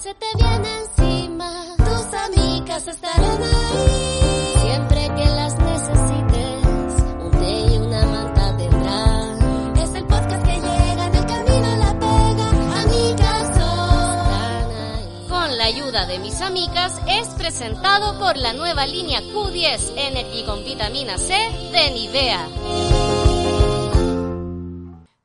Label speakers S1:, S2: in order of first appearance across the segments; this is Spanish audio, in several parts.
S1: se te viene encima. Tus amigas estarán ahí siempre que las necesites. Un té y una manta tendrás. Es el podcast que llega en el camino a la pega. Amigas todas están ahí.
S2: Con la ayuda de mis amigas es presentado por la nueva línea Q10 Energy con vitamina C de Nivea.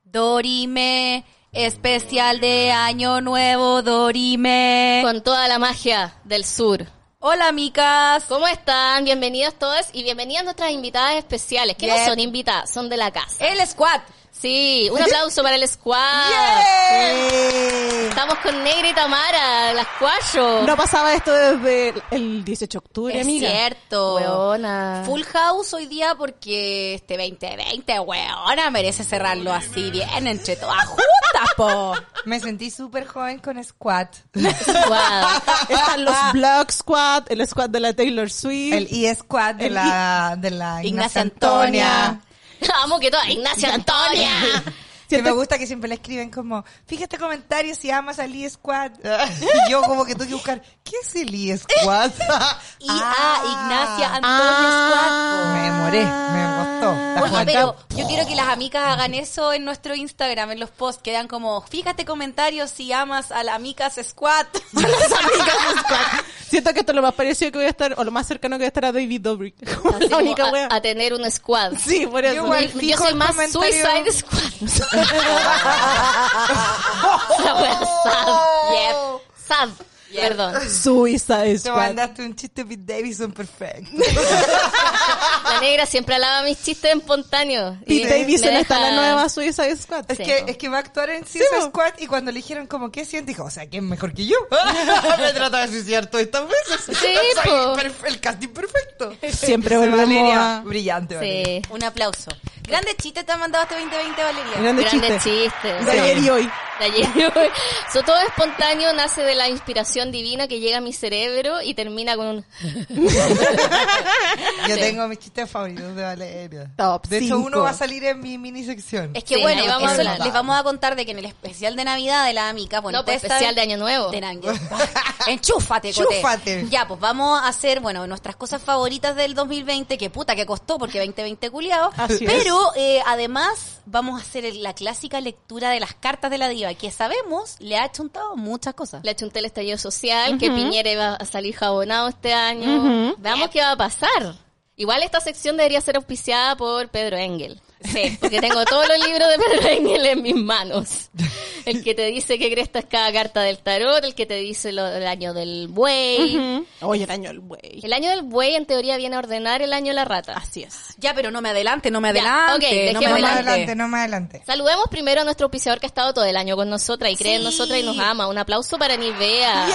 S3: Dorime, especial de Año Nuevo, Dorime.
S2: Con toda la magia del sur.
S3: Hola, micas.
S2: ¿Cómo están? Bienvenidos todos y bienvenidas nuestras invitadas especiales. Que no
S3: Bien.
S2: son invitadas, son de la casa.
S3: El squad.
S2: Sí, un aplauso para el squad. Estamos con Negra y Tamara, las cuatro.
S4: ¡Eh! No pasaba esto desde el- el 18 de octubre,
S3: Es
S4: amiga.
S3: cierto.
S2: Oh, Weona.
S3: Full house hoy día porque este 2020, weona, merece cerrarlo así bien entre todas juntas, po.
S5: Me sentí súper joven con Squat.
S2: Squad.
S4: Están los Black Squad, el squad de la Taylor Swift.
S5: El E-Squad de la, de la
S3: Ignacia
S5: Ignacia
S3: Antonia.
S5: Antonia.
S2: Amo que toda Ignacia Antonia.
S5: Que me
S4: Siento-
S5: gusta que siempre le escriben como, fíjate comentarios si amas al E-Squad. Y yo como que tuve que buscar, ¿qué es el E E-Squad?
S3: Y
S4: Ah.
S3: a Ignacia Antonio Squad, po.
S5: Me demoré, me
S3: Oye,
S5: gustó.
S3: pero yo quiero que las amigas hagan eso en nuestro Instagram, en los posts, que dan como, fíjate comentarios si amas a la amigas squad.
S4: Las amigas del squad. Siento que esto es lo más parecido que voy a estar, o lo más cercano que voy a estar a David Dobrik. Como
S2: Así
S4: la
S2: como
S4: única
S2: a-
S4: wea.
S2: a, tener un squad.
S4: Sí, por eso.
S5: igual
S2: Yo- Yo
S5: fijo
S2: soy
S5: el
S2: más
S5: comentario.
S2: Suicide Squad. La wea sad. Yep. Sad. Perdón.
S4: Suicide
S5: Te
S4: Squad.
S5: mandaste un chiste Pete Davidson perfecto.
S2: La negra siempre alaba mis chistes espontáneos.
S4: Pete
S2: me-
S4: Davidson
S2: me
S4: está
S2: deja-
S4: la nueva Suicide Squad.
S5: Es
S2: Sí,
S5: que,
S2: po.
S5: es que va a actuar en
S4: Sí,
S5: Suicide
S4: po.
S5: Squad y cuando le dijeron como, ¿qué sientes? Dijo, o sea, ¿quién mejor que yo? Me trata de suicidar todas estas veces.
S2: Sí,
S5: Soy
S2: po.
S5: perf- el casting perfecto.
S4: Siempre
S5: Dice
S4: volvemos
S5: Valeria,
S4: a-
S5: Brillante, Valeria.
S2: Sí.
S3: Un aplauso. Grande chiste te han mandado este 2020, Valeria.
S4: Grande
S2: Grandes
S4: chiste.
S2: chistes.
S4: De ayer y hoy.
S2: De ayer y hoy. So, todo espontáneo nace de la inspiración divina que llega a mi cerebro y termina con un...
S5: Yo
S2: Sí.
S5: tengo mis chistes favoritos de Valeria.
S4: Top
S5: de hecho,
S4: cinco.
S5: uno va a salir en mi mini sección.
S3: Es que
S2: Sí,
S3: bueno,
S2: ahí vamos a
S3: eso
S2: hablar.
S3: les vamos a contar de que en el especial de Navidad de la amiga, bueno,
S2: no, pues,
S3: ustedes
S2: especial
S3: saben-
S2: de Año Nuevo.
S3: de Navidad. Enchúfate, Cote.
S5: Enchúfate.
S3: Ya, pues vamos a hacer, bueno, nuestras cosas favoritas del 2020, que puta que costó, porque 2020 culiado.
S4: Así Ah, es.
S3: Pero eh, además vamos a hacer el- la clásica lectura de las cartas de la diva, que sabemos le ha chuntado muchas cosas.
S2: Le achunté el estallido social, que Piñera iba a salir jabonado este año. Veamos qué va a pasar. Igual esta sección debería ser auspiciada por Pedro Engel. Sí, porque tengo todos los libros de Pedro Engel en mis manos. El que te dice que cresta es cada carta del tarot, el que te dice lo, el año del buey.
S4: Oye, daño el buey.
S2: El año del buey en teoría viene a ordenar el año de la rata.
S4: Así es.
S3: Ya, pero no me adelante, no me
S2: Ya,
S3: adelante.
S2: ok,
S3: no me
S5: no
S2: dejemos
S5: más
S3: adelante.
S5: adelante, no más adelante.
S2: Saludemos primero a nuestro auspiciador que ha estado todo el año con nosotras y cree en
S3: Sí.
S2: nosotras y nos ama. Un aplauso para Nivea.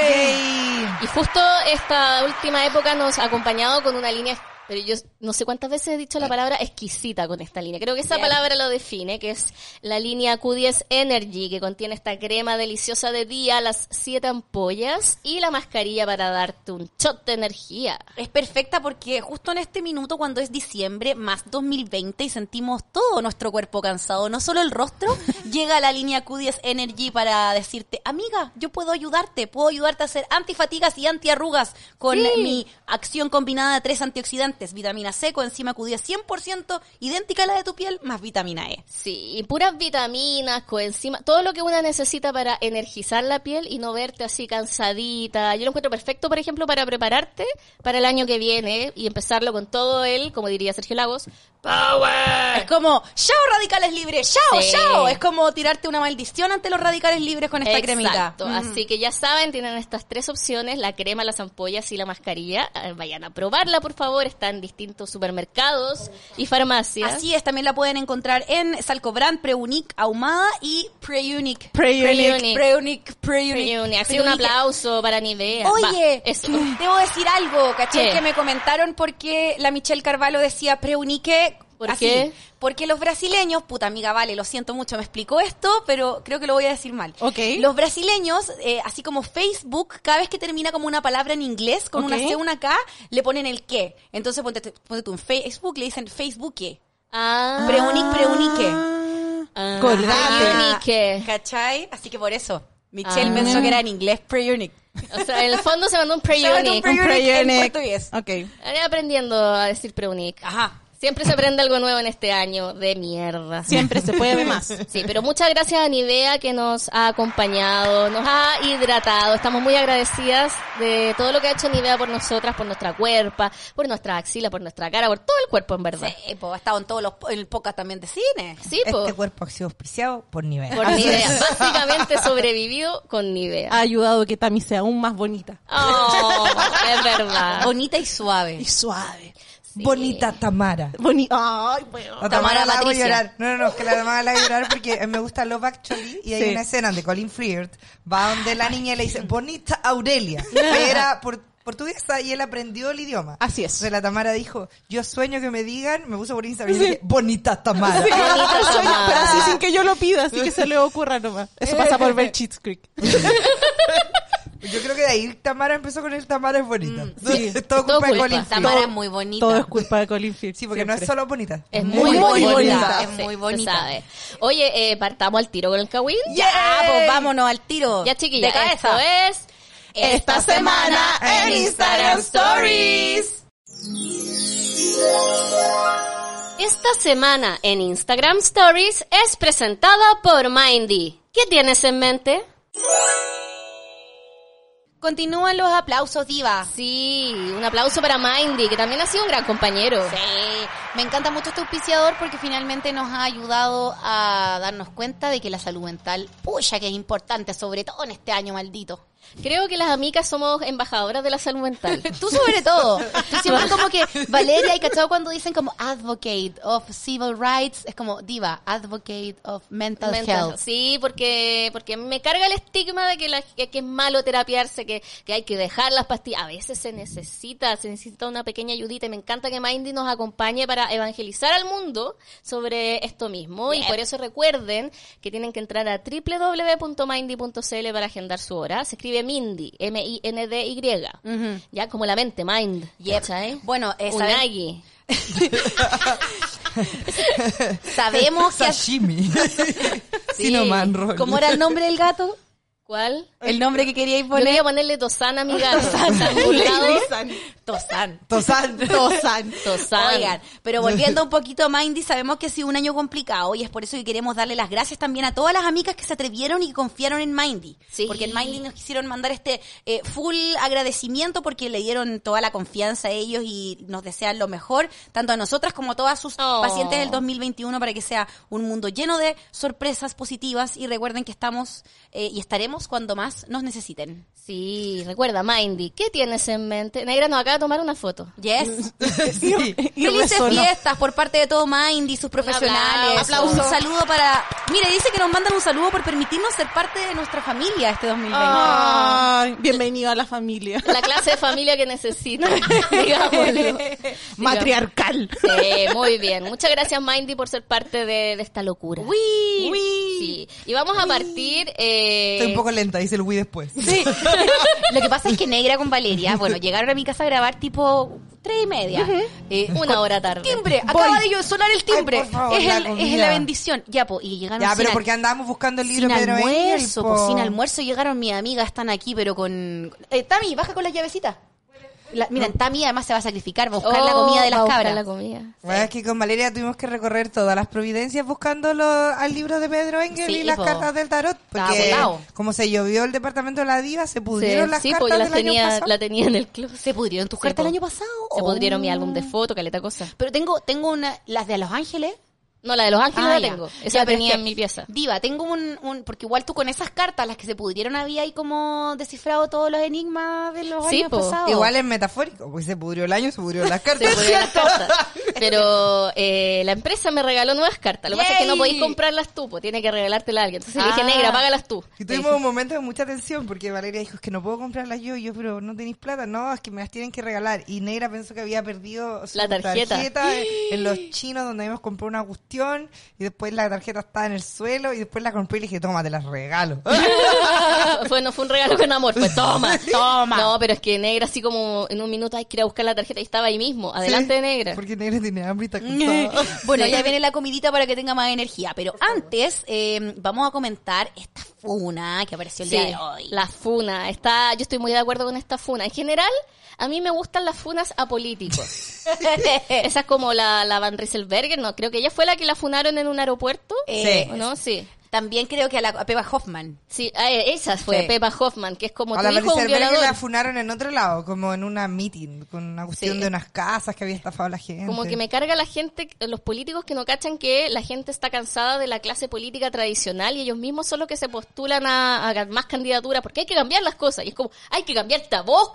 S5: Yay.
S2: Y justo esta última época nos ha acompañado con una línea, pero yo no sé cuántas veces he dicho la palabra exquisita con esta línea. Creo que esa
S3: Bien.
S2: palabra lo define, que es la línea Q10 Energy, que contiene esta crema deliciosa de día, las siete ampollas y la mascarilla para darte un shot de energía.
S3: Es perfecta porque justo en este minuto, cuando es diciembre, más 2020, y sentimos todo nuestro cuerpo cansado, no solo el rostro, llega la línea Q10 Energy para decirte, amiga, yo puedo ayudarte, puedo ayudarte a hacer antifatigas y antiarrugas con mi acción combinada de tres antioxidantes, vitamina C, coenzima Q10 100%, idéntica a la de tu piel, más vitamina E.
S2: Sí, y puras vitaminas, coenzimas, todo lo que una necesita para energizar la piel y no verte así cansadita. Yo lo encuentro perfecto, por ejemplo, para prepararte para el año que viene y empezarlo con todo el, como diría Sergio Lagos,
S3: Es como, chao radicales libres, chao,
S2: Ah. Sí.
S3: chao. Es como tirarte una maldición ante los radicales libres con esta cremita. Mm.
S2: Exacto. Así que ya saben, tienen estas tres opciones, la crema, las ampollas y la mascarilla. Eh, Vayan a probarla, por favor. Está en distintos supermercados y farmacias.
S3: Así es, también la pueden encontrar en Salcobrand, Preunic, Ahumada y Preunic.
S2: Preunic.
S3: Preunic,
S2: Reunión.
S3: Preunic.
S2: Así que un
S3: Preunic.
S2: aplauso para Nivea. Va,
S3: Oye,
S2: eso.
S3: debo decir algo, ¿cachai?
S2: ¿Qué?
S3: Que me comentaron porque la Michelle Carvalho decía Preunique.
S2: ¿Por
S3: así.
S2: qué?
S3: Porque los brasileños, puta amiga, vale, lo siento mucho, me explicó esto, pero creo que lo voy a decir mal.
S4: Ok.
S3: Los brasileños, eh, así como Facebook, cada vez que termina como una palabra en inglés, con una
S4: Ok.
S3: C, una K, le ponen el qué. Entonces, ponte, ponte tú en Facebook, le dicen Facebook qué.
S2: Ah,
S3: Preunic, preunique.
S2: ah,
S4: Colgate.
S2: Preunique.
S3: ¿Cachai? Así que por eso. Michelle
S2: Ah.
S3: pensó que era en inglés pre-unique.
S2: O sea, en el fondo se mandó un
S3: Se mandó un
S2: pre-unique.
S3: pre-unique. en
S4: Prayonic.
S3: portugués.
S4: Ok.
S2: Estaré aprendiendo a decir pre-unique.
S3: Ajá.
S2: Siempre se aprende algo nuevo en este año de mierda.
S4: Siempre se puede más.
S2: Sí, pero muchas gracias a Nivea que nos ha acompañado, nos ha hidratado. Estamos muy agradecidas de todo lo que ha hecho Nivea por nosotras, por nuestra cuerpa, por nuestra axila, por nutra cara, por todo el cuerpo en verdad.
S3: Sí, pues ha estado en todos los en el podcast también de cine.
S2: Sí, po,
S5: Este cuerpo ha sido auspiciado por nivel.
S2: por
S4: Así
S2: Nivea.
S4: es.
S2: Básicamente sobrevivido con Nivea.
S4: Ha ayudado que Tami sea aún más bonita.
S2: Oh, es verdad.
S3: Bonita Ah. y suave.
S4: Y suave.
S5: Bonita Tamara.
S4: Bonita. Ay, weón.
S5: A
S3: Tamara
S5: Tamara la hago
S3: Patricia.
S5: llorar. No, no, no, es que la Tamara la hago llorar porque eh, me gusta Love Actually y hay
S4: Sí.
S5: una escena donde Colin Firth va donde la niña y le dice, bonita Aurelia, que era por- portuguesa y él aprendió el idioma.
S4: Así es.
S5: Entonces la Tamara dijo, yo sueño que me digan, me puso por Instagram y dije, bonita Tamara.
S2: Bonita
S4: El sueño,
S2: Tamara.
S4: pero así sin que yo lo pida, así que se le ocurra nomás. Eso pasa por ver Cheats Creek.
S5: Yo creo que de ahí Tamara empezó con el Tamara es bonita.
S4: sí.
S5: Todo culpa
S2: Todo
S5: de
S2: culpa.
S5: Colin Firth.
S3: Tamara es muy bonita.
S4: Todo es culpa de Colin Firth.
S5: Sí, porque no es
S4: siempre.
S5: solo bonita. Mm.
S2: Es
S3: Muy,
S2: muy,
S3: muy
S2: bonita.
S3: bonita. Es
S2: Sí,
S3: muy
S2: se
S3: bonita.
S2: sabe. Oye, eh, partamos al tiro con el kawin.
S3: Ya, pues vámonos al tiro.
S2: Ya chiquilla,
S3: De cabeza.
S2: esto es...
S3: Esta semana en Instagram Stories.
S2: Esta semana en Instagram Stories es presentada por Mindy. ¿Qué tienes en mente?
S3: Continúan los aplausos, Diva.
S2: Sí, un aplauso para Mindy, que también ha sido un gran compañero.
S3: Sí, me encanta mucho este auspiciador porque finalmente nos ha ayudado a darnos cuenta de que la salud mental, puya, que es importante, sobre todo en este año maldito.
S2: Creo que las amigas somos embajadoras de la salud mental.
S3: Tú sobre todo. Tú siempre como que, Valeria, y cachado cuando dicen como advocate of civil rights, es como diva, advocate of mental,
S2: Mental
S3: health.
S2: health. Sí, porque porque me carga el estigma de que, la- que- que es malo terapiarse, que, que hay que dejar las pastillas. A veces se necesita, se necesita una pequeña ayudita y me encanta que Mindy nos acompañe para evangelizar al mundo sobre esto mismo. Y por eso recuerden que tienen que entrar a www.mindy.cl para agendar su hora. Se escribe Mindy, M-I-N-D-Y.
S3: Ujú.
S2: Ya como la mente, Mind.
S3: Yep.
S2: Mm. ¿cachai?
S3: Bueno, eh, sabe-
S2: Unagi.
S3: Sabemos que...
S5: Sashimi. Cinnamon roll.
S3: ¿Cómo era el nombre del gato?
S2: ¿Cuál?
S3: El nombre que queríais
S2: Yo quería
S3: poner.
S2: ponerle Tosana a mi gato. Sangrado.
S3: Tosan.
S5: Tosan.
S3: Tosan.
S2: Tosan.
S3: Oigan, pero volviendo un poquito a Mindy, sabemos que ha sido un año complicado y es por eso que queremos darle las gracias también a todas las amigas que se atrevieron y confiaron en Mindy.
S2: Sí.
S3: Porque en Mindy nos quisieron mandar este eh, full agradecimiento porque le dieron toda la confianza a ellos y nos desean lo mejor, tanto a nosotras como a todas sus
S2: Oh.
S3: pacientes del 2021 para que sea un mundo lleno de sorpresas positivas y recuerden que estamos eh, y estaremos cuando más nos necesiten.
S2: Sí, recuerda, Mindy, ¿qué tienes en mente? Negra nos acaba de tomar una foto.
S3: Yes.
S5: Sí.
S4: Y
S3: Felices
S4: resonó.
S3: fiestas por parte de todo Mindy, sus profesionales.
S2: aplauso.
S3: Un saludo para. Mire, dice que nos mandan un saludo por permitirnos ser parte de nuestra familia este 2020.
S4: Ay, bienvenido a la familia.
S2: La clase de familia que necesita, digámoslo.
S4: Matriarcal.
S2: Eh, muy bien. Muchas gracias, Mindy, por ser parte de, de esta locura.
S3: Uy.
S2: Sí. Y vamos a partir... eh,
S5: Estoy un poco lenta, dice el Wii después.
S3: Sí. Lo que pasa es que Negra con Valeria, bueno, llegaron a mi casa a grabar tipo tres y media. Eh,
S2: Una hora tarde.
S3: timbre, acaba de yo- sonar el timbre.
S5: Ay, por favor,
S3: es,
S5: la
S3: el- es
S5: comida.
S3: la bendición. Ya, po, y llegaron
S5: Ya,
S3: sin
S5: pero
S3: al-
S5: porque andábamos buscando el libro
S3: sin
S5: de Pedro Engel,
S3: almuerzo, po,
S5: po.
S3: sin almuerzo llegaron mis amigas, están aquí, pero con... Eh, Tami, baja con las llavecitas. La- mira, Tami además se va a sacrificar, va a buscar la
S2: Oh,
S3: comida de
S2: va a
S3: las
S2: buscar
S3: cabras.
S2: la comida.
S5: Bueno, es que con Valeria tuvimos que recorrer todas las providencias buscando lo- al libro de Pedro Engel
S3: Sí,
S5: y las
S3: po.
S5: cartas del tarot.
S3: Estaba
S5: Porque
S3: botado.
S5: como se llovió el departamento de la diva, se
S2: Sí,
S5: pudrieron las
S2: sí,
S5: cartas
S2: pues yo las
S5: del año
S2: tenía,
S5: pasado.
S2: la tenía en el closet.
S3: ¿Se pudrieron tus
S2: Sí,
S3: cartas
S2: po.
S3: el año pasado?
S2: Se
S3: Oh.
S2: pudrieron mi álbum de foto, caleta cosa.
S3: Pero tengo, tengo una, las de Los Ángeles.
S2: No, la de Los Ángeles
S3: Ah,
S2: la
S3: ya.
S2: tengo.
S3: Ya,
S2: Esa la
S3: pero es
S2: tenía
S3: que,
S2: en mi pieza.
S3: Diva, tengo un, un- porque igual tú con esas cartas, las que se pudrieron, había ahí como descifrado todos los enigmas de los
S2: Sí,
S3: años
S2: po.
S3: pasados.
S5: Igual es metafórico, pues se pudrió el año, se pudrieron las
S2: Se
S5: cartas.
S2: me pudrieron las cartas. Pero eh, la empresa me regaló nuevas cartas. Lo que pasa es que no
S3: Yay.
S2: podéis comprarlas tú, pues tiene que regalártelas a alguien. Entonces le
S3: Ah.
S2: dije, negra, págalas tú.
S5: Y tuvimos un momento de mucha tensión porque Valeria dijo, es que no puedo comprarlas yo, y yo, pero no tenéis plata, no, es que me las tienen que regalar. Y Negra pensó que había perdido su
S2: La tarjeta.
S5: en los chinos donde habíamos comprado una cuestión y después la tarjeta estaba en el suelo y después la compré y le dije, toma, te las regalo.
S2: fue, no fue un regalo con amor, fue toma, toma. No, pero es que negra así como en un minuto hay que ir a buscar la tarjeta y estaba ahí mismo, adelante
S5: Sí,
S2: negra.
S5: Porque negra tiene hambre y está cansada.
S3: bueno, ya viene la comidita para que tenga más energía. Pero antes, eh, vamos a comentar esta funa que apareció el
S2: Sí,
S3: día de hoy.
S2: la funa, está, yo estoy muy de acuerdo con esta funa. En general, a mí me gustan las funas a políticos. Esa es como la, la Van Rieselberger, no, creo que ella fue la que la funaron en un aeropuerto.
S3: Eh,
S2: ¿o ¿No? Sí.
S3: También creo que a la a Peppa Hoffman.
S2: Sí, ah, eh, esa fue
S3: Sí.
S2: Peppa Hoffman, que es como
S5: A
S2: tu
S5: la
S2: hijo un
S5: Patricia Berger
S2: violador.
S5: la funaron en otro lado, como en una meeting, con una cuestión
S2: Sí.
S5: de unas casas que había estafado a la gente.
S2: Como que me carga la gente, los políticos que no cachan que la gente está cansada de la clase política tradicional y ellos mismos son los que se postulan a, a más candidaturas porque hay que cambiar las cosas y es como, hay que cambiar tabaco.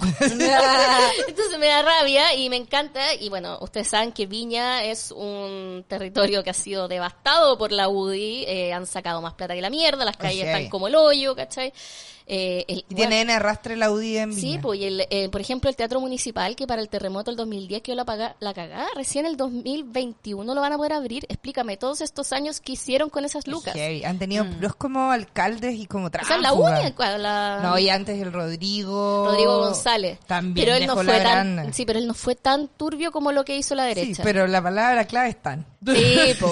S2: Entonces me da rabia y me encanta y bueno, ustedes saben que Viña es un territorio que ha sido devastado por la UDI, eh, han sacado más plata que la mierda, las calles
S5: Ok.
S2: están como el hoyo, ¿cachai? Eh, el-
S5: Y tiene N arrastre la UDI en
S2: Sí,
S5: Viña.
S2: pues, y el, eh, por ejemplo, el Teatro Municipal, que para el terremoto del 2010 quedó la, paga- la cagada, recién el 2021 lo van a poder abrir. Explícame, todos estos años, ¿qué hicieron con esas lucas?
S5: Heavy. Han tenido puros como alcaldes y como
S2: O
S5: tráfico.
S2: sea, la única, la...
S5: No, y antes el Rodrigo.
S2: Rodrigo González.
S5: También
S2: pero él no
S5: dejó
S2: fue
S5: la
S2: tan,
S5: grana.
S2: sí, pero él no fue tan turbio como lo que hizo la
S5: Sí,
S2: derecha.
S5: pero la palabra clave es tan.
S2: Sí, po.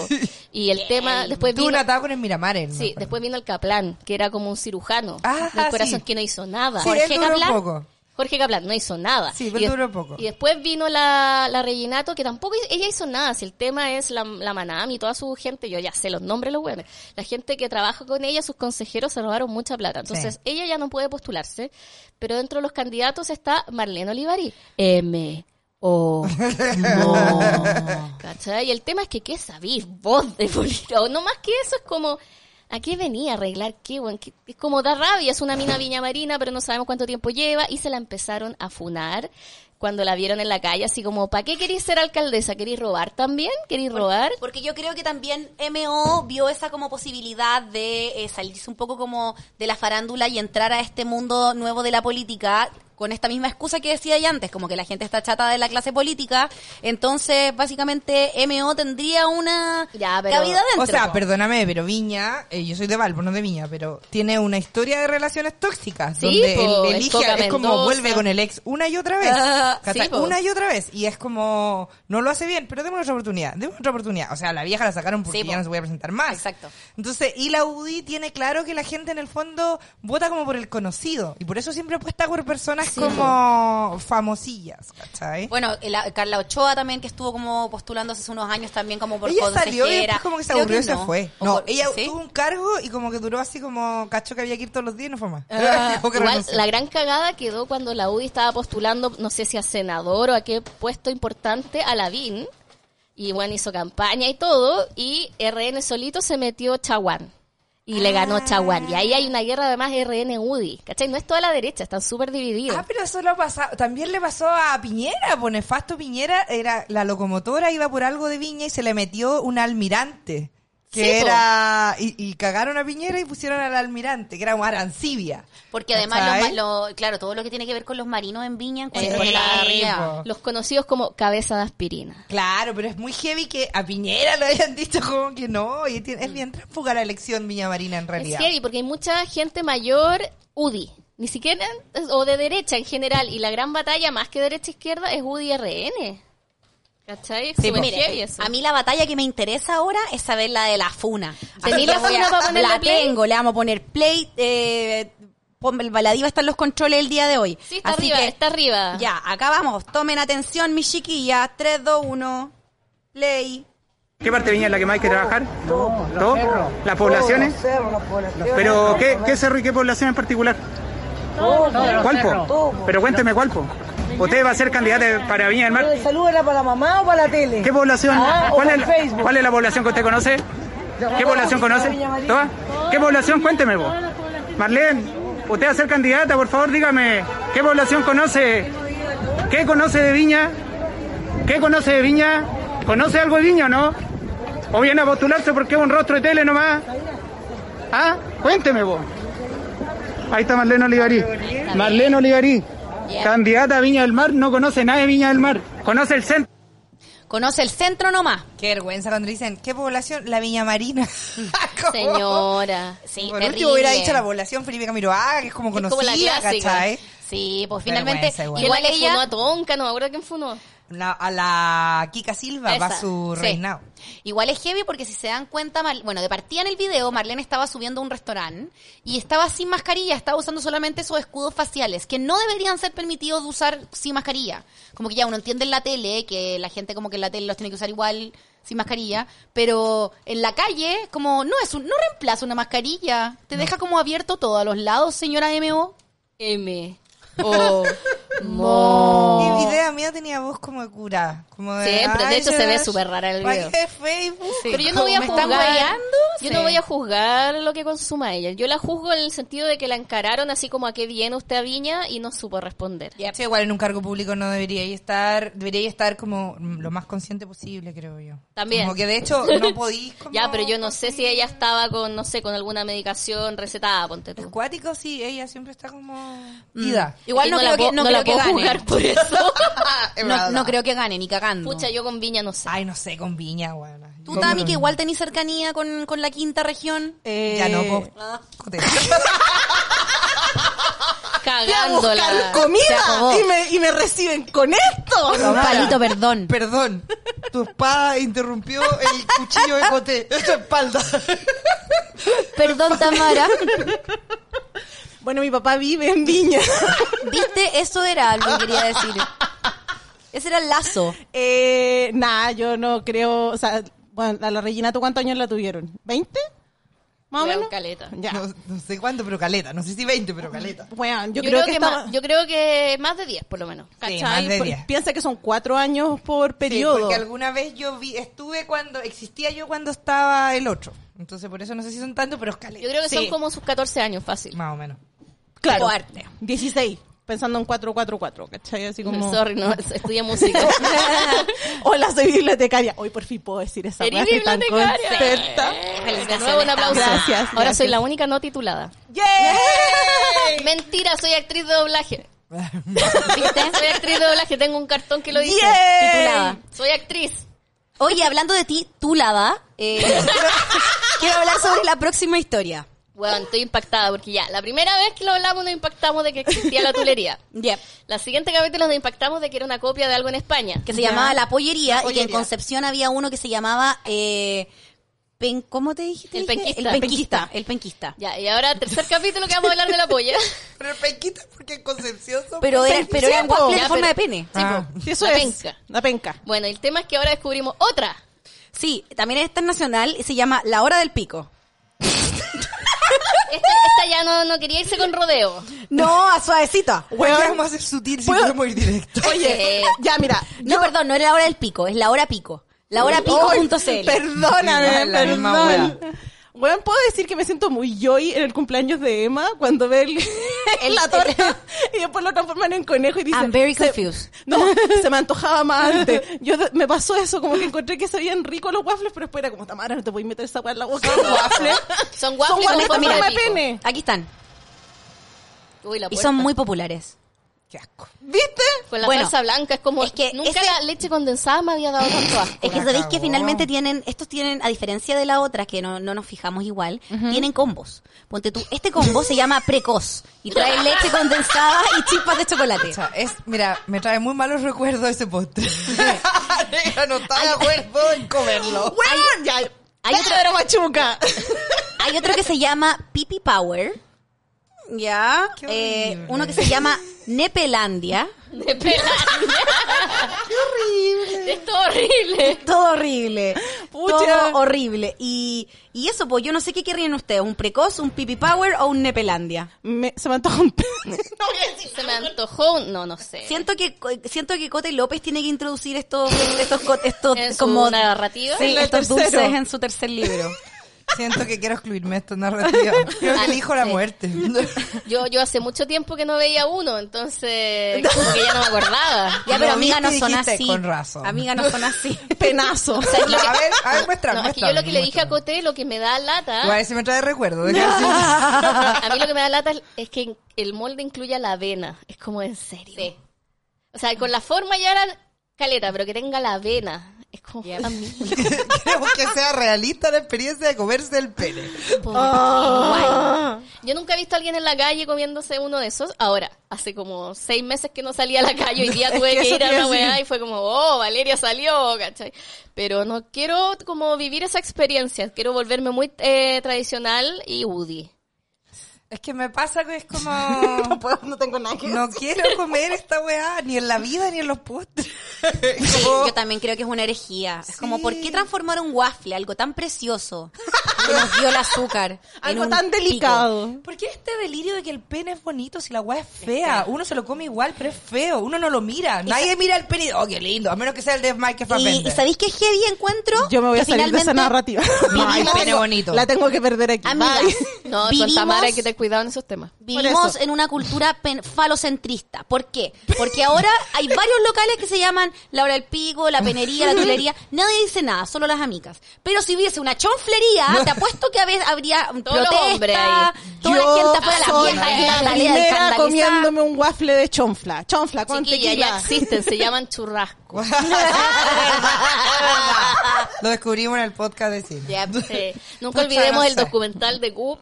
S2: Y el tema, después
S5: Tuvo
S2: vino,
S5: una etapa con el Miramares.
S2: Pues sí,
S5: me
S2: después vino el Caplan, que era como un cirujano
S5: pues. Ah,
S2: del corazón
S5: sí.
S2: que no hizo nada.
S5: Sí, él duró poco.
S2: Jorge Caplan no hizo nada.
S5: Sí, pero
S2: Y des-
S5: duró poco.
S2: Y después vino la, la Reginato, que tampoco hi- ella hizo nada. Si el tema es la, la Manami y toda su gente, yo ya sé los nombres de los buenos. La gente que trabaja con ella, sus consejeros, se robaron mucha plata. Entonces,
S5: Sí.
S2: ella ya no puede postularse. Pero dentro de los candidatos está Marlene Olivari. M. O. No. ¿Cachai? Y el tema es que, ¿qué sabís vos de política? O No más que eso, es como, ¿a qué venía a arreglar qué, weón? ¿Qué- Es como da rabia, es una mina viña marina, pero no sabemos cuánto tiempo lleva, y se la empezaron a funar cuando la vieron en la calle, así como, ¿para qué querís ser alcaldesa? ¿Querís robar también? ¿Querís robar?
S3: Porque yo creo que también MO vio esa como posibilidad de eh, salirse un poco como de la farándula y entrar a este mundo nuevo de la política con esta misma excusa que decía ya antes, como que la gente está chata de la clase política, entonces básicamente MO tendría una
S2: Ya, pero-
S3: cabida dentro.
S5: O sea,
S3: po.
S5: perdóname, pero Viña, eh, yo soy de Valpo, no de Viña, pero tiene una historia de relaciones tóxicas.
S2: Sí,
S5: donde
S2: po,
S5: el-
S2: el
S5: elige,
S2: Coca
S5: es como
S2: Mendoza.
S5: vuelve con el ex una y otra vez.
S2: Ah,
S5: ¿cachai?
S2: sí, po.
S5: una y otra vez. Y es como, no lo hace bien, pero demos otra oportunidad, demos otra oportunidad. O sea, la vieja la sacaron porque
S3: Sí, po.
S5: ya no se voy a presentar más.
S3: Exacto.
S5: Entonces, y la UDI tiene claro que la gente en el fondo vota como por el conocido. Y por eso siempre apuesta por personas como famosillas, ¿cachai?
S3: Bueno, el- la- Carla Ochoa también, que estuvo como postulando hace unos años también como por
S5: ella salió
S3: consejera.
S5: y después como que se
S3: Creo
S5: aburrió y se
S3: no.
S5: fue.
S3: O
S5: No,
S3: por-
S5: ella
S3: ¿sí?
S5: tuvo un cargo y como que duró así como cacho que había que ir todos los días y no fue más. Como que
S2: Igual,
S5: renunció.
S2: la gran cagada quedó cuando la UDI estaba postulando, no sé si a senador o a qué puesto importante, a Lavín. Y bueno, hizo campaña y todo. Y RN solito se metió Chaguán. Y le ganó
S5: Ah.
S2: Chaguán. Y ahí hay una guerra además RN-UDI. ¿Cachai? No es toda la derecha, están súper divididos.
S5: Ah, pero eso lo ha pasado. También le pasó a Piñera, pues nefasto Piñera era la locomotora, iba por algo de viña y se le metió un almirante. Que
S2: Sí, po.
S5: era. Y, y cagaron a Piñera y pusieron al almirante, que era una arancibia.
S3: Porque además, los,
S5: ¿Cachai?
S3: ma- lo- claro, todo lo que tiene que ver con los marinos en Viña, en cuanto
S2: Sí,
S3: a la
S5: po.
S3: arriba.
S2: Los conocidos como cabeza de aspirina.
S5: Claro, pero es muy heavy que a Piñera le hayan dicho como que no. Y tiene- es bien tránsfuga la elección Viña Marina en
S2: Es
S5: realidad.
S2: heavy porque hay mucha gente mayor UDI. Ni siquiera, o de derecha en general. Y la gran batalla, más que derecha-izquierda, es UDI-RN. ¿Cachai? Es
S3: Sí,
S2: súper
S3: mire,
S2: pues, heavy eso.
S3: a mí la batalla que me interesa ahora es saber la de la funa.
S2: ¿Tení la
S3: Voy a-
S2: funa para ponerle
S3: La
S2: play?
S3: tengo, le vamos a poner play. Eh, pon- el baladiva está en los controles el día de hoy.
S2: Sí, está arriba, está arriba.
S3: Ya, acá vamos. Tomen atención, mi chiquilla. 3, 2, 1. Play.
S6: ¿Qué parte de Viña es la que más hay que trabajar? Todo. ¿Las poblaciones? ¿Pero qué, qué cerro y qué población en particular? ¿Cuál po? Pero cuénteme cuál po. ¿Usted va a ser candidata para Viña del Mar?
S7: Salúdala para la mamá o para la tele.
S6: ¿Qué población?
S7: Ah, o
S6: ¿Cuál es,
S7: por Facebook.
S6: la, cuál es la población que usted conoce? ¿Qué población conoce? ¿Toda? ¿Qué población? Cuénteme vos. Marlene, usted va a ser candidata, por favor dígame, ¿qué población conoce? ¿Qué conoce de Viña? ¿Qué conoce de Viña? ¿Conoce algo de Viña o no? ¿O viene a postularse porque es un rostro de tele nomás? ¿Ah? Cuénteme vos. Ahí está Marlene Olivarí. Marlene Olivarí, candidata a Viña del Mar, no conoce nada de Viña del Mar. Conoce el centro.
S3: Conoce el centro nomás.
S5: Qué vergüenza cuando dicen, ¿qué población? La Viña Marina. Como-
S2: Señora. Sí,
S5: Por
S2: terrible.
S5: último hubiera dicho la población Felipe Camiroaga, que es como
S2: Es
S5: conocida,
S2: como la clásica.
S5: ¿cachai?
S3: Sí, pues finalmente.
S5: Vergüenza igual.
S2: Y
S3: Igual,
S2: igual ella... funó
S3: ella.
S2: a Tonka, no me acuerdo quién funó.
S5: La- a la Kika Silva
S2: Esa,
S5: va su
S3: sí.
S5: reinado.
S3: Igual es heavy porque si se dan cuenta, Mar- bueno, de partida en el video, Marlene estaba subiendo a un restaurante y estaba sin mascarilla, estaba usando solamente esos escudos faciales, que no deberían ser permitidos de usar sin mascarilla. Como que ya uno entiende en la tele, que la gente como que en la tele los tiene que usar igual sin mascarilla, pero en la calle, como no es un, no reemplaza una mascarilla, te deja como abierto todo a los lados, señora MO.
S2: M. O. Mo.
S5: Y video mío tenía voz como de cura. Como de,
S2: Oh. Siempre, de hecho, se ve
S5: ay,
S2: súper rara en el
S5: ay,
S2: video.
S5: de Facebook.
S2: Pero yo no voy a
S3: ¿Me
S2: juzgar.
S3: están guayando?
S2: Yo
S3: Sí.
S2: no voy a juzgar lo que consuma ella. Yo la juzgo en el sentido de que la encararon así como a qué viene usted a Viña y no supo responder.
S5: Sí, igual en un cargo público no debería estar, debería estar como mm, lo más consciente posible, creo yo.
S2: También.
S5: Como que de hecho no podís como-
S2: Ya, pero yo no sé si ella estaba con, no sé, con alguna medicación recetada, ponte
S5: El
S2: tú.
S5: cuático sí, ella siempre está como...
S2: Mm.
S5: Ida.
S3: Igual
S2: Y
S3: no,
S2: la
S3: creo
S2: puedo-
S3: que, no,
S2: no
S3: creo
S2: la
S3: que
S2: puedo
S3: gane.
S2: juzgar por eso.
S3: No, no creo que gane, ni cagando.
S2: Pucha, yo con Viña no sé.
S5: Ay, no sé, con Viña, bueno.
S3: Tú, Tami, que igual tenés cercanía con, con la quinta región.
S4: Eh,
S5: Ya no, po. Joder.
S2: Cagándola.
S3: Se acabó.
S4: comida y me, y me reciben con esto.
S3: Un palito, perdón.
S5: Perdón, tu espada interrumpió el cuchillo de Coté. Tu espalda.
S3: Perdón, Tamara.
S4: Bueno, mi papá vive en Viña.
S3: ¿Viste? Eso era lo que quería decir. Ese era el lazo.
S4: Eh, nah, yo no creo, o sea, bueno, a la Reginato, ¿cuántos años la tuvieron? ¿20? Más o
S2: Weón,
S4: menos.
S2: caleta.
S4: Ya.
S5: No, no sé cuánto, pero caleta. No sé si 20, pero caleta.
S4: Bueno, yo,
S2: Yo,
S4: creo, que, estaba-
S2: más, yo creo que más de 10, por lo menos.
S5: Sí,
S4: Ay,
S5: más de
S4: por-
S5: 10.
S4: Pues, piensa que son cuatro años por
S5: Sí,
S4: periodo.
S5: porque alguna vez yo vi, estuve cuando, existía yo cuando estaba el otro. Entonces por eso no sé si son tantos, pero es caleta.
S2: Yo creo que son
S4: Sí.
S2: como sus 14 años, fácil.
S5: Más o menos.
S4: claro.
S3: Fuerte.
S4: 16. Pensando en 444, ¿cachai? Así como...
S2: Sorry, no, estudia música.
S4: Hola, soy bibliotecaria. Hoy por fin puedo decir esa
S2: Eres
S4: weá, estoy tan
S2: bibliotecaria.
S4: contenta.
S2: De nuevo un aplauso.
S4: Gracias,
S2: Ahora
S4: gracias.
S2: soy la única no titulada. Mentira, soy actriz de doblaje. ¿Viste? Soy actriz de doblaje, tengo un cartón que lo dice.
S4: Yay.
S2: Titulada. Soy actriz.
S3: Oye, hablando de ti, tú lava. eh, quiero, quiero hablar sobre la próxima historia.
S2: Bueno, estoy impactada porque ya, la primera vez que lo hablamos nos impactamos de que existía la tulería.
S3: Yep.
S2: La siguiente capítulo nos impactamos de que era una copia de algo en España.
S3: Que se llamaba La Pollería, y que en
S4: Pollería.
S3: Concepción había uno que se llamaba... Eh, pen- ¿Cómo te dijiste?
S2: El
S3: Dije,
S2: penquista.
S3: El penquista. El penquista.
S2: Ya, y ahora tercer capítulo que vamos a hablar de la polla.
S5: Pero penquita porque en Concepción son...
S3: Pero, era, pero era un
S4: Penquista,
S3: waffle
S2: ya,
S3: en forma de
S2: pero-
S3: pene.
S5: Ah.
S4: Sí, eso
S2: La
S4: es.
S2: penca.
S4: La penca.
S2: Bueno, el tema es que ahora descubrimos otra.
S3: Sí, también es internacional y se llama La Hora del Pico.
S2: Esta, esta ya no, no quería irse con rodeo.
S3: No, a suavecita.
S5: ¿Por qué
S4: Weón,
S5: vamos a ser sutil si
S4: Puedo-
S5: podemos ir directo?
S4: Oye, ya mira.
S3: No, perdón, no era la hora del pico, es la hora pico. La hora
S4: Ay,
S3: pico.cl.
S4: Perdóname,
S5: Igual, la misma
S4: perdón. Weón, puedo decir que me siento muy yoy en el cumpleaños de Emma cuando ve el, la torta y después lo transforman en conejo y dice...
S3: I'm very
S4: "Se-
S3: confused.
S4: No, se me antojaba más antes. Yo de- me pasó eso, como que encontré que sabían ricos los waffles, pero después era como, Tamara, no te voy a meter esa weá en la boca. Son waffles.
S2: Son waffles
S4: Son
S2: con
S4: waffles con
S2: forma de
S4: forma de
S2: pico.
S4: pene.
S3: Aquí están.
S2: Uy, la
S3: Y
S2: puerta.
S3: son muy populares.
S5: Qué asco.
S4: ¿Viste?
S2: Con la
S3: Bueno,
S2: salsa blanca es como
S3: es que
S2: nunca
S3: ese-
S2: la leche condensada me había dado tanto asco.
S3: Es que
S5: La
S3: sabéis que
S5: cagó.
S3: finalmente tienen, estos tienen, a diferencia de la otra, que no, no nos fijamos igual, tienen combos. Ponte tú, este combo se llama precoz y trae leche condensada y chispas de chocolate.
S5: O sea, es, mira, me trae muy malos recuerdos ese postre. Negra, no está de acuerdo en comerlo.
S4: Weón, ya.
S3: hay
S4: Hay
S3: otra-
S4: otra machuca.
S3: Hay otro que se llama Pipi Power. Ya.
S5: Qué
S3: Eh,
S5: horrible.
S3: uno que se llama Nepelandia.
S2: De horrible. Esto es horrible.
S3: Todo horrible.
S4: Pucha.
S3: Todo horrible. Y, y eso, pues yo no sé qué querrían ustedes, un precoz, un pipi power o un nepelandia.
S4: Me- se me antoja un pene.
S2: Se me antojó un... No, no sé.
S3: Siento que co- siento que Cote López tiene que introducir estos estos co- estos
S2: ¿En su
S3: como
S2: narrativa?
S3: Sí,
S4: En el
S3: estos
S4: tercero.
S3: dulces en su tercer libro.
S5: Siento que quiero excluirme de esta narrativa. Creo que
S2: Ah,
S5: elijo la
S2: sí.
S5: muerte.
S2: Yo, yo hace mucho tiempo que no veía uno, entonces como que ya no me acordaba.
S3: Ya, pero
S5: Lo
S3: amiga no
S5: viste y
S3: son
S5: dijiste,
S3: así.
S5: "Con razón".
S3: Amiga no son así.
S4: Penazo.
S2: lo que-
S5: a ver, a ver, muestra,
S2: No, es que
S5: muestra,
S2: yo lo que le dije a
S5: muestra.
S2: Coté, lo que me da lata,
S5: Igual ese me trae recuerdo. déjame decirte.
S2: a mí lo que me da lata es- es que el molde incluya la avena. Es como en serio. O sea, con la forma ya era caleta, pero que tenga la avena. Es como
S3: Ya.
S2: para mí.
S5: Queremos que sea realista la experiencia de comerse el pene.
S2: Pobre
S5: Ah.
S2: guay. Yo nunca he visto a alguien en la calle comiéndose uno de esos. Ahora, hace como seis meses que no salía a la calle. Hoy día
S5: Es
S2: tuve
S5: que
S2: que,
S5: eso
S2: ir a
S5: te iba
S2: una
S5: a decir.
S2: weá y fue como, oh, Valeria salió, ¿cachai? Pero no quiero como vivir esa experiencia. Quiero volverme muy eh, tradicional y Woody.
S5: Es que me pasa que es como...
S4: puedo, no tengo nada que
S5: No quiero comer esta weá, ni en la vida, ni en los postres.
S3: Sí,
S4: Oh.
S5: Como-
S3: yo también creo que es una herejía. Es como,
S5: Sí.
S3: ¿por qué transformar un waffle, algo tan precioso, que nos dio el azúcar? en
S4: Algo
S3: un
S4: tan
S3: pico?
S4: delicado.
S5: ¿Por qué este delirio de que el pene es bonito si la weá es fea? Uno se lo come igual, pero es feo. Uno no lo mira. Nadie mira el pene. y, Oh, qué lindo. A menos que sea el de Michael
S3: Y,
S5: Fassbender.
S3: y ¿sabéis qué heavy encuentro?
S4: Yo me voy a
S3: Que
S4: salir de esa
S3: finalmente
S4: narrativa.
S5: No, el
S3: vivimos-
S5: pene bonito.
S4: La tengo que perder aquí.
S3: Amigas,
S4: Bye.
S2: No, con
S3: Vivimos-
S2: Tamara hay que tener cuidado en esos temas.
S3: Vivimos
S4: eso.
S3: en una cultura pen- falocentrista. ¿Por qué? Porque ahora hay varios locales que se llaman La Hora del Pico, La Penería, La Tulería. Nadie dice nada, solo las amigas. Pero si hubiese una chonflería, te apuesto que a veces habría
S2: los hombres
S3: protesta,
S2: ahí.
S3: toda
S4: Yo
S3: la gente afuera de la
S4: soy
S3: fiesta,
S2: la
S3: escandalea,
S4: Primera
S3: escandalizada.
S4: comiéndome un waffle de chonfla. Chonfla con
S2: Chiquilla, ya
S4: tequila.
S2: existen, se llaman churrasco.
S5: Lo descubrimos en el podcast de cine.
S2: Ya, sí.
S5: pues.
S2: Nunca
S5: Muchas
S2: olvidemos el
S5: gracias.
S2: documental de Goop.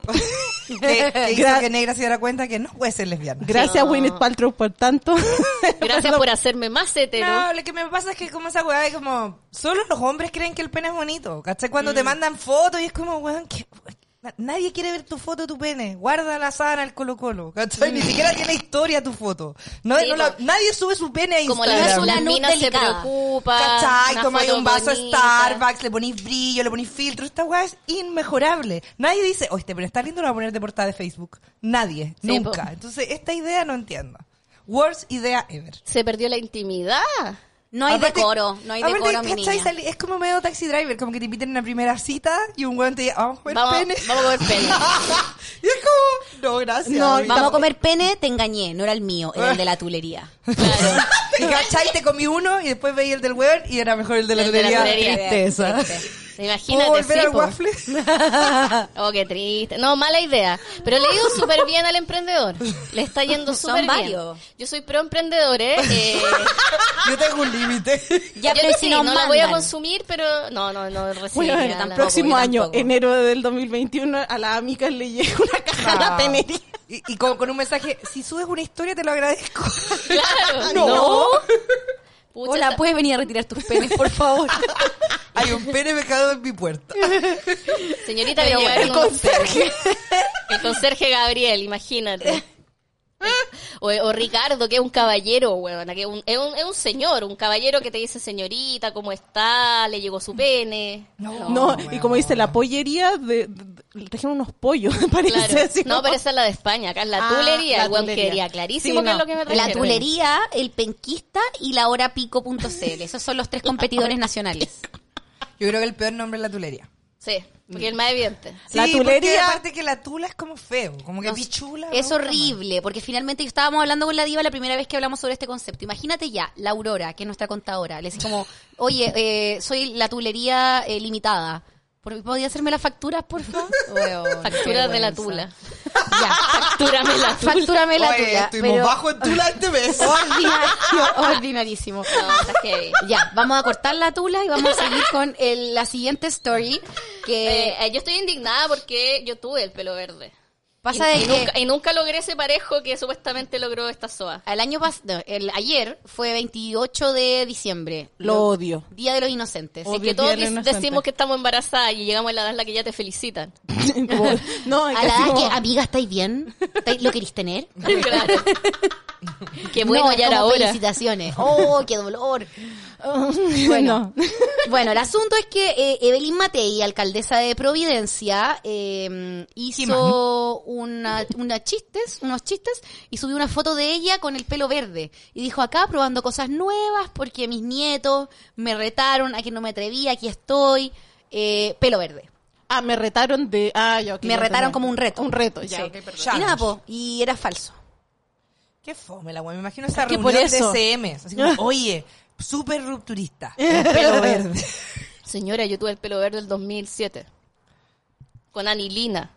S5: Que, que hizo
S4: Gra-
S5: que Negra se diera cuenta que no puede ser lesbiana.
S4: Gracias,
S2: No.
S4: Winnet Paltrow, por tanto.
S2: Gracias por hacerme más hetero.
S5: No, lo que me pasa es que como esa weá es como... Solo los hombres creen que el pene es bonito. ¿Cachai? Cuando
S2: Mm.
S5: te mandan fotos y es como, weón, que... na- Nadie quiere ver tu foto, tu pene. Guarda la sana el Colo Colo. ¿Cachai? Ni siquiera tiene historia tu foto. No,
S2: Mm. Sí,
S5: no la-
S2: pues.
S5: nadie sube su pene a
S2: como
S5: Instagram.
S2: la,
S3: es una
S2: las
S3: nude
S2: minas se
S3: delicada.
S2: preocupan.
S5: ¿Cachai?
S2: una
S5: Tomáis
S2: foto
S5: un vaso de
S2: bonita.
S5: Starbucks, le ponéis brillo, le ponéis filtro. Esta weá es inmejorable. Nadie dice, oye, este pero está lindo, lo voy a poner de portada de Facebook. Nadie,
S2: Sí,
S5: nunca.
S2: po.
S5: Entonces, esta idea no entiendo. Worst idea ever.
S2: Se perdió la intimidad.
S3: No hay
S5: Aparte-
S3: decoro, no hay
S5: aparte,
S3: decoro, mi
S5: ¿cachai?
S3: niña.
S5: Sali- Es como medio taxi driver, como que te invitan a una primera cita y un weón te dice, "Ah, vamos a comer
S2: Vamos,
S5: pene.
S2: vamos a ver pene.
S5: y es como, no, gracias.
S4: No,
S5: amigo".
S3: Vamos a comer pene, te engañé, no era el mío, era el de la tulería.
S2: Claro.
S5: Y cachai, te comí uno y después veía el del weón y era mejor el de la
S2: El de la
S5: lotería.
S2: lotería.
S5: Tristeza. ¿Puedo
S2: Imagínate,
S5: volver
S2: sí,
S5: al
S2: po.
S5: waffle?
S2: Oh, qué triste. No, mala idea. Pero le he ido súper bien al emprendedor. Le está yendo
S3: Son
S2: súper bien.
S3: varios.
S2: Yo soy pro emprendedor, ¿eh? eh
S5: Yo tengo un límite.
S3: Ya,
S2: yo
S3: pero
S2: sí,
S3: si nos
S2: no la voy a
S3: mandan.
S2: consumir, pero no, no, no recibí.
S4: Bueno,
S2: nada.
S4: el próximo
S3: yo
S4: año,
S3: tampoco.
S4: enero del 2021, a las amigas le llega una caja de la
S5: Ah.
S4: penería.
S5: Y, y con, con un mensaje, si subes una historia te lo agradezco.
S2: Claro.
S4: Ah,
S5: No.
S2: Pucha,
S3: Hola,
S2: está-
S3: ¿puedes venir a retirar tus penes, por favor?
S5: Hay un pene becado en mi puerta.
S2: Señorita, me llevaron unos perros. El conserje Gabriel, imagínate. O, o Ricardo, que es un caballero, huevona, que es un, es, un, es un señor, un caballero que te dice, señorita, ¿cómo está? ¿Le llegó su pene?
S5: No,
S4: No, y como dice la pollería, de, de- le trajeron unos pollos, parece.
S2: Claro.
S4: así
S2: No,
S4: como-
S2: pero esa es la de España, acá es la
S4: Ah,
S2: tulería,
S4: la
S2: el hueón
S4: tulería.
S2: quería clarísimo
S4: Sí,
S2: que es
S4: no.
S2: lo que me
S3: La
S2: trajeron.
S3: tulería, el penquista y la hora pico.cl. Esos son los tres competidores nacionales.
S5: Yo creo que el peor nombre es la tulería.
S2: Sí, porque el más evidente.
S4: La
S5: Porque
S4: tulería-
S5: aparte que la tula es como feo, como que pichula.
S3: Es
S5: ¿no?
S3: horrible, porque finalmente estábamos hablando con la diva la primera vez que hablamos sobre este concepto. Imagínate ya, la Aurora, que es nuestra contadora, le decís como, oye, eh, soy la tulería eh, limitada. ¿Por- ¿Podría hacerme las facturas, por favor?
S2: Factura de la tula.
S3: Ya,
S2: Factúrame la tula.
S3: factúrame la
S5: Oye,
S3: tula.
S5: estuvimos
S3: pero
S5: bajo en tula este mes.
S3: ordinario, ordinarísimo.
S2: No, está heavy.
S3: Ya, vamos a cortar la tula y vamos a seguir con el- la siguiente story que
S2: Eh, eh, yo estoy indignada porque yo tuve el pelo verde.
S3: pasa
S2: y,
S3: de
S2: y
S3: que
S2: nunca, y nunca logré ese parejo que supuestamente logró esta SOA.
S3: el año pasado, el ayer fue 28 de diciembre,
S4: Lo odio.
S3: Día de los Inocentes.
S4: Obvio,
S2: Así que todos
S4: Día de la
S2: dec- decimos
S4: Inocente.
S2: que estamos embarazadas y llegamos a la edad en la que ya te felicitan.
S4: Como- no,
S3: A
S4: es
S3: la
S4: que así
S3: edad que,
S4: como-
S3: amiga, ¿estáis bien? ¿Estáis- ¿Lo queréis tener?
S2: Claro. Qué bueno,
S3: No, es
S2: ya era
S3: como
S2: hora.
S3: Felicitaciones. Oh, qué dolor.
S4: bueno.
S3: Bueno, el asunto es que eh, Evelyn Matei, alcaldesa de Providencia, eh, hizo una, una chistes, unos chistes y subió una foto de ella con el pelo verde. Y dijo, acá probando cosas nuevas porque mis nietos me retaron, aquí no me atreví, aquí estoy. Eh, pelo verde.
S4: Ah, me retaron de... Ah, ya, ok,
S3: Me
S4: ya
S3: retaron
S4: entendí.
S3: como un reto.
S4: Un reto, ya.
S3: Sí.
S4: ok, perdón.
S3: y nada, po, y era falso.
S5: Qué fome la wea. Me imagino esa
S4: que
S5: reunión
S4: por eso.
S5: de CM. Así como, oye, súper rupturista. con pelo verde.
S2: Señora, yo tuve el pelo verde el 2007. Con anilina.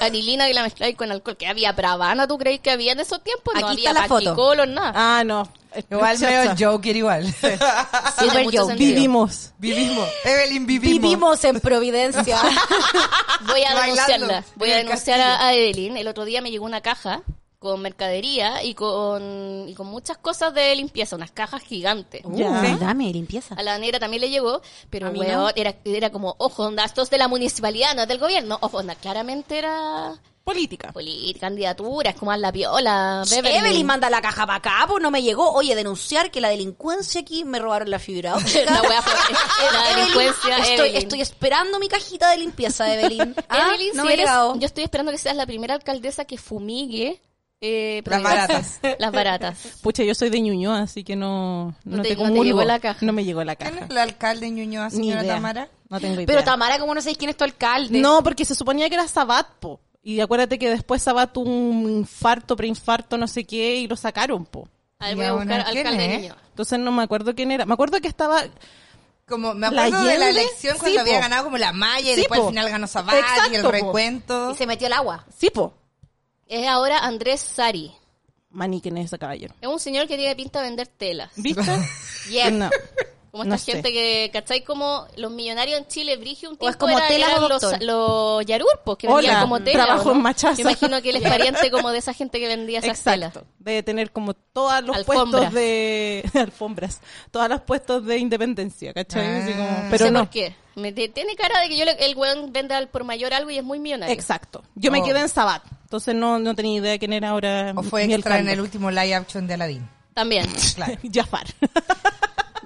S2: anilina y la mezcláis con alcohol. ¿Qué había? ¿Pravana? ¿Tú creéis que había en esos tiempos? No
S3: Aquí
S2: había
S3: está la foto.
S2: Paquicolor, nada.
S4: Ah, no.
S5: Igual
S4: Rechaza.
S5: medio Joker igual.
S2: Tiene
S3: Ah, Super
S2: mucho
S3: yo.
S2: sentido.
S4: Vivimos.
S5: Vivimos. Evelyn, vivimos.
S3: Vivimos en Providencia.
S2: Voy a
S5: Bailando
S2: denunciarla. Voy a
S5: en el
S2: denunciar a, a Evelyn. El otro día me llegó una caja con mercadería y con, y con muchas cosas de limpieza, unas cajas gigantes.
S4: Ya.
S3: Uh, Dame limpieza.
S2: A la negra también le llegó, pero
S4: A mí
S2: weón,
S4: no.
S2: era, era como, ojo, onda, esto es de la municipalidad, no es del gobierno. Ojo, onda, claramente era
S4: Política.
S2: política, candidaturas, como a la piola, Beverly.
S3: Evelyn manda la caja para acá, pues no me llegó. Oye, denunciar que la delincuencia aquí me robaron la fibra óptica.
S2: La wea fue- la
S3: Evelyn,
S2: delincuencia,
S3: Estoy,
S2: Evelyn.
S3: estoy esperando mi cajita de limpieza, Evelyn. Ah,
S2: Evelyn,
S3: no
S2: si
S3: me ha
S2: eres-
S3: llegado.
S2: yo estoy esperando que seas la primera alcaldesa que fumigue eh,
S5: Las
S2: proyectos.
S5: baratas.
S2: Las baratas.
S4: Pucha, yo soy de Ñuñoa, así que no, no,
S2: No te-
S4: te,
S2: no te
S4: comulgo.
S2: llegó la caja.
S4: No me llegó la
S5: ¿Quién
S4: caja.
S5: es el alcalde de Ñuñoa,
S4: Ni
S5: señora
S4: idea.
S5: Tamara?
S4: No tengo idea.
S3: Pero Tamara, ¿cómo no sabéis quién es tu alcalde?
S4: No, porque se suponía que era Sabat, po. Y acuérdate que después Sabat tuvo un infarto, preinfarto, no sé qué, y lo sacaron, po.
S2: A ver,
S5: Ya,
S2: voy a
S5: bueno,
S2: buscar
S5: ¿quién
S2: alcalde de
S5: es?
S2: niño.
S4: Entonces no me acuerdo quién era. Me acuerdo que estaba...
S5: Como, me
S4: ¿La
S5: acuerdo de la
S4: Allende?
S5: elección
S4: Sí,
S5: cuando había
S4: po.
S5: ganado como la Maya y
S4: Sí,
S5: después
S4: po.
S5: al final ganó Zabat y el
S4: Exacto, po.
S5: recuento.
S3: Y se metió el agua.
S4: Sí, po.
S2: Es ahora Andrés Sari.
S4: Maniquín es ese caballero.
S2: Es un señor que tiene pinta de vender telas.
S4: ¿Viste?
S2: Yep.
S4: No.
S2: Como
S4: No
S2: esta
S4: sé.
S2: gente que, ¿cachai? Como los millonarios en Chile, Brigio, un tiempo
S3: es como
S2: era-
S3: telas
S2: eran
S3: o
S2: los,
S3: doctor.
S2: los yarurpos, que vendían
S4: Hola,
S2: como telas.
S4: trabajo
S2: ¿o no?
S4: en Machaza.
S2: Yo imagino que él es pariente como de esa gente que vendía esas telas.
S4: Exacto. Debe tener como todos los
S2: Alfombras.
S4: puestos de... Alfombras. Todos los puestos de independencia, ¿cachai? Así como-
S5: Ah.
S4: Pero
S2: no sé
S4: no.
S2: por qué. Me te- tiene cara de que yo le- el weón vende al por mayor algo y es muy millonario.
S4: Exacto. Yo me
S5: Oh.
S4: quedé en Sabat. Entonces no, no tenía idea quién era ahora.
S5: O fue
S4: mi
S5: extra en
S4: alcalde.
S5: el último live action de Aladdin.
S2: También.
S5: Claro.
S4: Jafar.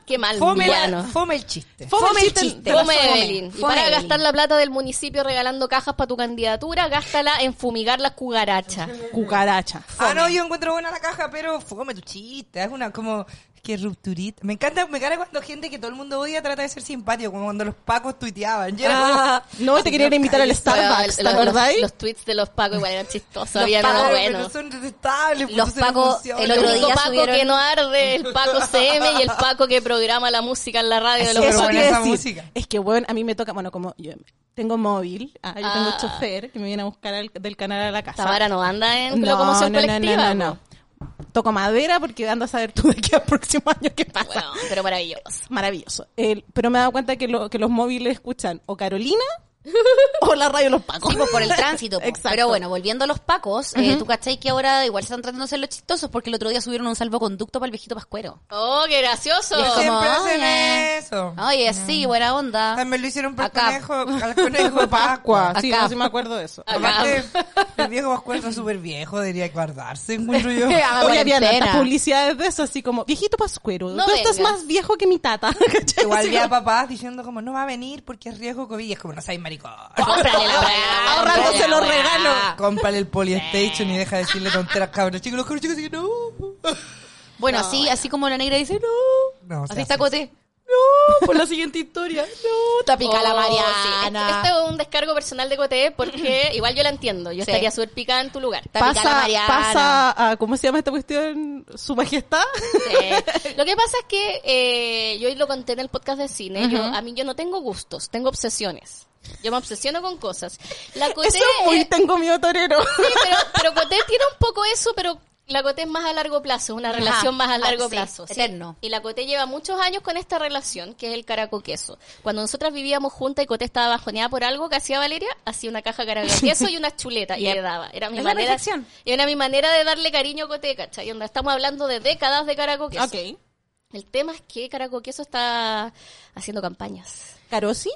S2: Qué mal
S5: Fome,
S2: villano.
S5: fome el chiste.
S4: Fome el chiste.
S2: Fome, Evelyn. Y
S3: Fome,
S2: para
S3: Evelyn.
S2: gastar la plata del municipio regalando cajas para tu candidatura, gástala en fumigar las cucarachas.
S4: Cucaracha.
S5: Ah, no, yo encuentro buena la caja, pero fome tu chiste. Es una como que rupturita. Me encanta, me encanta cuando gente que todo el mundo odia trata de ser simpático, como cuando los pacos tuiteaban. Yo era como-
S3: Ah,
S4: Ah, No, te querían invitar al Starbucks,
S2: Bueno,
S4: ¿te
S2: los- los-
S4: acordáis?
S2: Los, tweets de los pacos igual eran chistosos. Había
S5: Los
S2: unos
S5: pacos,
S2: buenos.
S5: pero son detestables,
S3: Los
S5: pues, eso no
S3: pacos,
S5: funciona.
S3: el otro
S2: El único
S3: día
S2: Paco
S3: subieron-
S2: que no arde, el Paco CM y el Paco que programa la música en la radio de los
S5: Pero
S4: Eso
S5: buena
S4: te iba a
S5: esa
S4: decir.
S5: música.
S4: Es que, bueno, a mí me toca, bueno, como yo tengo móvil, ah, yo
S2: Ah.
S4: tengo chofer que me viene a buscar al- del canal a la casa.
S2: Tamara no anda en locomoción colectiva.
S4: no, no,
S2: po.
S4: no. Toco madera porque ando a saber tú de aquí al próximo año qué pasa.
S2: Bueno, pero maravilloso.
S4: Maravilloso. El- pero me he dado cuenta que, lo- que los móviles escuchan o Carolina o la radio Los Pacos.
S3: Sí, pues, por el tránsito. pues.
S4: Exacto.
S3: Pero bueno, volviendo a los pacos, eh, tú cacháis que ahora igual están tratando de ser los chistosos porque el otro día subieron un salvoconducto para el viejito Pascuero.
S2: Oh, qué gracioso.
S3: Y es como,
S5: Siempre hacen
S3: "Oye,
S5: eso".
S3: Oye, sí, buena onda.
S5: También lo hicieron por
S3: Acá.
S5: conejo, al conejo de Pascua.
S4: Pascua, sí,
S3: Acá.
S4: no, sí me acuerdo de eso.
S2: Acá.
S5: Aparte, el viejo Pascua está súper viejo, debería guardarse, encuentro yo.
S3: Haga
S4: Ah, Oye, había
S3: cuarentena.
S4: tantas publicidades de eso, así como, viejito pascuero,
S2: No
S4: tú estás
S2: vengas.
S4: más viejo que mi tata. ¿cachai?
S5: Igual
S4: Así
S5: vi a
S4: como-
S5: papás diciendo como, no va a venir porque es riesgo COVID. Y es como, no seas maricón.
S2: Cómprale la weá.
S4: Ahorrándose los
S2: la weá.
S4: regalos.
S5: Cómprale el Polystation y deja de decirle tonteras, cabros. Chicos, los cabros chicos dicen, no.
S3: Bueno, así, así como la negra dice, no.
S5: No, o sea,
S3: así está
S5: sí.
S3: Cote.
S4: No, "Oh, por la siguiente historia. No,
S3: Está pica la
S2: Oh,
S3: Mariana.
S2: sí. Este este es un descargo personal de Cote porque igual yo la entiendo. Yo
S3: Sí.
S2: estaría súper picada en tu lugar.
S3: Está picada la
S4: pasa,
S3: Mariana.
S4: pasa a, ¿cómo se llama esta cuestión? Su Majestad.
S2: Sí. Lo que pasa es que eh, yo lo conté en el podcast de cine. yo- a mí yo no tengo gustos, tengo obsesiones. Yo me obsesiono con cosas. La Coté,
S4: Eso es muy
S2: eh,
S4: tengo miedo torero.
S2: sí, pero, pero Coté tiene un poco eso, pero la Coté es más a largo plazo, una
S3: Ajá.
S2: relación más a largo
S3: Ah, sí,
S2: plazo.
S3: eterno.
S2: Y la Coté lleva muchos años con esta relación, que es el caracoqueso. Cuando nosotras vivíamos juntas y Coté estaba bajoneada por algo que hacía Valeria, hacía una caja de caracoqueso y una chuleta y le daba. Era mi
S3: Es la
S2: manera.
S3: perfección.
S2: Era mi manera de darle cariño a Coté, ¿cachai? Onda, estamos hablando de décadas de caracoqueso.
S4: Ok.
S2: El tema es que Caracoqueso está haciendo campañas.
S4: ¿Carosi?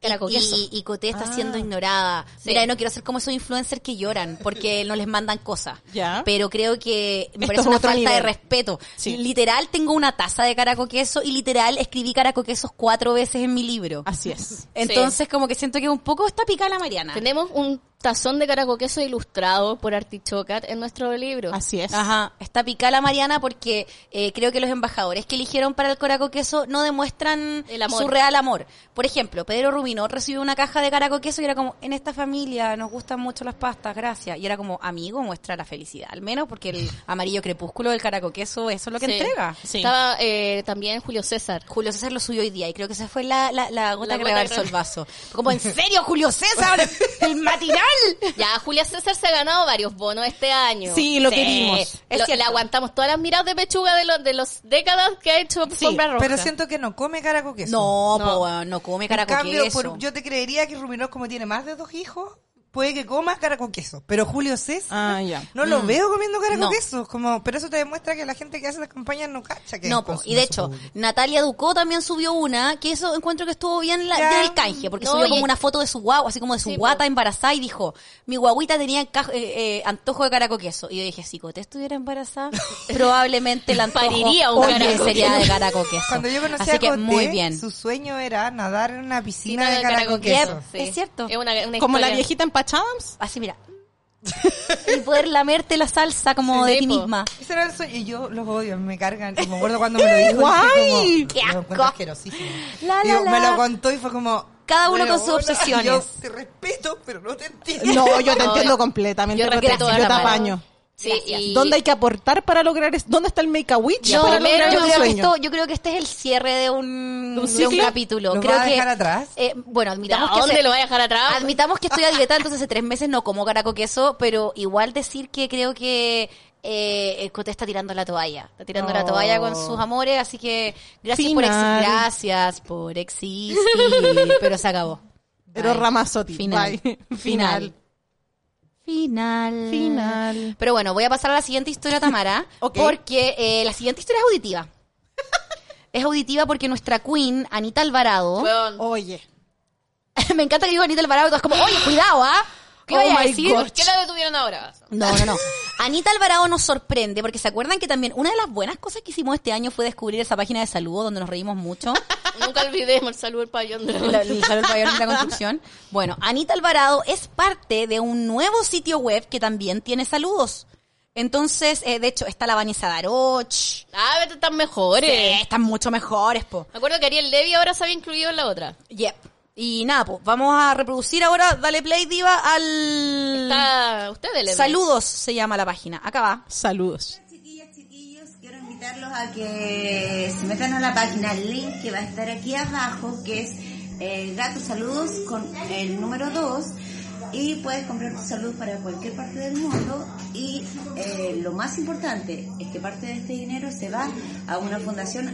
S2: Caracoqueso.
S3: Y, y Coté está
S4: Ah.
S3: siendo ignorada.
S2: Sí.
S3: Mira, no quiero ser como esos influencers que lloran porque no les mandan cosas.
S4: Ya.
S3: Pero creo que me
S4: Esto
S3: parece
S4: es
S3: una
S4: otro
S3: falta de
S4: nivel.
S3: respeto.
S4: Sí.
S3: Literal, tengo una taza de caracoqueso y literal escribí caracoquesos cuatro veces en mi libro.
S4: Así es.
S3: Entonces, como que siento que un poco está picada la Mariana.
S2: Tenemos un tazón de caracoqueso ilustrado por Artichocat en nuestro libro.
S4: Así es.
S3: Ajá, está picada la Mariana porque eh, creo que los embajadores que eligieron para el Caracoqueso no demuestran
S2: El amor.
S3: su real amor. Por ejemplo, Pedro Rubino recibió una caja de Caracoqueso y era como, en esta familia nos gustan mucho las pastas, gracias. Y era como, amigo, muestra la felicidad, al menos porque el amarillo crepúsculo del Caracoqueso, eso es lo que
S2: Sí.
S3: entrega.
S4: Sí.
S2: Estaba eh, también Julio César.
S3: Julio César lo subió hoy día y creo que esa fue la, la, la gota
S2: La
S3: que
S2: gota que
S3: rebalsó el
S2: rebal-
S3: vaso. Como, ¿en serio, Julio César? ¡El matinal!
S2: igual. Ya, Julia César se ha ganado varios bonos este año.
S4: Sí, lo querimos.
S2: Lo- le aguantamos todas las miradas de pechuga de los de los décadas que ha hecho Sombra Roja.
S5: Pero siento que no come cara con queso.
S3: No,
S2: No.
S3: po, weón, no come
S5: En
S3: caracol
S5: cambio,
S3: queso.
S5: por- yo te creería que Rumiroz, como tiene más de dos hijos, puede que coma cara con queso. Pero Julio César,
S4: Ah, ya.
S5: no lo veo comiendo cara
S3: mm. No.
S5: con queso. Como, pero eso te demuestra que la gente que hace las campañas no cacha que
S3: No, po.
S5: consume
S3: y de
S5: su
S3: hecho,
S5: producto.
S3: Natalia Ducó también subió una, que eso encuentro que estuvo bien la,
S5: Ya.
S3: bien el canje, porque
S2: No,
S3: subió
S2: y
S3: como
S2: es-
S3: una foto de su guagua, así como de su
S2: Sí,
S3: guata
S2: po.
S3: embarazada, y dijo, mi guaguita tenía ca- eh, eh, antojo de caraco queso. Y yo dije, si Coté estuviera embarazada, probablemente la antojo
S2: Pariría un
S3: hoy
S2: caraco
S3: sería
S2: queso.
S3: de caraco queso.
S5: Cuando yo conocí
S3: así
S5: a
S3: que
S5: Coté,
S3: muy bien.
S5: su sueño era nadar en una piscina
S2: Sí,
S5: de
S2: de
S5: cara
S2: cara
S5: con
S2: con queso.
S5: queso.
S2: Sí.
S3: Es cierto.
S2: Es una, una
S4: Como la
S2: historia.
S4: viejita en Pachadams.
S3: Así mira. y poder lamerte la salsa como
S2: Sí,
S3: de ti
S2: po.
S3: misma.
S5: Ese era el sueño. Y yo los odio, me cargan. Y me acuerdo cuando me lo dijo.
S4: Guay,
S5: y fue como,
S3: qué
S5: lo encuentro
S3: asco.
S5: asquerosísimo.
S3: La,
S5: Y
S3: la,
S5: yo- Me
S3: la.
S5: lo contó y fue como.
S3: Cada uno con sus
S5: "Weona,
S3: obsesiones".
S5: Yo te respeto, pero no te entiendo.
S4: No, yo te
S2: No,
S4: entiendo
S2: yo-
S4: completamente.
S2: yo
S4: Yo, te,
S2: respeto a
S4: yo te
S2: la mano.
S4: apaño.
S2: Sí, y-
S4: ¿Dónde hay que aportar para lograr es ¿Dónde está el make a witch
S2: Yo
S4: para
S2: primero,
S4: lograr
S3: yo
S4: un
S3: creo, que
S4: sueño?
S3: esto, yo creo que este es el cierre de un,
S4: ¿De un
S3: de un
S4: ciclo?
S3: capítulo.
S5: ¿Lo
S3: creo
S5: vas a
S3: que-
S5: dejar atrás?
S3: eh, bueno, admitamos
S2: ¿A
S3: que
S2: dónde
S3: se-
S2: lo vaya a dejar atrás?
S3: Admitamos que estoy a dieta, entonces hace tres meses no como caraco queso, pero igual decir que creo que eh, el Coté está tirando la toalla. Está tirando la toalla con sus amores, así que gracias por
S4: Oh. Final.
S3: existir. Gracias por existir. pero se acabó.
S4: Pero
S3: Bye.
S4: Ramazotti.
S3: Final.
S4: Bye.
S3: Final. Final.
S4: Final.
S3: Mm. Pero bueno, voy a pasar a la siguiente historia, Tamara,
S4: Ok.
S3: porque eh, la siguiente historia es auditiva. Es auditiva porque nuestra queen, Anita Alvarado,
S2: Weón,
S4: Oye.
S3: me encanta que digo Anita Alvarado, todas como, oye, cuidado, ¿ah? ¿Qué
S4: Oh
S3: vaya a
S4: my
S3: decir?
S4: God.
S2: ¿Por qué la detuvieron ahora?
S3: No, no, no. Anita Alvarado nos sorprende porque se acuerdan que también una de las buenas cosas que hicimos este año fue descubrir esa página de saludo donde nos reímos mucho.
S2: Nunca olvidemos el saludo del pabellón de la
S3: La- el saludo al pabellón de la construcción. Bueno, Anita Alvarado es parte de un nuevo sitio web que también tiene saludos. Entonces, eh, de hecho, está la Vanessa Daroch.
S2: Ah, vete, están mejores.
S3: Sí, están mucho mejores, po.
S2: Me acuerdo que Ariel Levy ahora se había incluido en la otra.
S3: Yep. Y nada, po, vamos a reproducir ahora, dale play, Diva,
S5: Mm.
S3: al...
S2: Está usted, Levy.
S3: Saludos se llama la página. Acá va.
S4: Saludos.
S8: Chiquillas, chiquillos, quiero invitarlos a que se metan a la página, el link que va a estar aquí abajo, que es eh, Gatos Saludos con el número 2 y puedes comprar tus saludos para cualquier parte del mundo y eh, lo más importante es que parte de este dinero se va a una fundación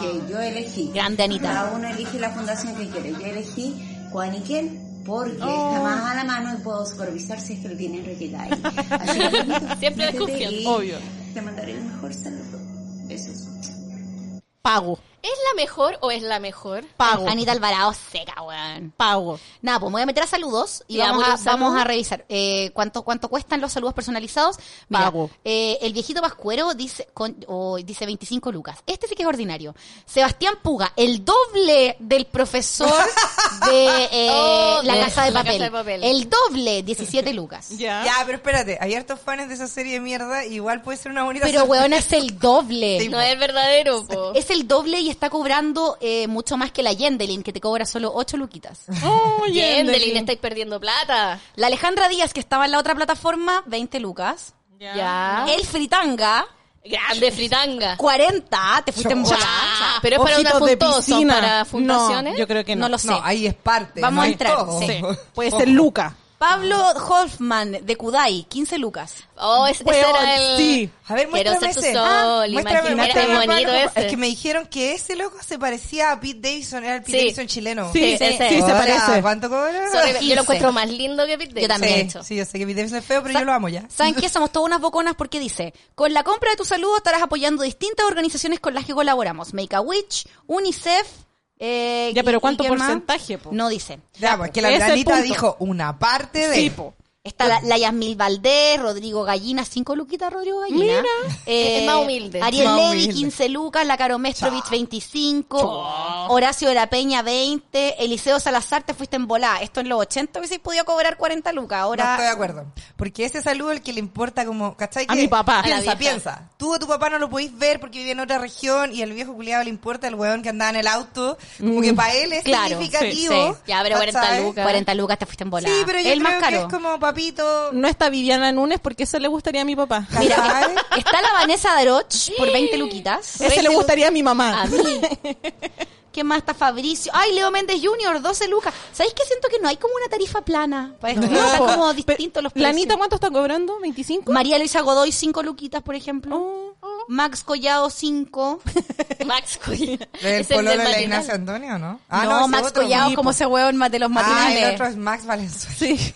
S8: que yo elegí.
S3: Ah. Grande, Anita.
S8: Cada uno elige la fundación que quiere. Yo elegí Juaniquén porque
S3: Oh.
S8: está más a la mano y puedo supervisar si es que el dinero llega ahí. Así que,
S2: Siempre
S8: métete
S2: desconfiando.
S8: y-
S4: Obvio.
S8: te mandaré el mejor saludo. Besos.
S4: Pago.
S2: ¿Es la mejor o es la mejor?
S4: Pago.
S3: Anita Alvarado seca, weón.
S4: Pago.
S3: Nada, pues me voy a meter a saludos y
S2: Ya,
S3: vamos, a,
S2: bueno, saludos.
S3: vamos a revisar eh, cuánto cuánto cuestan los saludos personalizados. Mira,
S4: Pago.
S3: eh, el viejito Pascuero dice con, o dice 25 lucas. Este sí que es ordinario. Sebastián Puga, el doble del profesor de, eh,
S2: Oh,
S3: la,
S2: de
S3: casa de
S2: La
S3: papel.
S2: Casa de Papel.
S3: El doble, 17 lucas.
S4: Ya.
S5: Ya, pero espérate, hay hartos fans de esa serie de mierda, igual puede ser una bonita
S3: Pero
S5: sorpresa.
S3: weón es el doble.
S2: No es verdadero, po.
S3: Es el doble y está cobrando eh, mucho más que la Yendelin, que te cobra solo 8 luquitas.
S2: Oh.
S4: Oye.
S2: Yendelin, estáis perdiendo plata.
S3: La Alejandra Díaz, que estaba en la otra plataforma, 20 lucas.
S2: Ya.
S3: El Fritanga,
S2: Grande fritanga.
S3: 40, te fuiste en
S2: Ya.
S3: bola.
S2: Pero es para una
S4: Ojitos de
S2: funtoso,
S4: piscina.
S2: para fundaciones.
S4: No, yo creo que no.
S3: No lo sé.
S5: No, ahí es parte.
S3: Vamos
S5: no
S3: a
S5: hay
S3: entrar,
S5: todo.
S3: sí.
S4: Puede ser Luca.
S3: Pablo Hoffman, de Kudai, 15 lucas.
S2: Oh, es- ese,
S4: Weón,
S2: era el...
S4: sí.
S5: A ver,
S2: Quiero
S5: muéstrame
S2: ser tu
S5: ese. Ah,
S2: sol,
S5: muéstrame,
S2: imagínate,
S5: muéstrame
S2: es bonito
S5: Pablo.
S2: ese.
S5: Es que me dijeron que ese loco se parecía a Pete Davidson, era el Pete
S2: Sí.
S5: Davidson chileno.
S4: Sí,
S2: Sí,
S4: sí,
S2: ese.
S4: sí, se
S5: Hola,
S4: parece.
S5: ¿Cuánto cobra?
S2: Sorry, yo
S3: 15.
S2: lo encuentro más lindo que Pete Davidson.
S3: Yo también.
S5: Sí,
S3: de hecho.
S5: sí, yo sé que Pete Davidson es feo, pero yo lo amo ya.
S3: ¿Saben qué? Somos todas unas boconas porque dice, con la compra de tus saludos estarás apoyando distintas organizaciones con las que colaboramos. Make a Witch, UNICEF. eh,
S4: Ya, pero
S3: y- y
S4: ¿cuánto
S3: qué más?
S4: porcentaje, po?
S3: No dice.
S5: Ya, porque la
S4: Ese es el
S5: granita
S4: punto.
S5: dijo una parte de...
S4: Tipo.
S3: Está la, la Yasmil Valdés, Rodrigo Gallina, 5 luquitas Rodrigo Gallina. Eh,
S2: Es más humilde.
S3: Ariel
S5: Más
S3: Levy,
S5: humilde.
S3: 15 lucas, la Caro Mestrovich, 25. Horacio de la Peña, 20. Eliseo Salazar, te fuiste en volá. Esto en los 80 hubiese podido cobrar 40 lucas. Ahora...
S5: No estoy de acuerdo. Porque ese saludo el que le importa como, ¿cachai?
S4: A
S5: Que
S4: mi papá.
S2: A
S5: Piensa,
S2: la vieja.
S5: piensa. Tú o tu papá no lo podéis ver porque vive en otra región y al viejo culiado le importa el weón que andaba en el auto. Como que para él es
S3: Claro,
S5: significativo.
S3: sí, sí.
S2: Ya, pero 40
S5: ¿cachai?
S2: lucas.
S3: 40 lucas, te fuiste en volá.
S5: Sí, pero yo
S3: El más
S5: creo
S3: caro.
S5: que es como papito.
S4: No está Viviana Núñez porque eso le gustaría a mi papá.
S5: ¿cachai?
S3: Está la Vanessa Daroch por 20 luquitas.
S4: Ese le gustaría a mi mamá.
S2: A mí.
S3: ¿Qué más está Fabricio? Ay, Leo Méndez Jr., 12 lucas. ¿Sabéis que siento que no hay como una tarifa plana? Para esto,
S4: No,
S3: están
S4: po.
S3: como
S4: Pe-
S3: distintos los
S4: ¿La
S3: precios.
S4: Anita cuánto está cobrando? Oh. ¿25?
S3: María Luisa Godoy, 5 luquitas, por ejemplo.
S5: Oh.
S3: Max Collado, 5.
S5: Ah,
S2: Max Cuy.
S5: Del
S2: Es el
S5: pololo de
S2: del
S5: la
S2: matinal.
S5: Ignacio Antonio, ¿no?
S3: Ah, no,
S5: ese
S3: Max
S5: otro.
S3: Collado,
S5: Sí,
S3: como
S5: po.
S3: ese hueón de los
S5: Ah,
S3: matinales.
S5: el otro es Max Valenzuela.
S4: Sí.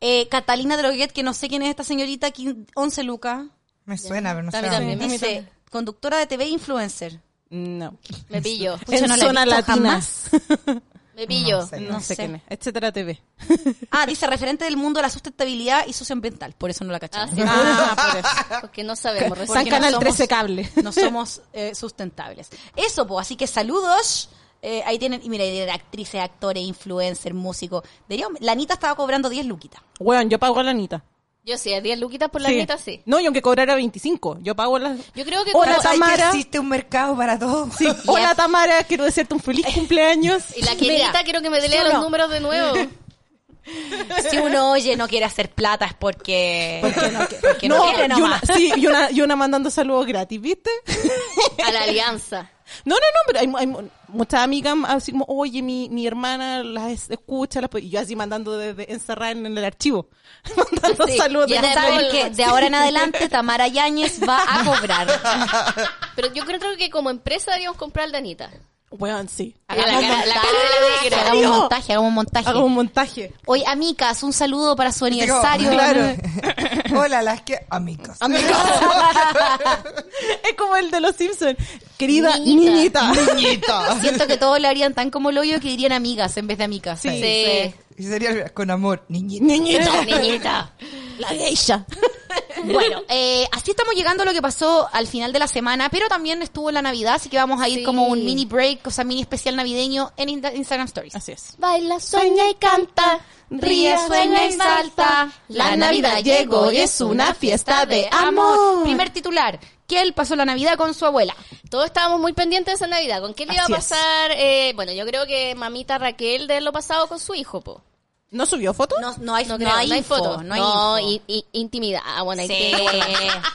S3: Eh, Catalina Droguet, que no sé quién es esta señorita, quin- 11 lucas.
S5: Me suena, pero no sé.
S2: También, también.
S5: dónde.
S3: Dice, conductora de TV e influencer.
S4: No.
S2: Me pillo,
S3: Pucha,
S4: en
S3: no la he
S4: zona
S3: visto
S4: latina.
S3: jamás.
S2: me pillo.
S5: No sé.
S4: No, sé
S3: sé.
S4: quién es. Etcétera TV.
S3: Ah, dice referente del mumundo de la sustentabilidad y socioambiental. Por eso no la
S2: Ah,
S3: cachamos.
S2: sí. Porque no sabemos.
S4: Está en
S3: no
S4: Canal
S3: somos-
S4: 13 Cable.
S3: No somos eh, sustentables. Eso, pues. Así que saludos. Eh, ahí tienen, y mira, ahí tienen actrices, actores, influencer, músicos. Deberíamos- la Anita estaba cobrando 10 luquitas.
S4: Weón, yo pago a la Anita.
S2: Yo sí, a 10 luquitas por la neta, sí.
S4: No, y aunque cobrara 25, yo pago la...
S2: Yo creo que
S4: Hola,
S2: como-
S5: Ay, que
S4: Tamara.
S5: existe un mercado para todo.
S4: Sí. Hola Tamara, quiero desearte un feliz cumpleaños.
S2: Y la querida, quiero que me dé
S3: ¿sí o
S2: los
S3: no?
S2: números de nuevo.
S3: Si uno oye no quiere hacer plata es porque, porque no, quiere
S4: y una,
S3: nomás.
S4: sí, y una, y una mandando saludos gratis, ¿viste?
S2: A la alianza.
S4: No, no, no, pero hay, hay mu- muchas amigas así como, oye, mi, mi hermana las es- escucha, las... po-". y yo así mandando desde encerrada en, el archivo, mandando
S2: Sí,
S4: saludos.
S2: ya
S4: de-
S2: está.
S3: Saben
S2: polvo.
S3: que de ahora en adelante Tamara Yáñez va a cobrar.
S2: Pero yo creo que como empresa deberíamos comprar la Anita.
S4: Weón, sí.
S2: Mira la cara- la cara de la negra.
S3: Hagamos
S4: Dios.
S3: un montaje, hagamos un montaje.
S4: Hago un montaje.
S3: Oye, amigas, un saludo para su
S5: Digo,
S3: aniversario.
S5: Claro. Hola, las que. Amigos.
S4: es como el de los Simpsons. Querida niñita.
S2: Niñita.
S5: Amiguitos.
S3: Siento que todos le harían tan como loyo que dirían amigas en vez de amigas.
S2: Sí.
S5: Y sería con amor, niñita.
S4: Niñita.
S2: La niñita.
S4: La geisha.
S3: Bueno, eh, así estamos llegando a lo que pasó al final de la semana, pero también estuvo la Navidad, así que vamos a ir
S2: Sí.
S3: como un mini break, o sea, mini especial navideño en Insta- Instagram Stories.
S4: Así es.
S2: Baila, sueña y canta.
S3: Ríe, sueña y salta. La Navidad llegó y es una fiesta de amor. Primer titular. Kel pasó la Navidad con su abuela.
S2: Todos estábamos muy pendientes de esa Navidad. ¿Con qué le iba a
S4: Así es.
S2: pasar? Eh, bueno, yo creo que mamita Raquel de lo pasado con su hijo, po.
S4: ¿No subió foto?
S3: no hay,
S2: No, creo, no hay foto. No,
S3: info.
S2: i- i- intimidad. Ah, bueno, ahí
S3: Sí.
S2: tiene que guardar.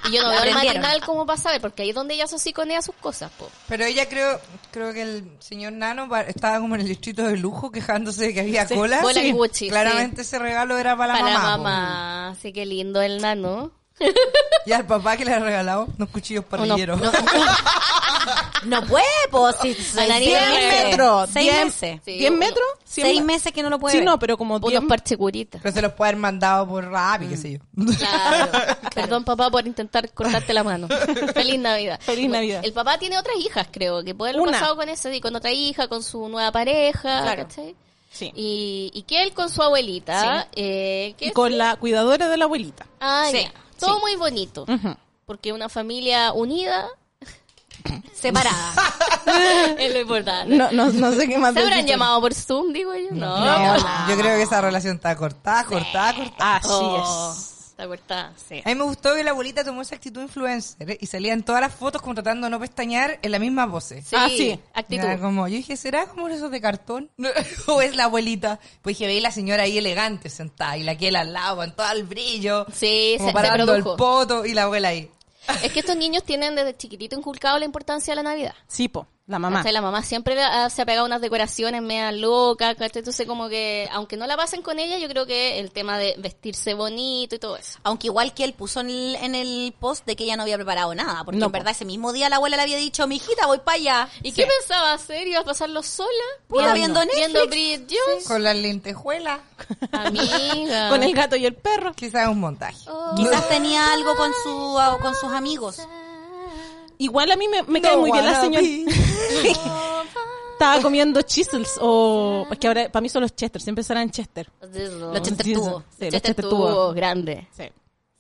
S2: Y yo no veo
S3: La
S2: el
S3: aprendieron.
S2: matinal como para saber, porque ahí es donde ella sosiconea sus cosas, po.
S5: Pero ella creo, creo que el señor Nano pa- estaba como en el distrito de lujo quejándose de que había cola.
S2: Cola y Gucci,
S5: Claramente ese regalo era para la
S2: para
S5: mamá.
S2: mamá. Así que lindo el nano.
S5: po. Y al papá que le ha regalado unos cuchillos parrilleros.
S3: No puede, pues. Si,
S2: la
S3: seis
S2: niña
S3: meses.
S4: metros.
S3: Seis
S4: Diez-
S3: meses.
S2: Sí,
S4: ¿Diez
S2: uno.
S4: metros? Cien
S3: Seis
S4: me-
S3: meses que no lo puede
S4: Sí,
S3: ver.
S4: no, pero como diez...
S2: Unos parchecuritas.
S5: Pero se los puede haber mandado por Rappi, qué sé yo.
S2: Mm, Claro. Perdón, papá, por intentar cortarte la mano. Feliz Navidad.
S4: Feliz
S2: Bueno,
S4: Navidad.
S2: El papá tiene otras hijas, creo, que puede haber
S4: Una.
S2: pasado con eso, y con otra hija, con su nueva pareja.
S3: Claro.
S2: ¿cachai?
S4: Sí. Y,
S2: Y, y que él con su abuelita. eh, que es-
S4: con la cuidadora de la abuelita.
S2: Ah,
S3: Sí,
S2: ya. Todo
S3: sí.
S2: muy bonito.
S4: Ujú.
S2: Porque una familia unida
S3: Separada.
S2: es lo importante.
S4: No, no, no sé qué más
S2: ¿Se habrán
S4: decirte.
S2: llamado por Zoom, digo yo? No.
S5: No, Yo creo que esa relación está cortada, cortada, cortada.
S4: Así
S2: Oh,
S4: es.
S2: Está cortada. Sí.
S5: A mí me gustó que la abuelita tomó esa actitud influencer ¿eh? y salía en todas las fotos como tratando de no pestañear en la misma pose.
S2: Sí,
S4: Ah, sí.
S2: actitud.
S5: Era como, yo dije, ¿será como esos de cartón? ¿O es la abuelita? Pues dije, veí la señora ahí elegante sentada y la que al lado, en todo el brillo.
S2: Sí,
S5: como
S2: se- se,
S5: parando el
S2: produjo.
S5: poto y la abuela ahí.
S2: Es que estos niños tienen desde chiquitito inculcado la importancia de la Navidad.
S4: Sí, po, la mamá.
S2: ¿Cachai? La mamá siempre le ha- se ha pegado unas decoraciones media locas, ¿cachai? Entonces como que, aunque no la pasen con ella, yo creo que el tema de vestirse bonito y todo eso.
S3: Aunque igual que él puso en el, en el post de que ella no había preparado nada. Porque
S4: No,
S3: en verdad ese mismo día la abuela le había dicho, mi hijita, voy para allá.
S2: ¿Y qué pensaba hacer? ¿Iba a pasarlo sola?
S3: Puta, viendo Netflix.
S2: Viendo Bridget Jones.
S5: Con las lentejuelas.
S2: Amiga.
S4: Con el gato y el perro.
S5: Quizás es un montaje.
S4: Oh.
S3: Quizás tenía algo con, su, con sus amigos.
S4: Igual a mí me, me cae muy bien la señora. Estaba comiendo chisels o... Es que ahora para mí son los chester, siempre serán chester.
S2: Los
S3: Chester tuvo.
S4: Sí, los
S2: Chester
S4: chester
S2: tuvo,
S4: tuvo.
S2: grande.
S4: Sí.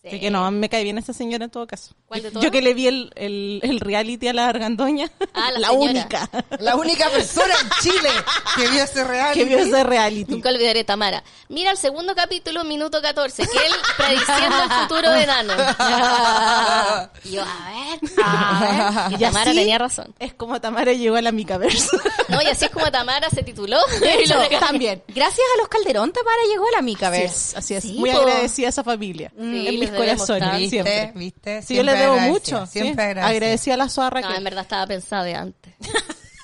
S4: Así que no, a mí me cae bien esa señora en todo caso.
S2: ¿Cuál de
S4: Yo-
S2: todas?
S4: Yo que le vi el, el, el reality a la argandoña.
S2: Ah, la señora.
S4: única
S5: La única persona en Chile que vio ese real.
S4: que vio ese reality.
S2: Nunca olvidaré, Tamara. Mira el segundo capítulo, minuto 14, que él prediciendo el futuro de Nano.
S4: Ah.
S3: Y yo, a ver.
S2: Y Ah, Tamara
S4: así-
S2: tenía razón.
S4: Es como Tamara llegó a la micaverso.
S2: No, y así es como Tamara se tituló. Y lo regaló.
S4: también.
S3: Gracias a los Calderón, Tamara llegó a la mica,
S4: Así
S3: ver.
S4: es, así es.
S2: Sí,
S4: Muy
S2: po.
S4: agradecida a esa familia.
S2: les
S4: en mis
S2: debemos
S4: corazones,
S2: tanto.
S4: siempre.
S5: ¿Viste?
S4: Sí, yo le
S5: Siempre
S4: debo
S5: agradecida,
S4: mucho.
S5: siempre
S4: Siempre
S5: agradecida.
S4: agradecida. a la zorra
S2: No, en verdad estaba pensada de antes.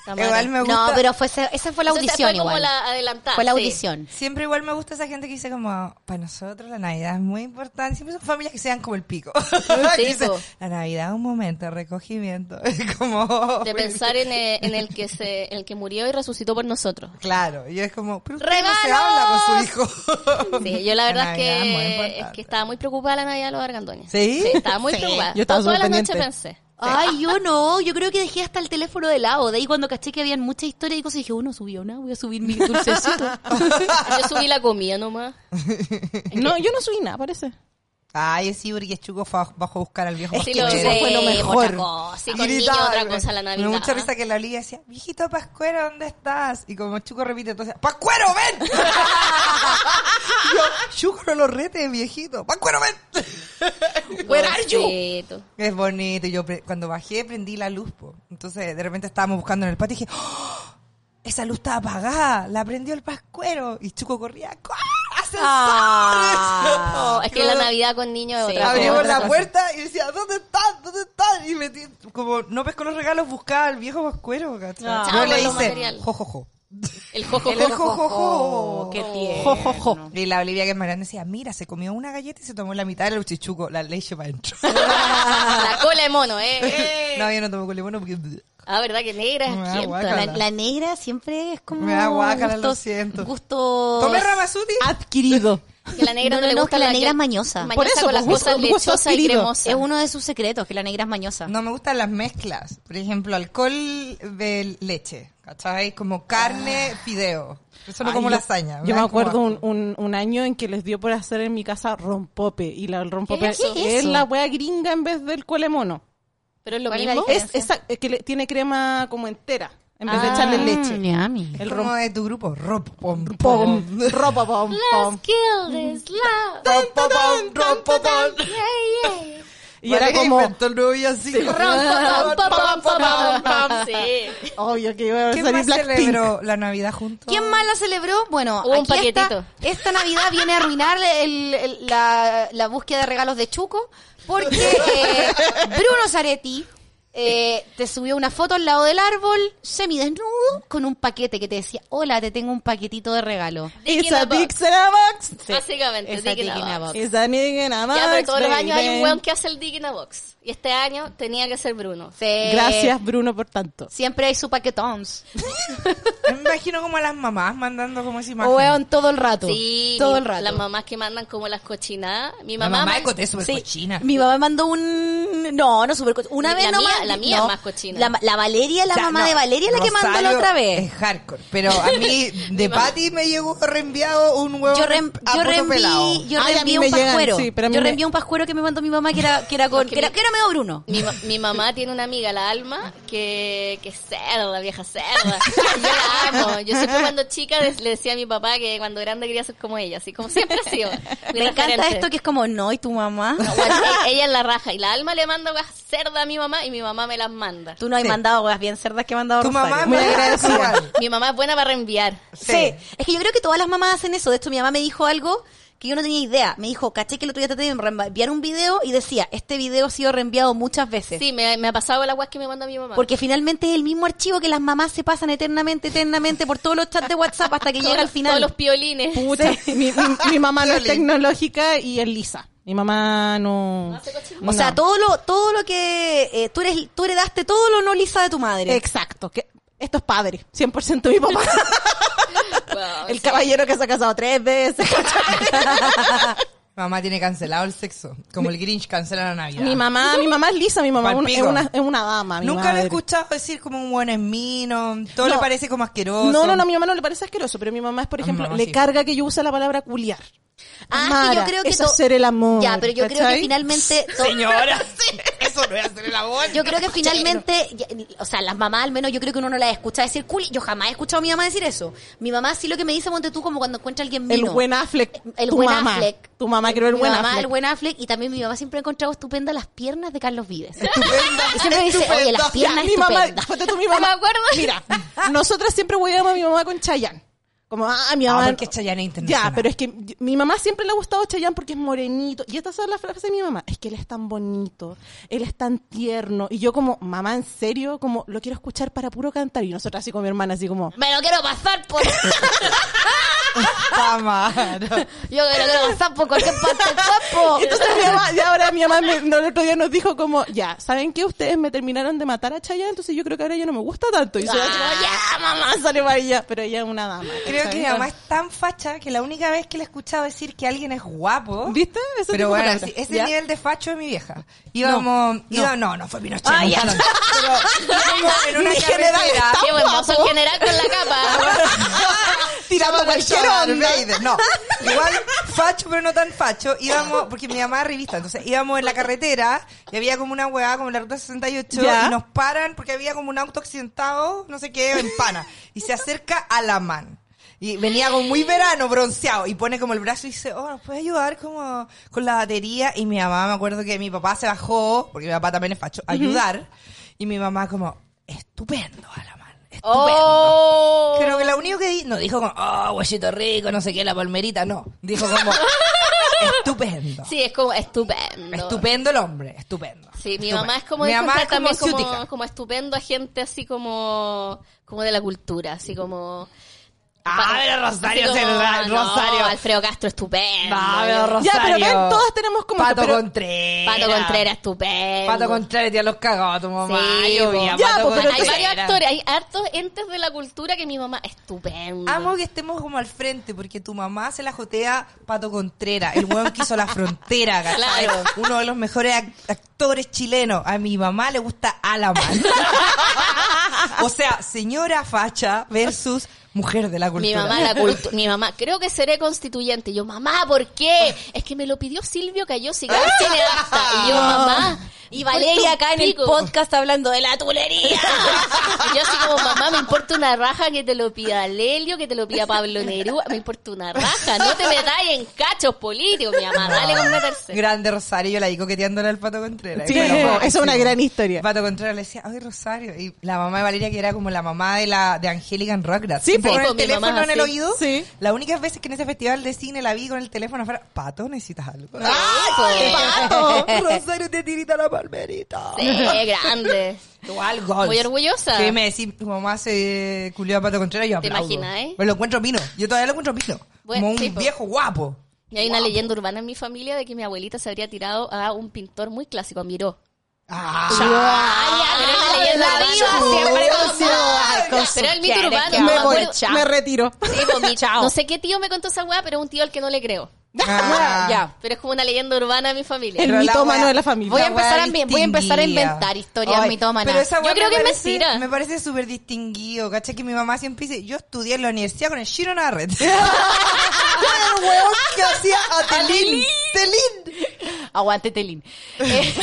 S2: Tamara.
S5: Igual me gusta.
S3: No, pero fue, ese- esa fue la
S2: Eso se-
S3: audición
S2: fue como
S3: igual.
S2: la adelantada,
S3: Fue la
S2: sí.
S3: audición.
S5: Siempre igual me gusta esa gente que dice como, para nosotros la Navidad es muy importante. Siempre son familias que sean como el pico. Que dicen,
S2: po.
S5: la Navidad es un momento de recogimiento. Es como...
S2: De pensar en eh, en el, que se, el que murió y resucitó por nosotros.
S5: Claro, y es como, pero usted no se
S2: ¡Regalos!
S5: habla con su hijo.
S2: Sí, yo la verdad es
S5: Navidad muy
S2: que, es
S5: importante.
S2: que estaba muy preocupada la Navidad de los argandones.
S5: ¿Sí?
S2: estaba muy
S4: Sí,
S2: preocupada.
S4: yo estaba
S2: Toda la
S4: súper
S2: noche
S4: pendiente.
S2: pensé.
S3: Ay, yo no, yo creo que dejé hasta el teléfono de lado. De ahí cuando caché que habían muchas historias y cosas, dije, uno subió nada, voy a subir mi dulcecito.
S2: Yo subí la comida nomás.
S4: No, yo no soy nada, parece.
S5: Ay, sí, porque Chuco fue a- bajó a buscar al viejo.
S2: Sí,
S5: Pascuero.
S2: lo
S5: Eso
S2: sé,
S5: fue lo mejor.
S2: otra cosa. Sí, con niño,
S5: Gritaba,
S2: otra
S5: me-
S2: cosa la
S5: Me da
S2: Navidad.
S5: mucha risa que la Olivia decía, viejito Pascuero, ¿dónde estás? Y como Chuco repite, entonces, ¡Pascuero, ven! Y yo, Chuco no lo rete, viejito. ¡Pascuero, ven! Where are you?
S2: Pobrecito.
S5: Es bonito. Y yo pre- cuando bajé prendí la luz. po. Entonces de repente estábamos buscando en el patio y dije, ¡Oh! esa luz está apagada. La prendió el pascuero. Y Chuco corría. ¡Ah! ¡Ascensores!
S2: No, Ah. es que la Navidad con niños es
S3: Sí.
S2: otra cosa.
S5: Oh, Abrimos
S3: otra
S5: la
S3: cosa.
S5: puerta y decía, ¿dónde están? ¿Dónde están? Y metí, como no pescó los regalos, buscaba al viejo pascuero. ¿cachai?
S3: Ah.
S5: Yo
S2: Chao,
S5: le
S2: con lo
S5: hice,
S2: material.
S5: jojojo. Jo,
S2: El jojo,
S5: El
S2: jojo.
S5: jo, jo, jo.
S3: Qué tierno.
S5: Jo, jo, jo. Y la Olivia que es más grande decía, mira, se comió una galleta y se tomó la mitad del chichuco, la leche para adentro.
S2: La cola de mono, ¿eh?
S5: no, yo no tomo colemono porque...
S2: Ah, verdad que negra,
S5: Ah,
S2: es
S5: guácala.
S2: asquienta.
S3: La, la negra siempre es como
S5: Me da guácala, lo
S3: gustos-
S5: siento.
S3: gustos-
S5: ¿Tomé Ramasuti?
S4: Ah. Adquirido.
S2: Que la negra no,
S3: No, no,
S2: le
S3: no,
S2: gusta
S3: que la negra es mañosa.
S2: mañosa
S4: Por eso,
S2: con
S4: pues,
S2: las
S4: gusto-
S2: cosas
S4: gusto
S2: lechosas y
S4: adquirido.
S2: cremosas.
S3: Es uno de sus secretos, que la negra es mañosa.
S5: No me gustan las mezclas. Por ejemplo, alcohol de leche. ¿Cachai? Como carne, fideo. Eso no
S4: Ay,
S5: como
S4: yo-
S5: lasaña.
S4: Yo me
S5: dan
S4: acuerdo
S5: como
S4: un, un, un año en que les dio por hacer en mi casa rompope. Y la, el rompope
S2: es eso?
S4: es la wea gringa en vez del colemono.
S2: Pero es lo
S3: ¿Cuál es la
S2: mismo.
S3: diferencia?
S4: Es, esa- es que le- tiene crema como entera, en vez de
S2: Ah.
S4: echarle
S3: Mm,
S4: leche.
S3: yummy.
S5: Es como de tu grupo. Rop, pom, pom,
S4: Pom,
S5: pom,
S4: ropa, pom, pom.
S2: Skills, love.
S5: pom, pom, rom, pom, pom.
S4: Y era
S5: Valeria
S4: como,
S5: inventó el nuevo villancico.
S2: Pam, pam, pam, pam, pam, pam. Sí.
S4: obvio que iba a
S5: ¿Quién
S4: salir
S5: más
S4: Blackpink.
S5: celebró la Navidad juntos?
S2: Oh.
S3: ¿Quién más la celebró? Bueno,
S2: Hubo un
S3: aquí esta-
S2: paquetito.
S3: Esta, Navidad viene a arruinar el- el- la, la búsqueda de regalos de Chuco, porque eh, Bruno Zaretti eh, te subió una foto al lado del árbol, semidesnudo, con un paquete que te decía, hola, te tengo un paquetito de regalo.
S2: Dick in
S4: Esa
S2: a box.
S4: Big Box.
S2: Básicamente,
S3: Esa
S2: Dick in a
S3: Dick in a
S2: box.
S3: box.
S4: Esa nigga nada más.
S2: Ya, pero todos los
S4: baby.
S2: años hay un weón que hace el Dick in a box. Y este año tenía que ser Bruno.
S3: Sí.
S4: Gracias, Bruno, por tanto.
S3: Siempre hay su paquetons.
S5: Me imagino como a las mamás mandando como esa imagen.
S3: Oh, Weón, todo el rato.
S2: Sí,
S3: todo
S2: mi-
S3: el rato.
S2: las mamás que mandan como las cochinadas. Mi
S5: La
S2: mamá,
S5: mamá de pues,
S2: manda-
S5: Coté es súper
S3: Sí.
S5: cochina.
S3: Mi mamá mandó un. No, no súper cochina. Una
S2: La
S3: vez
S2: mía-
S3: nomás-
S2: la mía es
S3: no.
S2: más cochina.
S3: La, la Valeria, la
S5: O sea,
S3: mamá
S5: no,
S3: de Valeria, la que mandó la
S5: Rosario
S3: otra vez.
S5: Es hardcore. Pero a mí, de Patty me llegó reenviado un huevo.
S3: Yo, rem-
S5: a
S3: yo
S5: poto pelado.
S3: reenvié, yo
S4: Ay, a
S3: reenvié
S4: mí me
S3: un
S4: llegan,
S3: pascuero.
S4: sí, pero a mí
S3: yo
S4: me-
S3: reenvié un pascuero que me mandó mi mamá que era, que era, con,
S2: Porque
S3: que era,
S2: mi-
S3: que era medio Bruno.
S2: Mi, ma- mi mamá tiene una amiga, la Alma, que, que es cerda, vieja cerda. Yo la amo. Yo siempre cuando chica des- le decía a mi papá que cuando grande quería ser como ella, así como siempre ha sido. Mi
S3: Me encanta
S2: referente.
S3: esto que es como, no, y tu mamá.
S2: No, bueno, e- ella es la raja. Y la Alma le manda weas cerdas a mi mamá y mi mamá me las manda.
S3: Tú no has
S5: Sí.
S3: mandado weas bien cerdas que ha mandado
S5: Tu
S3: Rosario.
S5: mamá
S4: Muy
S5: me
S4: agradecida.
S5: igual.
S2: Mi mamá es buena para reenviar.
S3: Sí. Es que yo creo que todas las mamás hacen eso. De hecho, mi mamá me dijo algo que yo no tenía idea. Me dijo, caché que el otro día traté de reenviar un video y decía, este video ha sido reenviado muchas veces.
S2: Sí, me, me ha pasado la weas que me manda mi mamá.
S3: Porque finalmente es el mismo archivo que las mamás se pasan eternamente, eternamente por todos los chats de WhatsApp hasta que llega al final.
S2: Todos los piolines.
S4: Puta, mi, mi- mi mamá no es tecnológica y es lisa. Mi mamá no...
S3: O sea,
S4: no.
S3: todo lo, todo lo que eh, tú eres, tú heredaste todo lo no lisa de tu madre.
S4: Exacto. Que esto es padre. 100% mi papá.
S2: Wow,
S4: El caballero que se ha casado tres veces.
S5: Mamá tiene cancelado el sexo. Como el Grinch cancela la Navidad.
S4: mi mamá, mi mamá es lisa. Mi mamá
S5: Palpico.
S4: es una, es una dama. mi
S5: Nunca lo he
S4: madre.
S5: escuchado decir como un buen es mino. Todo
S4: No.
S5: le parece como asqueroso.
S4: No, no, no, a mi mamá no le parece asqueroso, pero a mi mamá es, por
S5: A mi
S4: ejemplo,
S5: mamá
S4: le
S5: sí.
S4: carga que yo use la palabra culiar.
S3: Ah,
S4: Amara,
S3: sí, yo creo que
S4: es
S3: to-
S4: hacer el amor.
S3: Ya, pero yo creo que
S4: ¿cachai?
S3: finalmente to-
S5: Señora, eso no es hacer el amor.
S3: yo creo que finalmente, ya, o sea, las mamás al menos, yo creo que uno no las escucha decir culi. Yo jamás he escuchado a mi mamá decir eso. Mi mamá sí lo que me dice, monte tú, como cuando encuentra a alguien
S4: El
S3: mino.
S4: buen Affleck.
S3: El
S4: tu
S3: buen
S4: mamá.
S3: Affleck.
S4: Tu mamá creo el
S3: mi
S4: buen
S3: mamá,
S4: Affleck.
S3: el buen Affleck. Y también mi mamá siempre ha encontrado estupenda las piernas de Carlos Vives.
S5: Estupenda,
S3: Siempre me dice,
S5: estupenda.
S3: oye, las piernas
S4: mi mamá,
S3: estupendas.
S4: ponte tú, mi mamá.
S2: me acuerdo.
S4: Mira, nosotras siempre hueveamos a mi mamá con Chayanne. Como, ah, mi
S5: Ah,
S4: mamá.
S5: porque Chayanne es internacional.
S4: Ya, pero es que y- mi mamá siempre le ha gustado Chayanne porque es morenito. Y esta es la frase de mi mamá. Es que él es tan bonito, él es tan tierno. Y yo como, mamá, en serio, como lo quiero escuchar para puro cantar. Y nosotras así con mi hermana, así como,
S2: Me lo quiero pasar por.
S5: Tamara.
S2: Yo me lo quiero pasar por cualquier parte del cuerpo.
S4: Entonces mi mamá, y ahora mi mamá me- no, el otro día nos dijo como, ya, ¿saben qué? Ustedes me terminaron de matar a Chayanne, entonces yo creo que ahora ya no me gusta tanto. Y yo ya, mamá, sale para allá. Pero ella es una dama.
S5: Creo
S4: ¿cachai?
S5: que mi mamá es tan facha que la única vez que le he escuchado decir que alguien es guapo.
S4: ¿Viste? Ese
S5: Pero
S4: tipo de
S5: bueno,
S4: palabras.
S5: sí, ese
S4: ¿Ya?
S5: nivel de facho de mi vieja. Íbamos, no, no, no, fue Pinochet. no, no, no. Pero íbamos en una
S4: Ni Ah, general
S5: carretera.
S4: está
S2: Qué buen mozo en general con la capa.
S4: Tirando
S5: Llama
S4: cualquier
S5: Darth
S4: onda.
S5: Vader. No, igual facho, pero no tan facho. Íbamos, porque mi mamá es revista, entonces íbamos en la carretera y había como una hueá como en la ruta 68
S4: Ya.
S5: y nos paran porque había como un auto accidentado, no sé qué, en pana. Y se acerca a la man. Y venía como muy verano, bronceado, y pone como el brazo y dice, oh, ¿nos puedes ayudar como con la batería? Y mi mamá, me acuerdo que mi papá se bajó, porque mi papá también es facho, a ayudar. Y mi mamá como, estupendo, Alaman, estupendo.
S2: Oh.
S5: Creo que lo único que dijo, no dijo como, oh, huesito rico, no sé qué, la palmerita, no. Dijo como, estupendo.
S2: Sí, es como estupendo.
S5: Estupendo el hombre, estupendo.
S2: Sí, mi
S5: Estupendo.
S2: mamá es como,
S5: mi
S2: de
S5: mamá es
S2: encontrar
S5: como
S2: también
S5: ciútica.
S2: como, como estupendo a gente así como, como de la cultura, así como...
S5: Ah,
S2: pa-
S5: pero Rosario
S2: así como,
S5: Serra-
S2: no,
S5: Rosario.
S2: Alfredo Castro estupendo.
S5: Va, pero Rosario.
S4: Ya, pero ven, todas tenemos como
S5: Pato
S4: esto, pero-
S5: Contreras.
S2: Pato Contreras estupendo.
S5: Pato Contreras, tía, los cagó a tu mamá.
S2: Sí,
S5: yo
S2: po.
S5: vi a
S4: Ya,
S5: Pato
S4: po, pero
S5: Contreras.
S2: hay varios actores, hay hartos entes de la cultura que mi mamá estupendo.
S5: Amo que estemos como al frente, porque tu mamá se la jotea Pato Contreras, el weón que hizo la frontera, ¿cachai?
S2: Claro.
S5: Uno de los mejores ac- actores chilenos. A mi mamá le gusta Alaman. o sea, señora facha versus mujer de la
S2: mi
S5: cultura.
S2: mamá, la cultu- mi mamá, creo que seré constituyente. Y yo, mamá, ¿por qué? Es que me lo pidió Silvio Cayosi, cada vez que me gasta. Y yo, mamá,
S3: Y Valeria acá en el podcast hablando de la tulería.
S2: Y yo así como, mamá, me importa una raja que te lo pida Lelio, que te lo pida Pablo Neruda, me importa una raja, no te metáis en cachos políticos, mi mamá, dale con meterse.
S5: Grande Rosario, yo la digo coqueteándole al Pato Contreras.
S4: Sí,
S5: Y me lo
S4: esa es una
S5: máximo.
S4: gran historia.
S5: Pato Contreras le decía, ay Rosario. Y la mamá de Valeria, que era como la mamá de la de Angélica en Rugrats.
S4: Sí,
S5: Siempre con
S4: po.
S2: Sí,
S5: el
S2: po, mi
S5: teléfono
S2: mamá,
S5: en el
S2: sí.
S5: oído.
S4: Sí.
S5: La única vez que en ese festival de cine la vi con el teléfono afuera, Pato, necesitas algo.
S2: Ah,
S4: Pato.
S5: Rosario te tirita la palmerita.
S2: Sí, grande.
S5: Tú algo.
S2: Muy orgullosa.
S5: Que me decís, tu mamá se culió a Pato Contreras, yo
S2: ¿Te
S5: aplaudo.
S2: imaginas, eh?
S5: Me lo encuentro pino. Yo todavía lo encuentro pino.
S2: Bueno,
S5: como un
S2: sí, po.
S5: viejo guapo.
S2: Y hay una leyenda urbana en mi familia de que mi abuelita se habría tirado a un pintor muy clásico, a Miró.
S5: Ah,
S2: Ah, pero es una leyenda
S3: la
S2: urbana.
S3: diva siempre con su- con
S2: Pero el
S3: sus
S2: mito
S3: quieres
S2: urbano,
S3: que
S2: me
S4: Me
S3: habla.
S4: voy,
S2: acuerdo-
S4: me retiro.
S2: Sí, po, mi- No sé qué tío me contó esa weá, pero es un tío al que no le creo.
S5: Ah.
S3: Ya.
S2: Pero es como una leyenda urbana de mi familia.
S4: El
S5: Pero la
S4: mitómano
S5: wea-
S4: de la familia.
S3: Voy a
S5: La
S3: empezar
S5: wea
S3: a, voy a empezar a
S5: distinguida.
S3: inventar historias
S5: Ay,
S3: mitómanas.
S5: pero esa
S2: Yo
S5: wea
S2: creo
S5: me
S2: que es
S5: parece-
S2: mentira.
S5: Me parece súper distinguido, ¿cachai? Que mi mamá siempre dice, yo estudié en la universidad con el Shiro Narret. el huevón que hacía a Telín. Telín.
S3: Aguante, Telín. Eh,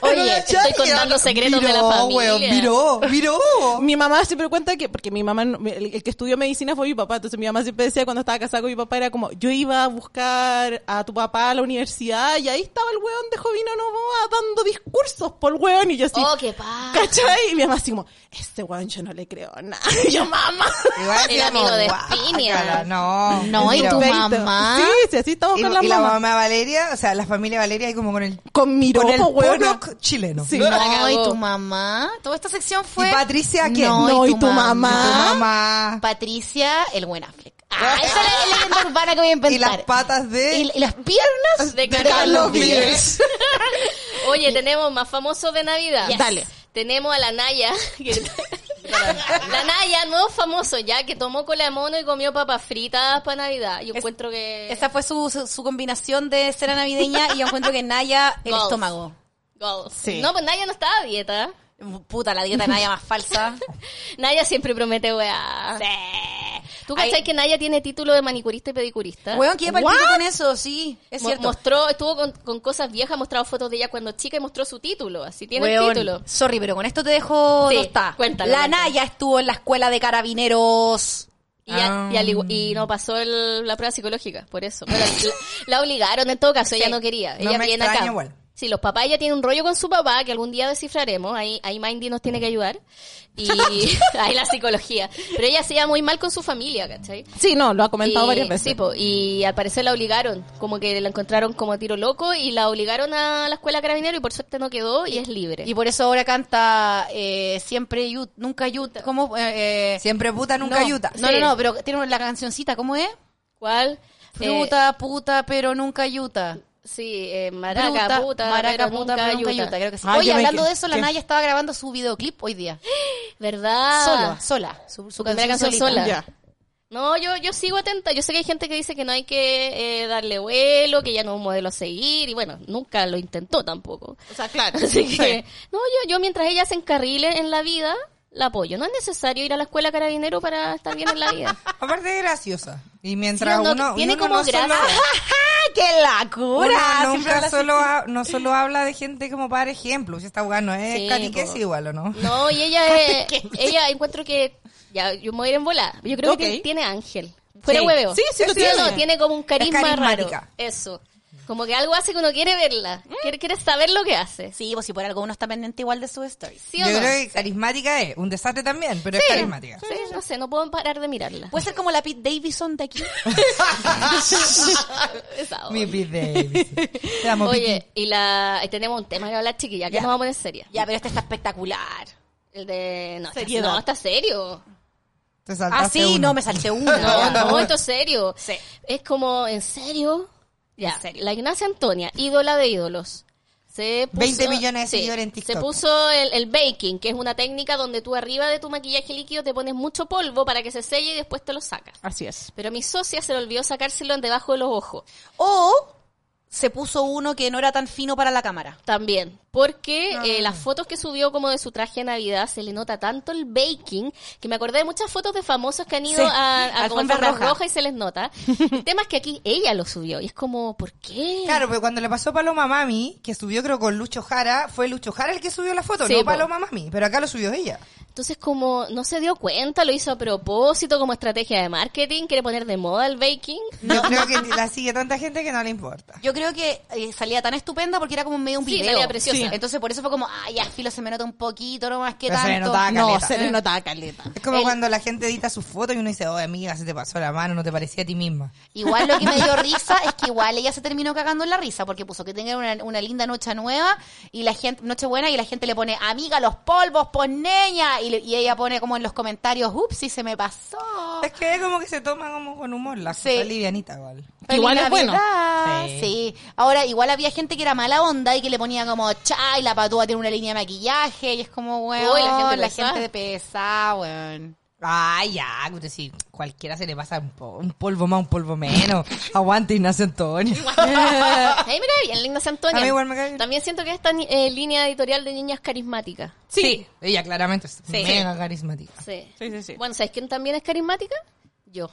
S5: Pero
S2: Oye,
S5: la
S2: estoy
S5: Charlie
S2: contando
S5: era-
S2: secretos de la
S5: Miró,
S2: familia.
S5: weón, miró, miró.
S4: Mi mamá siempre cuenta que, porque mi mamá, no- el, el que estudió medicina fue mi papá, entonces mi mamá siempre decía cuando estaba casada con mi papá, era como, yo iba a buscar a tu papá a la universidad y ahí estaba el weón de Jovino Novoa dando discursos por el weón y yo así,
S2: Oh, qué paz.
S4: ¿cachai? Y mi mamá así como, este weón yo no le creo nada. Y yo, mamá.
S5: Igual
S2: El
S5: decíamos,
S2: amigo de
S5: "Guácala,
S2: Espinia".
S5: No.
S3: No, y
S5: Pero-
S3: tu
S4: Veinte.
S3: mamá.
S4: Sí, sí, así estamos
S5: Y,
S4: con la
S5: y la
S4: mamá.
S5: mamá de Valeria, o sea, la familia de Valeria ahí como con el,
S4: Con mi
S5: con el
S4: ropa, weón.
S5: Pollock chileno.
S4: Sí.
S2: La
S3: No,
S2: cagó.
S3: y tu mamá. Toda esta sección fue.
S5: ¿Y Patricia qué?
S3: No,
S4: No,
S3: y tu mamá.
S5: Tu mamá.
S3: Patricia, el buen Affleck. Ah, esa es la leyenda urbana que voy a inventar.
S5: Y las patas de-
S3: Y, y las piernas
S2: De
S3: de,
S2: Carlos
S3: Carlos,
S5: Vives.
S3: Vives.
S2: Oye, tenemos más famosos de Navidad.
S3: Yes. Dale.
S2: Tenemos a la Naya. que- la Naya, nuevo famoso ya, que tomó cola de mono y comió papas fritas para Navidad. Yo
S3: Es-
S2: encuentro que...
S3: Esa fue su, su, su combinación de cena navideña y yo encuentro que Naya, el
S2: Goals.
S3: estómago.
S2: Goals.
S4: Sí.
S2: No, pues Naya no estaba a dieta.
S3: Puta, la dieta de Naya más falsa.
S2: Naya siempre promete weá. ¿Tú
S3: Ay.
S2: cachai que Naya tiene título de manicurista y pedicurista?
S3: Weón, que para el pico con eso, sí. Es
S2: Mo-
S3: cierto.
S2: Mostró, estuvo con, con cosas viejas, mostrado fotos de ella cuando chica y mostró su título. Así tiene
S3: Weón,
S2: el título.
S3: Sorry, pero con esto te dejo.
S2: Sí,
S3: no está.
S2: cuéntalo,
S3: la
S2: cuéntalo.
S3: Naya estuvo en la escuela de carabineros.
S2: Y, a- y al igua- y
S3: Ah.
S2: no pasó el- la prueba psicológica, por eso. Pero la, la obligaron en todo caso, ella no quería.
S5: No
S2: ella
S5: me
S2: viene
S5: extraña
S2: acá.
S5: igual.
S2: Sí, los papás ya tienen un rollo con su papá que algún día descifraremos. Ahí, ahí Mindy nos tiene que ayudar. Y ahí la psicología. Pero ella se lleva muy mal con su familia, ¿cachai?
S4: Sí, no, lo ha comentado
S2: Y-
S4: varias veces.
S2: sí, pues, po, y al parecer la obligaron, como que la encontraron como tiro loco y la obligaron a la escuela de carabinero y por suerte no quedó y es libre.
S3: Y por eso ahora canta eh, siempre Yuta, nunca Yuta. ¿Cómo? Eh, eh,
S5: Siempre puta, nunca
S3: no,
S5: ayuda.
S3: No,
S2: Sí.
S3: no, no, pero tiene la cancioncita, ¿cómo es?
S2: ¿Cuál? Eh,
S3: Fruta, puta, pero nunca Yuta.
S2: sí, eh, maraca,
S3: Bruta,
S2: puta,
S3: maraca,
S2: pero
S3: puta,
S2: nunca
S3: pero nunca
S2: ayuda.
S3: Yuta, creo que sí.
S4: Ay,
S3: Oye,
S4: yo me
S3: hablando
S4: que-
S3: de eso, la
S4: que-
S3: Naya estaba grabando su videoclip hoy día.
S2: ¿Verdad?
S3: Sola, sola. Su, su
S2: primera Ah. canción
S3: solita.
S2: sola.
S4: Ya.
S2: No, yo, yo sigo atenta. Yo sé que hay gente que dice que no hay que eh, darle vuelo, que ya no es un modelo a seguir, y bueno, nunca lo intentó tampoco.
S4: O sea, claro.
S2: Así
S4: sí.
S2: que, no, yo, yo mientras ella se encarrile en la vida, la apoyo. No es necesario ir a la escuela carabinero para estar bien en la vida.
S5: Aparte es graciosa. Y mientras
S2: Sí, no,
S5: uno,
S2: tiene
S5: uno
S2: como
S5: no solo,
S2: gracia.
S3: ¡Qué lacura!
S5: uno
S3: Siempre
S5: nunca
S3: habla
S5: solo ha- no solo habla de gente como para ejemplo. Si está jugando, es
S2: Sí,
S5: catiqués
S2: po.
S5: igual o no.
S2: No, y ella es, ella encuentro que, ya, yo me voy a ir en volada. Yo creo
S4: Ok.
S2: que tiene, tiene ángel. Fuera
S5: Sí.
S2: hueveo.
S4: Sí, sí lo
S2: no,
S4: tiene.
S2: no, tiene como un carisma raro.
S5: carismática.
S2: Eso. Como que algo hace que uno quiere verla. Quiere, quiere saber lo que hace.
S3: Sí, pues si por algo uno está pendiente igual de sus stories.
S2: ¿Sí
S5: Yo
S2: o no?
S5: creo que carismática es. Un desastre también, pero es carismática. Pues,
S2: Sí, no sé, no puedo parar de mirarla.
S3: Puede ser como la Pete Davidson de aquí.
S2: Esa
S5: Mi
S2: onda.
S5: Pete Davidson. Te amo, Pete.
S2: Oye, y la ahí tenemos un tema que hablar, chiquilla, que
S3: Ya.
S2: nos vamos a poner seria.
S3: ya, pero este está espectacular.
S2: El de no, está-
S4: Seriedad.
S2: no, está serio.
S5: Te saltaste
S3: Ah, sí,
S5: uno.
S3: no, me salté uno.
S2: No,
S5: No,
S2: ya,
S5: no.
S2: no, esto es serio.
S3: Sí.
S2: Es como, ¿en serio? Ya,
S3: En serio.
S2: la Ignacia Antonia, ídola de ídolos. Se puso,
S5: 20 millones de seguidores en TikTok.
S2: Se puso el, el baking, que es una técnica donde tú arriba de tu maquillaje líquido te pones mucho polvo para que se selle y después te lo sacas.
S4: Así es.
S2: Pero a mi socia se le olvidó sacárselo en debajo de los ojos.
S3: O se puso uno que no era tan fino para la cámara.
S2: También, porque
S5: Ah.
S2: eh, las fotos que subió como de su traje de Navidad se le nota tanto el baking que me acordé de muchas fotos de famosos que han ido
S3: Sí,
S2: a, a como
S3: alfombra
S2: alfombra
S3: roja.
S2: roja y se les nota. El tema es que aquí ella lo subió y es como, ¿por qué?
S5: Claro, pero cuando le pasó Paloma Mami, que subió creo con Lucho Jara, fue Lucho Jara el que subió la foto,
S2: Sí,
S5: no
S2: po.
S5: Paloma Mami, pero acá lo subió ella.
S2: Entonces como no se dio cuenta, lo hizo a propósito como estrategia de marketing, quiere poner de moda el baking.
S5: Yo creo que la sigue tanta gente que no le importa.
S3: Yo creo que eh, salía tan estupenda porque era como medio un
S2: Sí,
S3: video.
S2: salía preciosa.
S3: Entonces por eso fue como, ay, ya, filo, se me nota un poquito, no más que
S5: Pero se
S3: tanto.
S5: le notaba
S4: No,
S5: Caleta.
S4: se le notaba caleta.
S5: Es como
S2: El-
S5: cuando la gente edita sus fotos y uno dice, oye amiga, se te pasó la mano, no te parecía a ti misma.
S3: Igual lo que me dio risa es que igual ella se terminó cagando en la risa porque puso que tengan una, una linda noche nueva y la gente, noche buena y la gente le pone, amiga, los polvos, pos neña. Y, le- y ella pone como en los comentarios, ups, sí, se me pasó.
S5: Es que es como que se toma como con humor, la
S3: Sí.
S5: cosa livianita igual.
S3: Feliz
S4: Igual es bueno.
S3: Navidad. Sí. Ahora, igual había gente que era mala onda y que le ponía como, chay, la patúa tiene una línea de maquillaje y es como, weón,
S2: Uy,
S3: la
S2: la gente
S3: gente, la
S2: pesada.
S3: gente de pesa, weón.
S5: Ay, ya, pero si cualquiera se le pasa un, po- un polvo más, un polvo menos. Aguante Ignacio Antonio.
S2: A mí me cae bien, Linda Santonia.
S5: Ah. A mí igual me cae bien.
S2: También siento que esta eh, línea editorial de niñas carismáticas.
S5: Sí. Ella claramente es
S2: Sí.
S5: mega carismática.
S2: Sí.
S4: Sí, sí, sí.
S2: Bueno, ¿sabes quién también es carismática? Yo.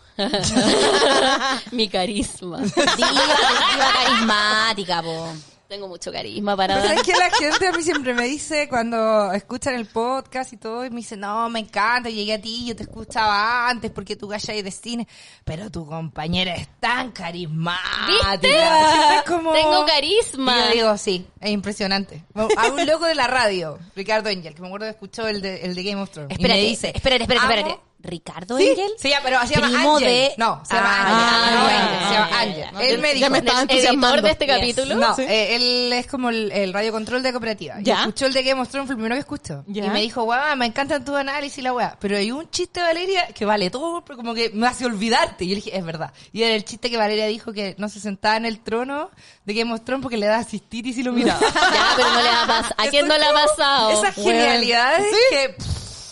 S2: Mi carisma.
S3: Diva, diva carismática, po.
S2: Tengo mucho carisma para
S5: Pero
S2: dar.
S5: ¿Sabes que Pues la gente a mí siempre me dice cuando escuchan el podcast y todo, y me dice, no, me encanta, llegué a ti, yo te escuchaba antes porque tú callas de cine, pero tu compañera es tan carismática.
S2: ¿Viste?
S5: Siempre es como-
S2: Tengo carisma.
S5: Y yo digo, sí, es impresionante. A un loco de la radio, Ricardo Engel, que me acuerdo que escuchó el de, el de Game of Thrones. y
S3: Espérate,
S5: me dice,
S3: espérate, espérate,
S5: "Amo
S3: espérate. ¿Ricardo
S5: Sí,
S3: Engel?
S5: sí, ya, pero se llama
S3: Primo
S5: Ángel.
S3: de-
S5: No, se llama
S3: Ah,
S5: Ángel.
S3: ya,
S5: No, Ángel,
S3: ya,
S5: se llama
S3: ya,
S5: Ángel.
S3: ya.
S5: Él me dijo.
S4: Ya me estaba entusiasmando.
S2: editor de este capítulo.
S5: No,
S4: Sí.
S5: eh, él es como el, el radio control de cooperativa.
S4: Ya.
S5: Y escuchó el de Game of Thrones, fue el primero que escuchó.
S4: Ya.
S5: Y me dijo, guau, me encantan tus análisis y la weá. Pero hay un chiste, Valeria, que vale todo, pero como que me hace olvidarte. Y yo le dije, es verdad. Y era el chiste que Valeria dijo que no se sentaba en el trono de Game of Thrones porque le da cistitis y lo miraba.
S2: Ya, pero no le ha pasado. ¿A quién no le ha pasado?
S5: Esas genialidades que... pff,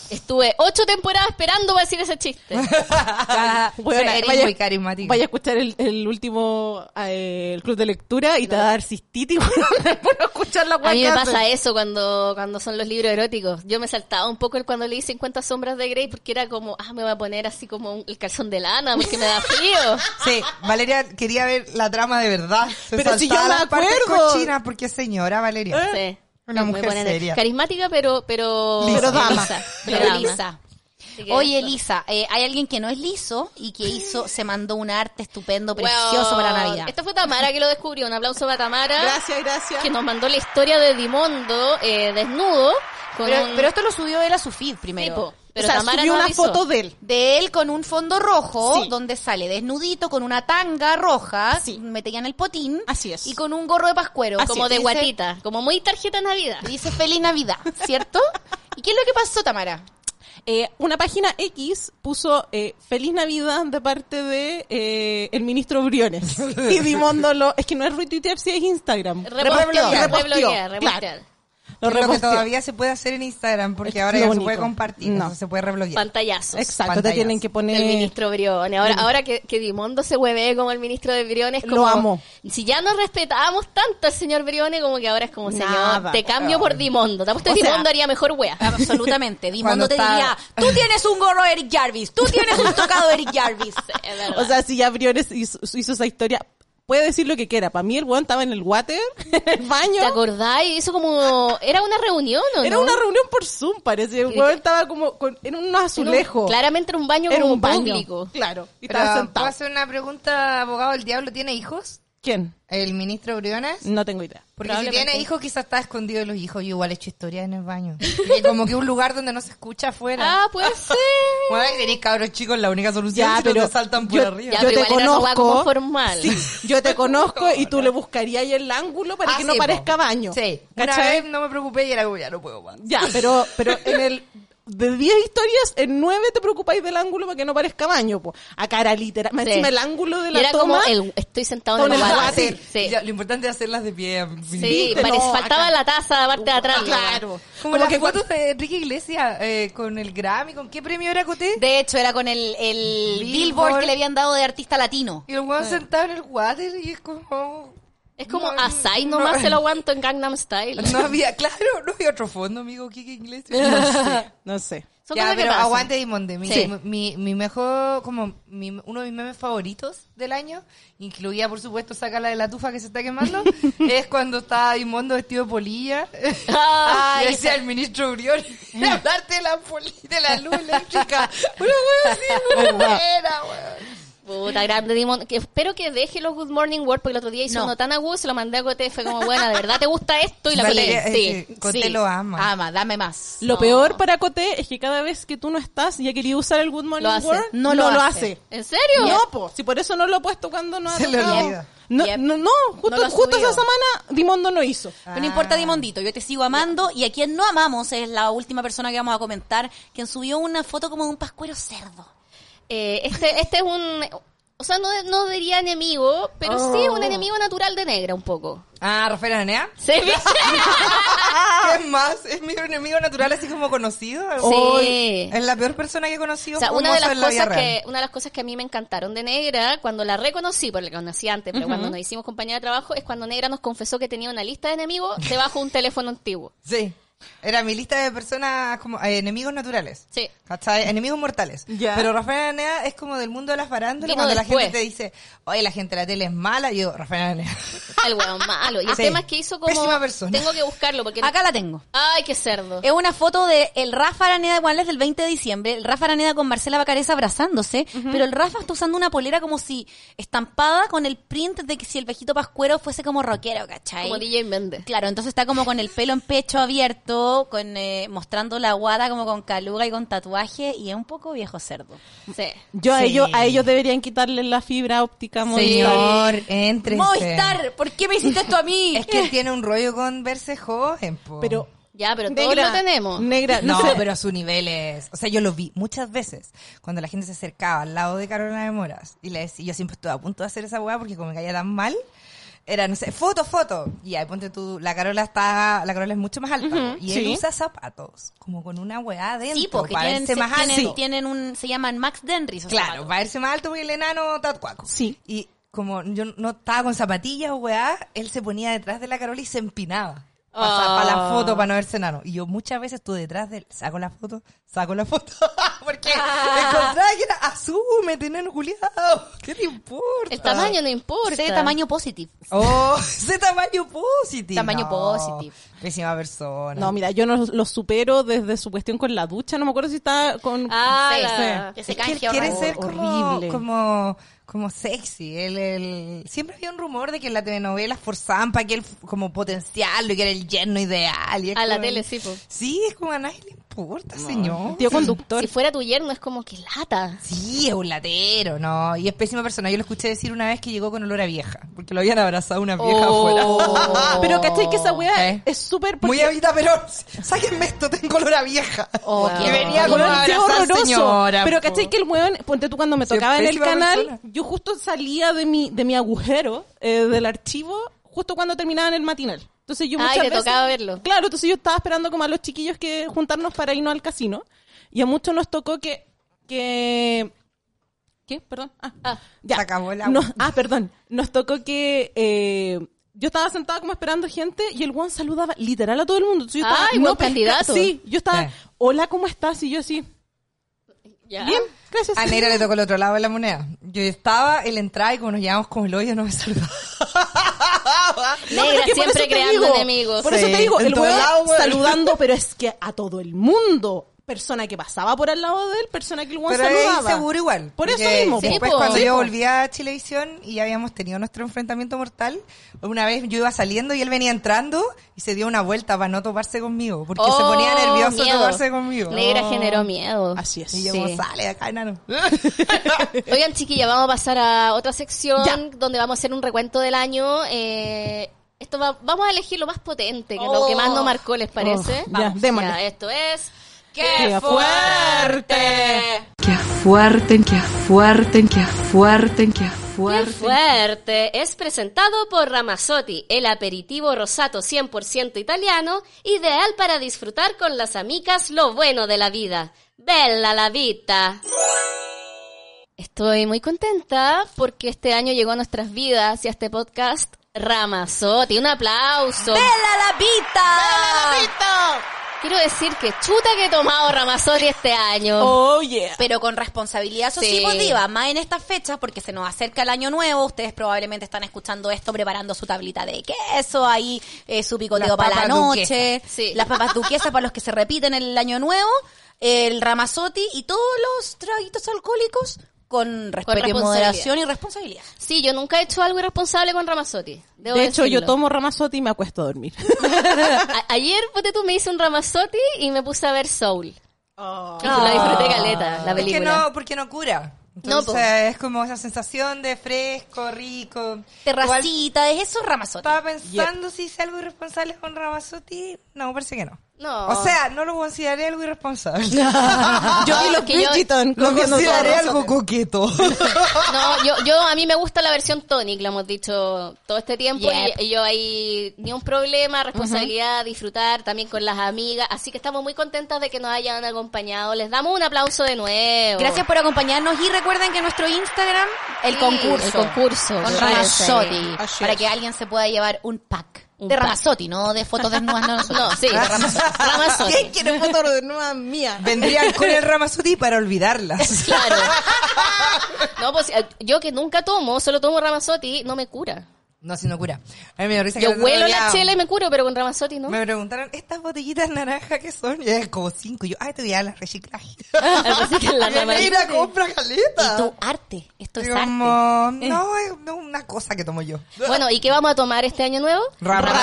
S2: Estuve ocho temporadas esperando para decir ese chiste.
S5: ya,
S4: Bueno,
S5: eres
S4: vaya-
S5: Ah, muy carismático.
S4: Vaya a escuchar el, el último eh, el club de lectura y te va a dar cistiti por por no escuchar la
S2: A mí me
S4: guacaza.
S2: pasa eso cuando, cuando son los libros eróticos. Yo me saltaba un poco el cuando leí 50 sombras de Grey porque era como, ah, me voy a poner así como un- el calzón de lana porque me da frío.
S5: Sí, Valeria quería ver la trama de verdad. Se
S4: Pero si yo
S5: saltaba
S4: me
S5: las partes
S4: acuerdo. Ah.
S5: cochinas, porque señora Valeria.
S2: Sí.
S5: Una
S2: Me
S5: mujer
S2: ponen-
S5: seria.
S2: Carismática, pero... Pero,
S5: Lisa. Pero dama.
S2: lisa, pero
S3: Pero
S2: dama.
S3: Lisa.
S2: Así que
S3: Oye,
S2: eso.
S3: Elisa, eh, hay alguien que no es liso y que hizo, se mandó un arte estupendo,
S2: Wow.
S3: precioso para Navidad.
S2: Esto fue Tamara que lo descubrió. Un aplauso para Tamara.
S4: Gracias, gracias.
S2: Que nos mandó la historia de Dimondo eh, desnudo. Con
S3: Pero,
S2: un-
S3: pero esto lo subió él a su feed primero.
S2: po, pero
S3: o sea,
S2: Tamara
S3: subió
S2: no
S3: una
S2: avisó.
S3: foto de él. De él con un fondo rojo,
S4: Sí.
S3: donde sale desnudito con una tanga roja,
S4: Sí.
S3: metía en el potín.
S4: Así es.
S3: Y con un gorro de pascuero.
S4: Así
S2: como
S4: es,
S2: de
S3: Dice-
S2: guatita. Como muy tarjeta Navidad.
S3: Dice Feliz Navidad, ¿cierto? ¿Y qué es lo que pasó, Tamara?
S4: Eh, una página X puso eh, Feliz Navidad de parte de eh, el ministro Briones. y Dimondo lo... Es que no es retuitear, si es Instagram.
S2: Repostear,
S4: Reposteó,
S2: rebloquear,
S4: claro.
S2: repostear.
S4: Lo
S5: Que es lo que
S4: reposteó.
S5: todavía se puede hacer en Instagram, porque
S4: Es
S5: ahora
S4: lo
S5: ya se
S4: bonito.
S5: puede compartir,
S4: No.
S5: no se puede rebloquear.
S2: Pantallazos.
S4: Exacto, te
S5: Pantallas.
S4: tienen que poner...
S2: El ministro Briones. Ahora, ahora que, que Dimondo se hueve como el ministro de Briones, como,
S4: Lo amo.
S2: Si ya no respetábamos tanto al señor Briones, como que ahora es como, señor,
S4: Nada,
S2: te cambio por Dimondo. Te apuesto
S4: O
S2: que
S4: sea-
S2: Dimondo haría mejor wea.
S3: Absolutamente. Dimondo
S5: Cuando
S3: te
S5: estaba-
S3: diría, tú tienes un gorro Eric Jarvis, tú tienes un tocado Eric Jarvis.
S2: Es verdad.
S4: O sea, si ya Briones hizo, hizo esa historia, puede decir lo que quiera. Para mí el weón estaba en el water, en el baño.
S2: ¿Te acordáis? Eso como... Era una reunión, ¿o
S4: Era
S2: no?
S4: una reunión por Zoom, parece. El weón estaba como con- en un
S2: Era un-
S4: azulejo.
S2: Claramente era un baño
S4: Era
S2: como
S4: un baño.
S2: público.
S4: Claro. Y estaba
S5: Pero, ¿Puedo
S4: sentado.
S5: hacer una pregunta, abogado del diablo? ¿Tiene hijos?
S4: ¿Quién?
S5: ¿El ministro Briones?
S4: No tengo idea.
S5: Porque si tiene hijos, quizás está escondido de los hijos. Yo igual he hecho historia en el baño. Y como que un lugar donde no se escucha afuera.
S2: Ah, puede ser.
S5: Bueno, ahí tenéis cabros chicos, la única solución
S4: Ya,
S5: si no
S4: pero
S5: te saltan por
S4: yo-
S5: arriba.
S2: Ya,
S4: Yo
S2: pero
S4: te
S2: igual era una wea como
S4: conozco.
S2: formal.
S4: Sí, yo te conozco y tú le buscarías el ángulo para
S5: Ah,
S4: que no
S5: sí, po.
S4: parezca baño.
S5: Sí. Una
S4: ¿Cachai?
S5: vez no me preocupé y era como, ya no puedo más.
S4: Ya, pero, pero en el. De 10 historias, en 9 te preocupáis del ángulo para que no parezca baño, po. A cara literal. Más
S2: Sí.
S4: encima el ángulo de
S2: Y
S4: la
S2: era
S4: toma.
S2: como el... Estoy sentado
S4: con
S2: en el
S4: el
S2: water.
S4: water.
S2: Sí.
S5: Ya, lo importante es hacerlas de pie.
S2: Sí,
S4: Viste,
S2: parece-
S4: no,
S2: faltaba
S4: acá. Ah,
S2: la taza de la parte de atrás. ¿no?
S4: Claro.
S5: Como,
S4: Como
S5: las
S4: que cuando-
S5: fotos de Enrique Iglesias eh, con el Grammy, ¿con qué premio era Coté?
S3: De hecho, era con el, el
S5: Billboard.
S3: billboard que le habían dado de artista latino.
S5: Y el weón sentado en el water y es como...
S2: Ah. Es como
S5: No,
S2: Asai
S5: no-
S2: nomás se lo aguanto en Gangnam Style.
S5: No había, claro, no había otro fondo, amigo, Kike Iglesias.
S4: No sé.
S2: Son
S5: ya,
S2: cosas que
S5: pero
S2: pasan.
S5: aguante Dimonde. Mi,
S2: Sí.
S5: mi, mi mejor, como mi- uno de mis memes favoritos del año, incluía por supuesto sacarla de la tufa que se está quemando, es cuando está Dimondo vestido de polilla.
S2: Ay,
S5: y decía el ministro Uriol,
S2: Ah.
S5: hablarte de la, poli- de la luz eléctrica. Una wea así, muy buena, wea.
S2: Puta, grande Dimon. Que espero que deje los Good Morning World porque el otro día hizo
S3: No.
S2: uno tan agudo, se lo mandé a Coté. Fue como, bueno, ¿de verdad te gusta esto? Y la
S5: Valeria,
S2: Coté,
S5: eh,
S2: sí.
S5: Coté
S2: sí.
S5: lo ama.
S3: Ama, dame más.
S4: Lo
S2: No.
S4: peor para Coté es que cada vez que tú no estás y ha querido usar el Good Morning
S2: Lo hace.
S4: World,
S3: No
S4: no,
S3: lo
S4: lo,
S3: hace.
S4: hace.
S2: ¿En serio?
S4: No, po. Si por eso no lo he puesto cuando no ha
S5: Se le
S4: tocado.
S5: olvida.
S4: No,
S2: Yep.
S4: no, no,
S3: No
S4: justo,
S3: lo ha
S4: justo
S3: subido.
S4: esa semana Dimondo no hizo.
S3: Pero no importa, Dimondito, yo te sigo amando y a quien no amamos es la última persona que vamos a comentar, quien subió una foto como de un pascuero cerdo.
S2: Eh, este, este es un... O sea, no, no diría enemigo, pero sí
S4: Oh.
S2: un enemigo natural de negra un poco.
S5: Ah, Rafael Anea.
S2: ¿Se viste?
S5: Es más, es mi enemigo natural, así como conocido.
S2: Sí.
S5: Es la peor persona que he conocido.
S2: O sea,
S5: como
S2: una de,
S5: mozo
S2: las
S5: en la vida
S2: cosas
S5: real.
S2: que, una de las cosas que a mí me encantaron de Negra, cuando la reconocí, porque la conocí antes, pero cuando nos hicimos compañía de trabajo, es cuando Negra nos confesó que tenía una lista de enemigos debajo de un teléfono antiguo.
S5: Sí. Era mi lista de personas como eh, enemigos naturales.
S2: Sí.
S5: ¿Cachai? Enemigos mortales.
S4: Ya.
S5: Pero Rafael Aranea es como del mundo de las farándulas.
S2: Vino
S5: cuando
S2: después.
S5: la gente te dice, oye, la gente de la tele es mala, yo, Rafael Aranea.
S2: El hueón malo. Y el
S5: Sí.
S2: tema es que hizo como...
S5: Pésima persona.
S2: Tengo que buscarlo porque...
S3: Acá la tengo.
S2: Ay, qué cerdo.
S3: Es una foto de el Rafa Araneda Guanles del 20 de diciembre, el Rafa Araneda con Marcela Bacareza abrazándose, pero el Rafa está usando una polera como si estampada con el print de que si el viejito pascuero fuese como rockero, ¿cachai?
S2: Como DJ Méndez.
S3: Claro, entonces está como con el pelo en pecho abierto, con eh, mostrando la guada como con caluga y con tatuaje y es un poco viejo cerdo.
S2: Sí.
S4: Yo a
S5: Sí.
S4: ellos, a ellos deberían quitarle la fibra óptica Movistar.
S5: Señor, entre.
S3: Movistar, ¿por qué me hiciste esto a mí?
S5: Es que él tiene un rollo con verse joven, po.
S4: Pero
S2: Ya, pero todos
S4: negra,
S2: lo tenemos.
S4: Negra,
S5: No,
S4: no, sé.
S5: pero su nivel es... O sea, yo lo vi muchas veces cuando la gente se acercaba al lado de Carolina de Moras. Y le decía, yo siempre estuve a punto de hacer esa weá porque como me caía tan mal, era, no sé, foto, foto. Y ahí ponte tú, la Carola está... La Carola es mucho más alta. po, y él
S4: sí.
S5: usa zapatos, como con una weá adentro.
S3: sí, porque
S5: para
S3: tienen,
S5: verse más
S3: tienen-
S5: alto.
S3: tienen un, se llaman Max Denris. o sea,
S5: Claro, para verse más alto porque el enano está cuaco.
S4: Sí.
S5: Y como yo no estaba con zapatillas o weá, él se ponía detrás de la Carola y se empinaba. Para,
S2: Ah.
S5: la foto, para no verse enano. Y yo muchas veces tú detrás del saco la foto, saco la foto. Porque encontraba que era asúmete, nano culiado. ¿Qué te importa?
S2: El tamaño no importa.
S3: Sé de tamaño positive.
S5: Oh, ese tamaño positivo.
S3: Tamaño positive.
S5: Pésima persona.
S4: No, mira, yo no lo supero desde su cuestión con la ducha. No me acuerdo si está con.
S2: Ah,
S3: Sí,
S2: la-
S3: sí.
S2: que
S5: Es que él quiere ser como,
S4: horrible.
S5: como como sexy. Él, él- Siempre había un rumor de que en la telenovela forzaban para que él f- como potenciarlo y que era el yerno ideal. y es
S2: A la
S5: como-
S2: tele, sí, po.
S5: Sí, es como a nadie le importa, señor.
S4: Tío conductor.
S2: Si fuera tu yerno es como que lata.
S5: Sí, es un latero, no. Y es pésima persona. Yo lo escuché decir una vez que llegó con olor a vieja. Porque lo habían abrazado una vieja
S2: Oh.
S5: afuera.
S4: Pero ¿cachai que esa weá
S5: Sí.
S4: es súper.
S5: Muy
S4: porque-
S5: Evita Perón, sáquenme esto, tengo olor a vieja.
S2: Oh,
S5: Que
S2: qué
S5: venía como
S4: Weón,
S5: a
S4: qué
S5: abrazar,
S4: horroroso.
S5: señora,
S4: pero
S5: po.
S4: ¿cachai que el weón, ponte tú cuando me
S5: Sí,
S4: tocaba en el
S5: pésima
S4: canal,
S5: persona.
S4: yo justo salía de mi, de mi agujero, eh, del archivo, justo cuando terminaban el matinal. Entonces yo
S2: Ay,
S4: muchas
S2: te
S4: veces-
S2: tocaba verlo.
S4: Claro, entonces yo estaba esperando como a los chiquillos que juntarnos para irnos al casino. Y a muchos nos tocó que, que ¿Qué? Perdón. Ah,
S2: Ah.
S4: ya.
S5: Se acabó la-
S4: No, ah, perdón. Nos tocó que eh, yo estaba sentada como esperando gente y el Juan saludaba literal a todo el mundo. Entonces yo estaba,
S2: Ay, weón,
S4: pesca-
S2: candidato.
S4: Sí, yo estaba,
S5: Sí.
S4: hola, ¿cómo estás? Y yo así,
S2: Ya.
S4: bien, gracias.
S2: Ah,
S5: A Neira le tocó el otro lado de la moneda. Yo estaba, él entraba y como nos llevábamos con el hoyo, no me saludaba.
S4: No, pero
S2: Negra
S4: es que por eso
S2: siempre
S4: te
S2: creando
S4: digo,
S2: enemigos.
S4: Por
S5: Sí,
S4: eso te digo,
S5: en
S4: el
S5: todo
S4: weón
S5: lado, weón.
S4: saludando, pero es que a todo el mundo. Persona que pasaba por al lado de él, persona que el weón
S5: Pero es
S4: saludaba.
S5: inseguro igual.
S4: Por eso
S5: porque
S4: mismo. pues,
S5: Después,
S2: po.
S5: cuando
S2: Sí,
S5: yo
S2: po.
S5: volví a Chilevisión y ya habíamos tenido nuestro enfrentamiento mortal, una vez yo iba saliendo y él venía entrando y se dio una vuelta para no toparse conmigo, porque se
S2: Oh,
S5: ponía nervioso
S2: miedo.
S5: toparse conmigo. Oh.
S2: Negra generó miedo.
S4: Así es.
S5: Y yo,
S2: Sí.
S5: como, sale de acá, enano.
S2: Oigan, chiquilla, vamos a pasar a otra sección donde vamos a hacer un recuento del año. Eh, esto va- vamos a elegir lo más potente, que lo que más nos marcó, ¿les parece?
S4: Oh, ya,
S2: Vamos.
S4: démosle.
S2: Ya, esto es...
S4: ¡Qué fuerte!
S9: Que fuerten, que fuerten, que fuerten, que
S2: ¡Qué
S9: fuerten.
S2: fuerte! Es presentado por Ramazzotti, el aperitivo rosato 100% italiano, ideal para disfrutar con las amigas lo bueno de la vida. ¡Bella la vita! Estoy muy contenta porque este año llegó a nuestras vidas y a este podcast Ramazzotti. ¡Un aplauso! Ah.
S3: ¡Bella la vida!
S2: Quiero decir que chuta que he tomado Ramazzotti este año.
S4: Oh, yeah.
S3: Pero con responsabilidad, eso sí,
S2: Sí.
S3: pues, diva, más en estas fechas, porque se nos acerca el año nuevo, ustedes probablemente están escuchando esto, preparando su tablita de queso, ahí eh, su picoteo
S5: Las
S3: para la
S5: papas
S3: noche,
S2: duquesas. Sí.
S3: las papas duquesas para los que se repiten el año nuevo, el ramazotti y todos los traguitos alcohólicos con respeto y
S2: responsabilidad.
S3: moderación y responsabilidad.
S2: Sí, yo nunca he hecho algo irresponsable con Ramazzotti. debo
S4: De hecho, yo
S2: decirlo.
S4: tomo ramazotti y me acuesto a dormir.
S2: A- ayer, ponte tú, me hice un Ramazzotti y me puse a ver Soul.
S5: Ah.
S2: Y La disfruté caleta, la
S5: es que
S2: película.
S5: no, porque no cura. Entonces,
S2: po.
S5: es como esa sensación de fresco, rico. Igual
S3: Terracita, es eso ramazotti.
S5: Estaba pensando si hice algo irresponsable con Ramazotti. No, parece que no.
S2: No.
S5: O sea, no lo consideré algo irresponsable.
S4: yo vi los
S2: que yo-
S4: Bridgerton
S5: Lo
S4: cogiendo todo
S5: consideré
S4: ramazotti.
S5: algo coqueto. oh,
S2: No, yo, yo, a mí me gusta la versión tonic, la hemos dicho todo este tiempo.
S3: Yep.
S2: Y, y yo ahí, ni un problema, responsabilidad, disfrutar también con las amigas. Así que estamos muy contentas de que nos hayan acompañado. Les damos un aplauso de nuevo.
S3: Gracias por acompañarnos y recuerden que nuestro Instagram, el
S2: Sí,
S3: concurso.
S2: Oh. el concurso.
S3: Con
S2: Sí,
S3: Ramazotti.
S2: sí.
S4: Así
S3: Para
S4: es.
S3: que alguien se pueda llevar un pack.
S2: Un
S3: de
S2: pack.
S3: Ramazotti, no de fotos desnudas. No, nosotros.
S2: No, sí, Ramazzotti. Ramazzotti.
S4: quiere foto de nueva mía?
S5: Vendrían con el Ramazotti para olvidarlas.
S2: Claro. No, pues eh, yo que nunca tomo, solo tomo Ramazzotti, no me cura.
S5: No, si no cura. A mí me dio risa que
S2: Yo
S5: el otro
S2: huelo
S5: día
S2: la chela y me curo, pero con Ramazzotti no.
S5: Me preguntaron, ¿estas botellitas naranjas qué son? Y es como cinco. Y yo, ay, te voy a dar las reciclaje.
S2: Así que la
S5: La
S2: Ramazzotti.
S5: Mira, compra
S3: Y
S2: Ah.
S5: caleta.
S3: tu arte. Esto es
S5: Y
S3: arte.
S5: como,
S2: Eh.
S5: no, es no, una cosa que tomo yo.
S2: Bueno, ¿y qué vamos a tomar este año nuevo?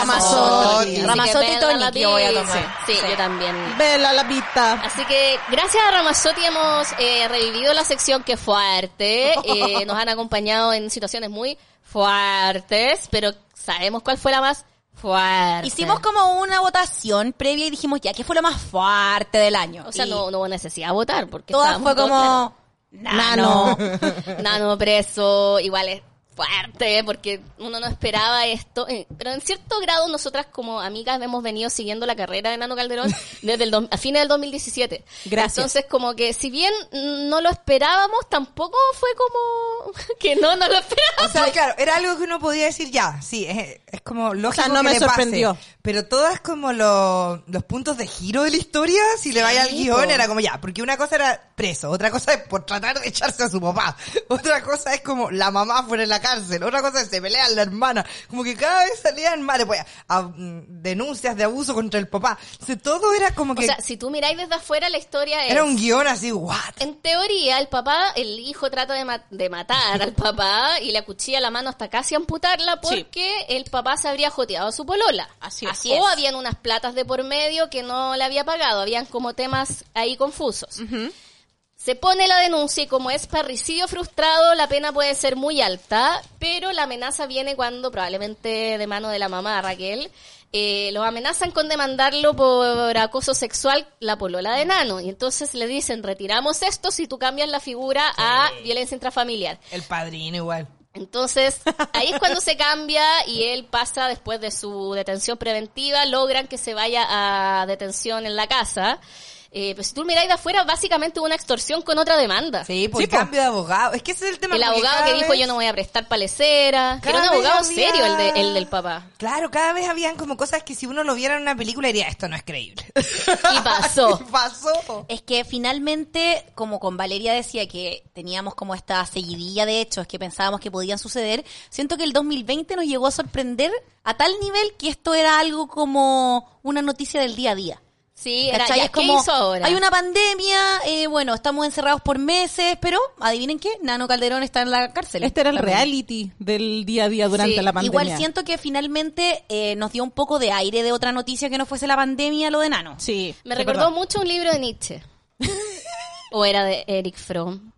S5: Ramazotti.
S2: Así que
S3: Ramazotti
S2: ven,
S3: tonic
S2: Ramazotti.
S3: yo voy a tomar.
S2: Sí, sí,
S3: Sí.
S2: yo también.
S4: Vela la pita.
S2: Así que gracias a Ramazotti hemos eh, revivido la sección que fuerte. Eh, nos han acompañado en situaciones muy fuertes, pero sabemos cuál fue la más fuerte.
S3: Hicimos como una votación previa y dijimos ya, ¿qué fue lo más fuerte del año?
S2: O sea,
S3: Y
S2: no, no hubo necesidad de votar porque
S3: Todas
S2: estábamos
S3: fue
S2: todos
S3: como. Nano.
S2: claros. Nano preso, igual es fuerte porque uno no esperaba esto. Eh, Pero en cierto grado nosotras como amigas hemos venido siguiendo la carrera de Nano Calderón desde el dos- a fines del 2017.
S4: Gracias.
S2: Entonces como que si bien mm, no lo esperábamos, tampoco fue como que no,
S5: Ah,
S2: no lo esperábamos.
S5: O sea, claro, era algo que uno podía decir ya, sí, es, es como lógico
S4: O sea, no
S5: que
S4: me
S5: le pase.
S4: sorprendió.
S5: Pero todas como lo- los puntos de giro de la historia, si le vaya al guión, era como ya, porque una cosa era preso, otra cosa es por tratar de echarse a su papá, otra cosa es como la mamá fuera en la cárcel, otra cosa es se pelean la hermana, como que cada vez salían mal, pues, a- mm, denuncias de abuso contra el papá. Entonces, todo era como
S2: O
S5: que
S2: sea, si tú miráis desde afuera, la historia es...
S5: era un guión así, what?
S2: En teoría, el papá, el hijo trata de, ma- de matar al papá y le acuchilla la mano hasta casi amputarla porque el papá se habría joteado a su polola.
S3: Así es.
S2: O habían unas platas de por medio que no le había pagado, habían como temas ahí confusos. Se pone la denuncia y como es parricidio frustrado, la pena puede ser muy alta, pero la amenaza viene cuando, probablemente de mano de la mamá Raquel, eh, los amenazan con demandarlo por acoso sexual la polola de Nano. Y entonces le dicen, retiramos esto si tú cambias la figura a violencia intrafamiliar.
S5: El padrino igual.
S2: Entonces, ahí es cuando se cambia y él pasa después de su detención preventiva, logran que se vaya a detención en la casa. Eh, pero si tú miráis de afuera, básicamente hubo una extorsión con otra demanda.
S5: Sí, por cambio de abogado. Es que ese es el tema.
S2: El
S5: porque
S2: abogado
S5: cada
S2: que dijo
S5: vez-
S2: yo no voy a prestar palecera. Que era un
S5: Cada vez
S2: abogado
S5: había-
S2: serio el, de- el del papá.
S5: Claro, cada vez habían como cosas que si uno lo viera en una película diría, esto no es creíble.
S2: Y pasó.
S5: Y pasó.
S3: Es que finalmente, como con Valeria decía que teníamos como esta seguidilla de hechos que pensábamos que podían suceder, siento que el 2020 nos llegó a sorprender a tal nivel que esto era algo como una noticia del día a día.
S2: Sí, era,
S3: ¿Cachai?
S2: ya,
S3: Es
S2: ¿qué hizo ahora?
S3: Hay una pandemia, eh, bueno, estamos encerrados por meses, pero adivinen qué, Nano Calderón está en la cárcel.
S4: Este era el
S3: También.
S4: reality del día a día durante
S2: Sí,
S4: la pandemia.
S3: Igual siento que finalmente eh, nos dio un poco de aire de otra noticia que no fuese la pandemia, lo de Nano.
S4: Sí.
S2: Me
S4: es
S2: recordó
S4: verdad.
S2: mucho un libro de Nietzsche. o era de Eric Fromm.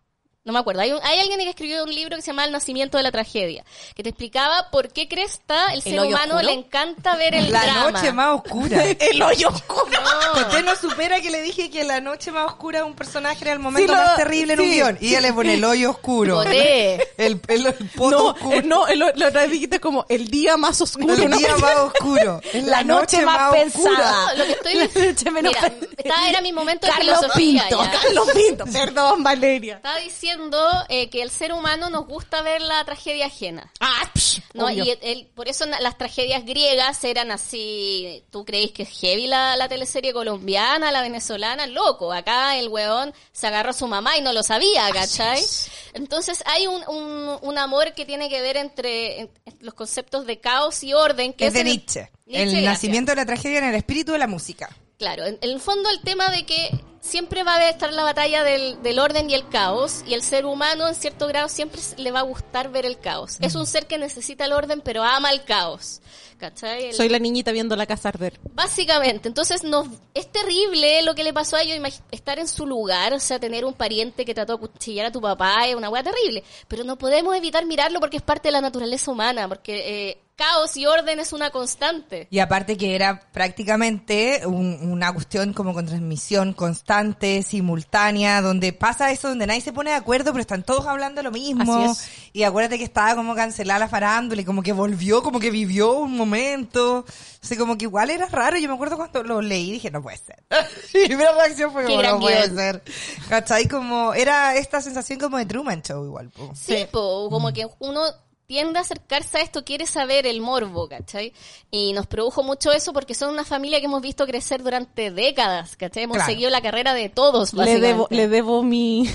S2: No me acuerdo. Hay, un- hay alguien que escribió un libro que se llama El nacimiento de la tragedia, que te explicaba por qué cresta el, ser
S3: hoyo
S2: humano
S3: oscuro?
S2: le encanta ver el
S5: la
S2: drama.
S5: noche más oscura. el hoyo oscuro.
S2: No.
S5: Conté no supera que le dije que la noche más oscura de un personaje era el momento
S4: Sí, lo-
S5: más terrible en un
S4: sí.
S5: guión. Y ella le pone el hoyo oscuro.
S2: Joder.
S5: El, el, el poto
S4: No,
S5: oscuro.
S4: eh, no, el- la otra vez dijiste como el día más oscuro.
S5: el
S4: ¿no?
S5: día más oscuro. Es la, noche, más, oscura.
S2: No, lo que estoy Mira, estaba- era mi momento de
S4: Carlos
S2: filosofía.
S4: Pinto,
S2: ya.
S4: Carlos Pinto, perdón Valeria.
S2: Estaba diciendo eh, que el ser humano nos gusta ver la tragedia ajena.
S4: Ah, psh,
S2: No,
S4: obvio.
S2: y el- el- por eso na- las tragedias griegas eran así. ¿Tú creéis que es heavy la, la teleserie colombiana, la venezolana? Loco, acá el weón se agarró a su mamá y no lo sabía, ¿cachai? Entonces hay un, un, un amor que tiene que ver entre en- los conceptos de caos y orden. Que
S5: Es de
S2: en el-
S5: Nietzsche.
S2: Nietzsche,
S5: el
S2: gracias.
S5: nacimiento de la tragedia en el espíritu de la música.
S2: Claro, en, en el fondo el tema de que siempre va a estar la batalla del, del orden y el caos, y el ser humano en cierto grado siempre s- le va a gustar ver el caos. Es un ser que necesita el orden, pero ama el caos. ¿Cachai? El-
S4: Soy la niñita viendo la casa arder.
S2: Básicamente, entonces nos, es terrible lo que le pasó a ellos, imag- estar en su lugar, o sea, tener un pariente que trató de cuchillar a tu papá es una hueá terrible, pero no podemos evitar mirarlo porque es parte de la naturaleza humana, porque eh, caos y orden es una constante.
S5: Y aparte que era prácticamente un- una cuestión como con transmisión constante, simultánea, donde pasa eso, donde nadie se pone de acuerdo, pero están todos hablando lo mismo.
S4: Así
S5: Y acuérdate que estaba como cancelada la farándula y como que volvió, como que vivió un momento. O sea, como que igual era raro. Yo me acuerdo cuando lo leí dije, no puede ser. Y mi primera reacción fue
S2: Qué
S5: como,
S2: gran
S5: no puede
S2: guión".
S5: ser. ¿Cachai? Como era esta sensación como de Truman Show igual. po.
S2: Sí, po, como que uno tiende a acercarse a esto, quiere saber el morbo, ¿cachai? Y nos produjo mucho eso porque son una familia que hemos visto crecer durante décadas, ¿cachai? Hemos
S5: Claro.
S2: seguido la carrera de todos,
S4: Le
S2: básicamente.
S4: debo, le debo mi,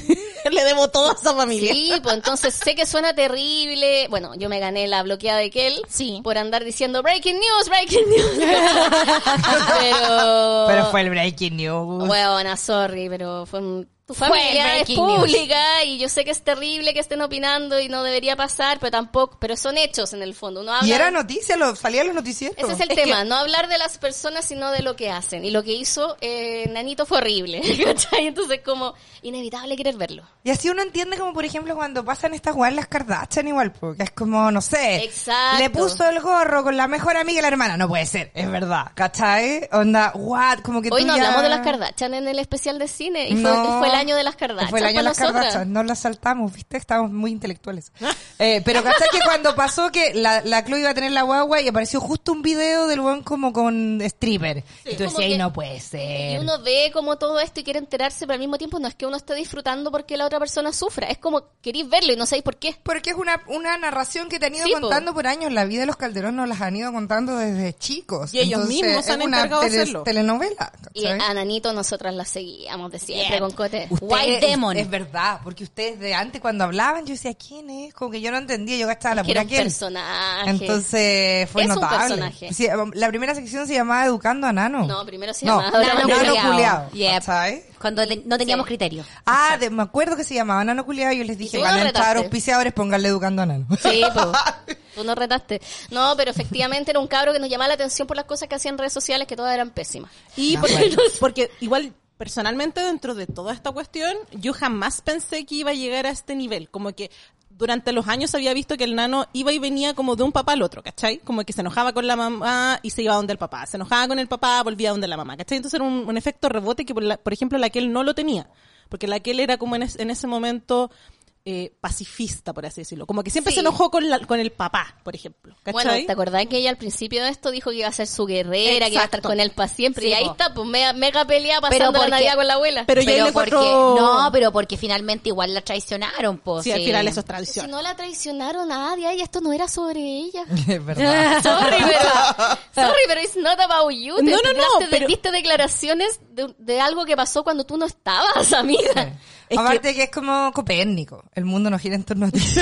S4: le debo toda esa familia.
S2: Sí, pues entonces sé que suena terrible. Bueno, yo me gané la bloqueada de Kel
S3: Sí.
S2: por andar diciendo breaking news, breaking news. pero
S5: Pero fue el breaking news.
S2: Bueno, sorry, pero fue un- tu
S3: Fue
S2: familia es
S3: breaking news.
S2: pública y yo sé que es terrible que estén opinando y no debería pasar, pero tampoco, pero son hechos en el fondo. Uno habla
S5: Y era noticia, lo, salían los noticieros.
S2: ese es el tema, no hablar de las personas, sino de lo que hacen. Y lo que hizo eh, Nanito fue horrible, ¿cachai? Entonces, como, inevitable querer verlo.
S5: Y así uno entiende como, por ejemplo, cuando pasan estas weas en las Kardashian igual, porque es como, no sé,
S2: Exacto.
S5: le puso el gorro con la mejor amiga y la hermana. No puede ser, es verdad, ¿cachai? Onda, what, como que
S2: Hoy
S5: tú
S2: no
S5: ya-
S2: hablamos de las Kardashian en el especial de cine y fue,
S5: No,
S2: fue el año de las Kardashian.
S5: Fue el año de
S2: para
S5: las
S2: nosotras.
S5: Kardashian, no las saltamos, ¿viste? Estábamos muy intelectuales. Eh, pero ¿cachai que cuando pasó que la, la Chloe iba a tener la guagua y apareció justo un video del weón como con stripper? y tú
S2: como
S5: decías,
S2: que-
S5: "Ay, no puede
S2: Y
S5: ser.
S2: uno ve como todo esto y quiere enterarse, pero al mismo tiempo no es que uno esté disfrutando porque la otra persona sufra. Es como queréis verlo y no sabéis por qué.
S5: Porque es una, una narración que te han ido
S2: Sí, po.
S5: contando por años. La vida de los Calderón nos las han ido contando desde chicos.
S4: Y ellos mismos se han
S5: es una
S4: encargado de
S5: tele-
S4: hacerlo.
S5: telenovela.
S2: Y
S5: ¿cachai?
S2: a Nanito nosotras la seguíamos de siempre con Cote.
S3: Usted-
S5: Ustedes-
S3: White Demon.
S5: Es verdad, porque ustedes de antes cuando hablaban, yo decía, ¿quién es? Como que yo no entendía, yo gastaba la
S2: Que era un
S5: pura que él.
S2: personaje.
S5: Entonces fue
S2: Es un
S5: notable.
S2: personaje.
S5: Sí, um, la primera sección se llamaba Educando a Nano.
S2: No, primero se
S5: No,
S2: llamaba
S5: Nano,
S2: Nano
S3: Culeao.
S5: Culeao,
S3: Yep.
S5: ¿cachai?
S3: Cuando te- no teníamos criterio.
S5: Ah, de- me acuerdo que se llamaba Nano Culeado y yo les dije,
S2: tú lo
S5: van a entrar
S2: retaste.
S5: auspiciadores, pónganle Educando a Nano.
S2: Sí, po. tú no retaste. No, pero efectivamente era un cabro que nos llamaba la atención por las cosas que hacía en redes sociales que todas eran pésimas.
S4: Y porque, porque igual personalmente dentro de toda esta cuestión yo jamás pensé que iba a llegar a este nivel, como que durante los años había visto que el nano iba y venía como de un papá al otro, ¿cachai? Como que se enojaba con la mamá y se iba donde el papá, se enojaba con el papá, volvía donde la mamá, ¿cachai? Entonces era un, un efecto rebote que, por, la- por ejemplo, la que él no lo tenía, porque la que él era como en, es- en ese momento eh, pacifista, por así decirlo, como que siempre
S2: Sí.
S4: se enojó con, la- con el papá, por ejemplo, ¿cachai?
S2: Bueno, ¿te acordás que ella al principio de esto dijo que iba a ser su guerrera, que iba a estar
S4: Exacto.
S2: con él para siempre?
S3: Sí,
S2: y ahí
S3: po.
S2: está, pues mega, mega pelea
S3: Pero
S2: pasando la
S3: porque-
S2: Navidad con la abuela.
S4: Pero yo ahí le
S3: porque,
S4: encuentro-
S3: no, pero porque finalmente igual la traicionaron, pues.
S4: sí, al final eso es tradición.
S2: si no la traicionaron a nadie, y esto no era sobre ella.
S5: es verdad.
S2: Sorry, pero, sorry, pero it's not about you. Te
S4: No, no, no,
S2: tiraste de-
S4: pero-
S2: diste declaraciones de, de algo que pasó cuando tú no estabas, amiga.
S4: Es
S5: Aparte que... es como Copérnico, el mundo no gira en torno a ti.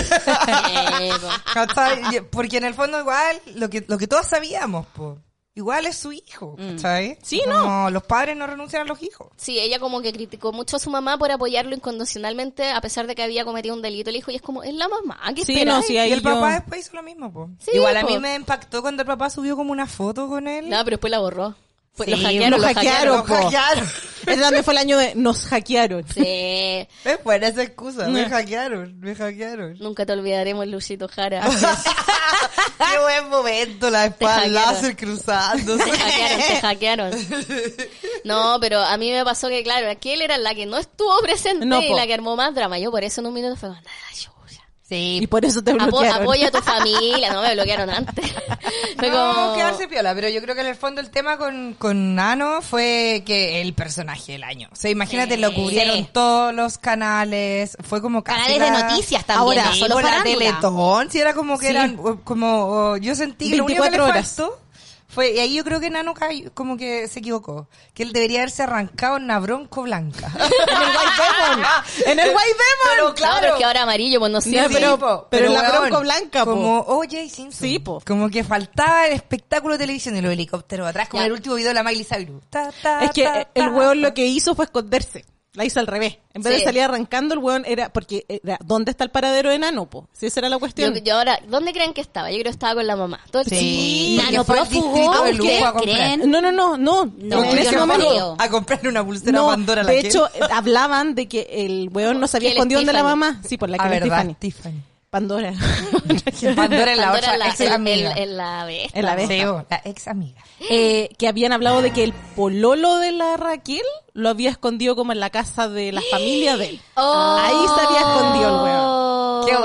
S2: Eh, po.
S5: ¿Cachai? Y- Porque en el fondo igual, lo que, lo que todos sabíamos, po, igual es su hijo,
S2: Mm.
S5: ¿cachai?
S4: Sí,
S5: Como los padres no renuncian a los hijos.
S2: Sí, ella como que criticó mucho a su mamá por apoyarlo incondicionalmente a pesar de que había cometido un delito el hijo y es como, es la mamá, ¿qué
S4: Sí,
S2: esperáis?
S4: no, sí, ahí
S5: y el
S4: yo-
S5: papá después hizo lo mismo, po.
S2: Sí,
S5: Igual a
S2: po.
S5: mí me impactó cuando el papá subió como una foto con él.
S2: No, pero después la borró. Fue-
S4: Sí,
S2: lo hackearon,
S4: lo
S2: lo
S4: hackearon,
S2: hackearon.
S5: Lo hackearon.
S4: Ese también fue el año de nos hackearon.
S2: Sí,
S5: Es buena esa excusa, me hackearon, me hackearon.
S2: nunca te olvidaremos, Luchito Jara.
S5: Qué buen momento, la espada
S2: Te hackearon.
S5: láser cruzándose.
S2: Te hackearon, te hackearon. No, pero a mí me pasó que, claro, aquel era la que no estuvo presente
S4: No,
S2: y
S4: po.
S2: la que armó más drama. Yo por eso en un minuto fue como, "Ay, chucha".
S4: Y por eso te
S2: Apo-
S4: bloquearon.
S2: apoya a tu familia, no me bloquearon antes. Fue
S5: no,
S2: como...
S5: quedarse piola, pero yo creo que en el fondo el tema con, con Nano fue que el personaje del año. O sea, imagínate, lo cubrieron
S3: Sí.
S5: todos los canales, fue como casi
S3: Canales de
S5: la-
S3: noticias también,
S5: Ahora,
S3: no solo
S5: por la
S3: farándula.
S5: Teletón, sí, era como que
S4: Sí.
S5: eran, eh, como, oh, yo sentí que lo único que le
S4: 24 horas.
S5: faltó fue, y ahí yo creo que Nano cay- como que se equivocó, que él debería haberse arrancado en una bronco blanca. en el White Demon.
S4: En el White Demon.
S5: Pero
S2: No,
S5: claro.
S2: pero es que ahora amarillo, pues no sé.
S4: No,
S5: Sí,
S4: pero-
S5: po,
S4: pero la
S5: weón,
S4: bronco blanca, po.
S5: Como O.J. Simpson.
S4: Sí, po.
S5: Como que faltaba el espectáculo de televisión y los helicópteros atrás, como
S2: Ya.
S5: el último video de la Miley Cyrus. Ta, ta,
S4: Es que
S5: ta,
S4: eh, el
S5: ta,
S4: hueón
S5: ta.
S4: lo que hizo fue esconderse. La hizo al revés. En vez de
S2: Sí.
S4: salir arrancando, el hueón era... Porque era, ¿dónde está el paradero de Nano, po? Si esa era la
S2: Yo,
S4: cuestión.
S2: yo ahora, ¿dónde creen que estaba? Yo creo que estaba con la mamá. Todo el
S5: Sí,
S3: Nano
S5: que fue al
S3: prófugo,
S5: distrito de
S3: ¿ustedes
S5: lujo a comprar.
S3: creen?
S4: No, no, no, no.
S3: No,
S4: en
S3: yo
S4: ese
S3: no
S4: momento...
S3: creo.
S5: A comprar una pulsera
S4: No,
S5: Pandora. la
S4: de
S5: que-
S4: hecho, eh, hablaban de que el hueón no se había
S2: Que el
S4: escondido donde la
S2: Stephanie.
S4: mamá. Sí, por la
S5: a
S4: que era
S5: Ah, verdad,
S4: Tiffany.
S5: Tiffany.
S4: Pandora.
S5: Pandora es la
S2: Pandora
S5: otra
S2: en la-
S5: ex
S2: en-
S5: amiga.
S2: en- en la bestia.
S4: en la vez.
S5: Teo, la ex amiga.
S4: eh, que habían hablado de que el pololo de la Raquel lo había escondido como en la casa de la familia de él.
S3: Oh.
S4: Ahí se había escondido el hueón.
S5: Qué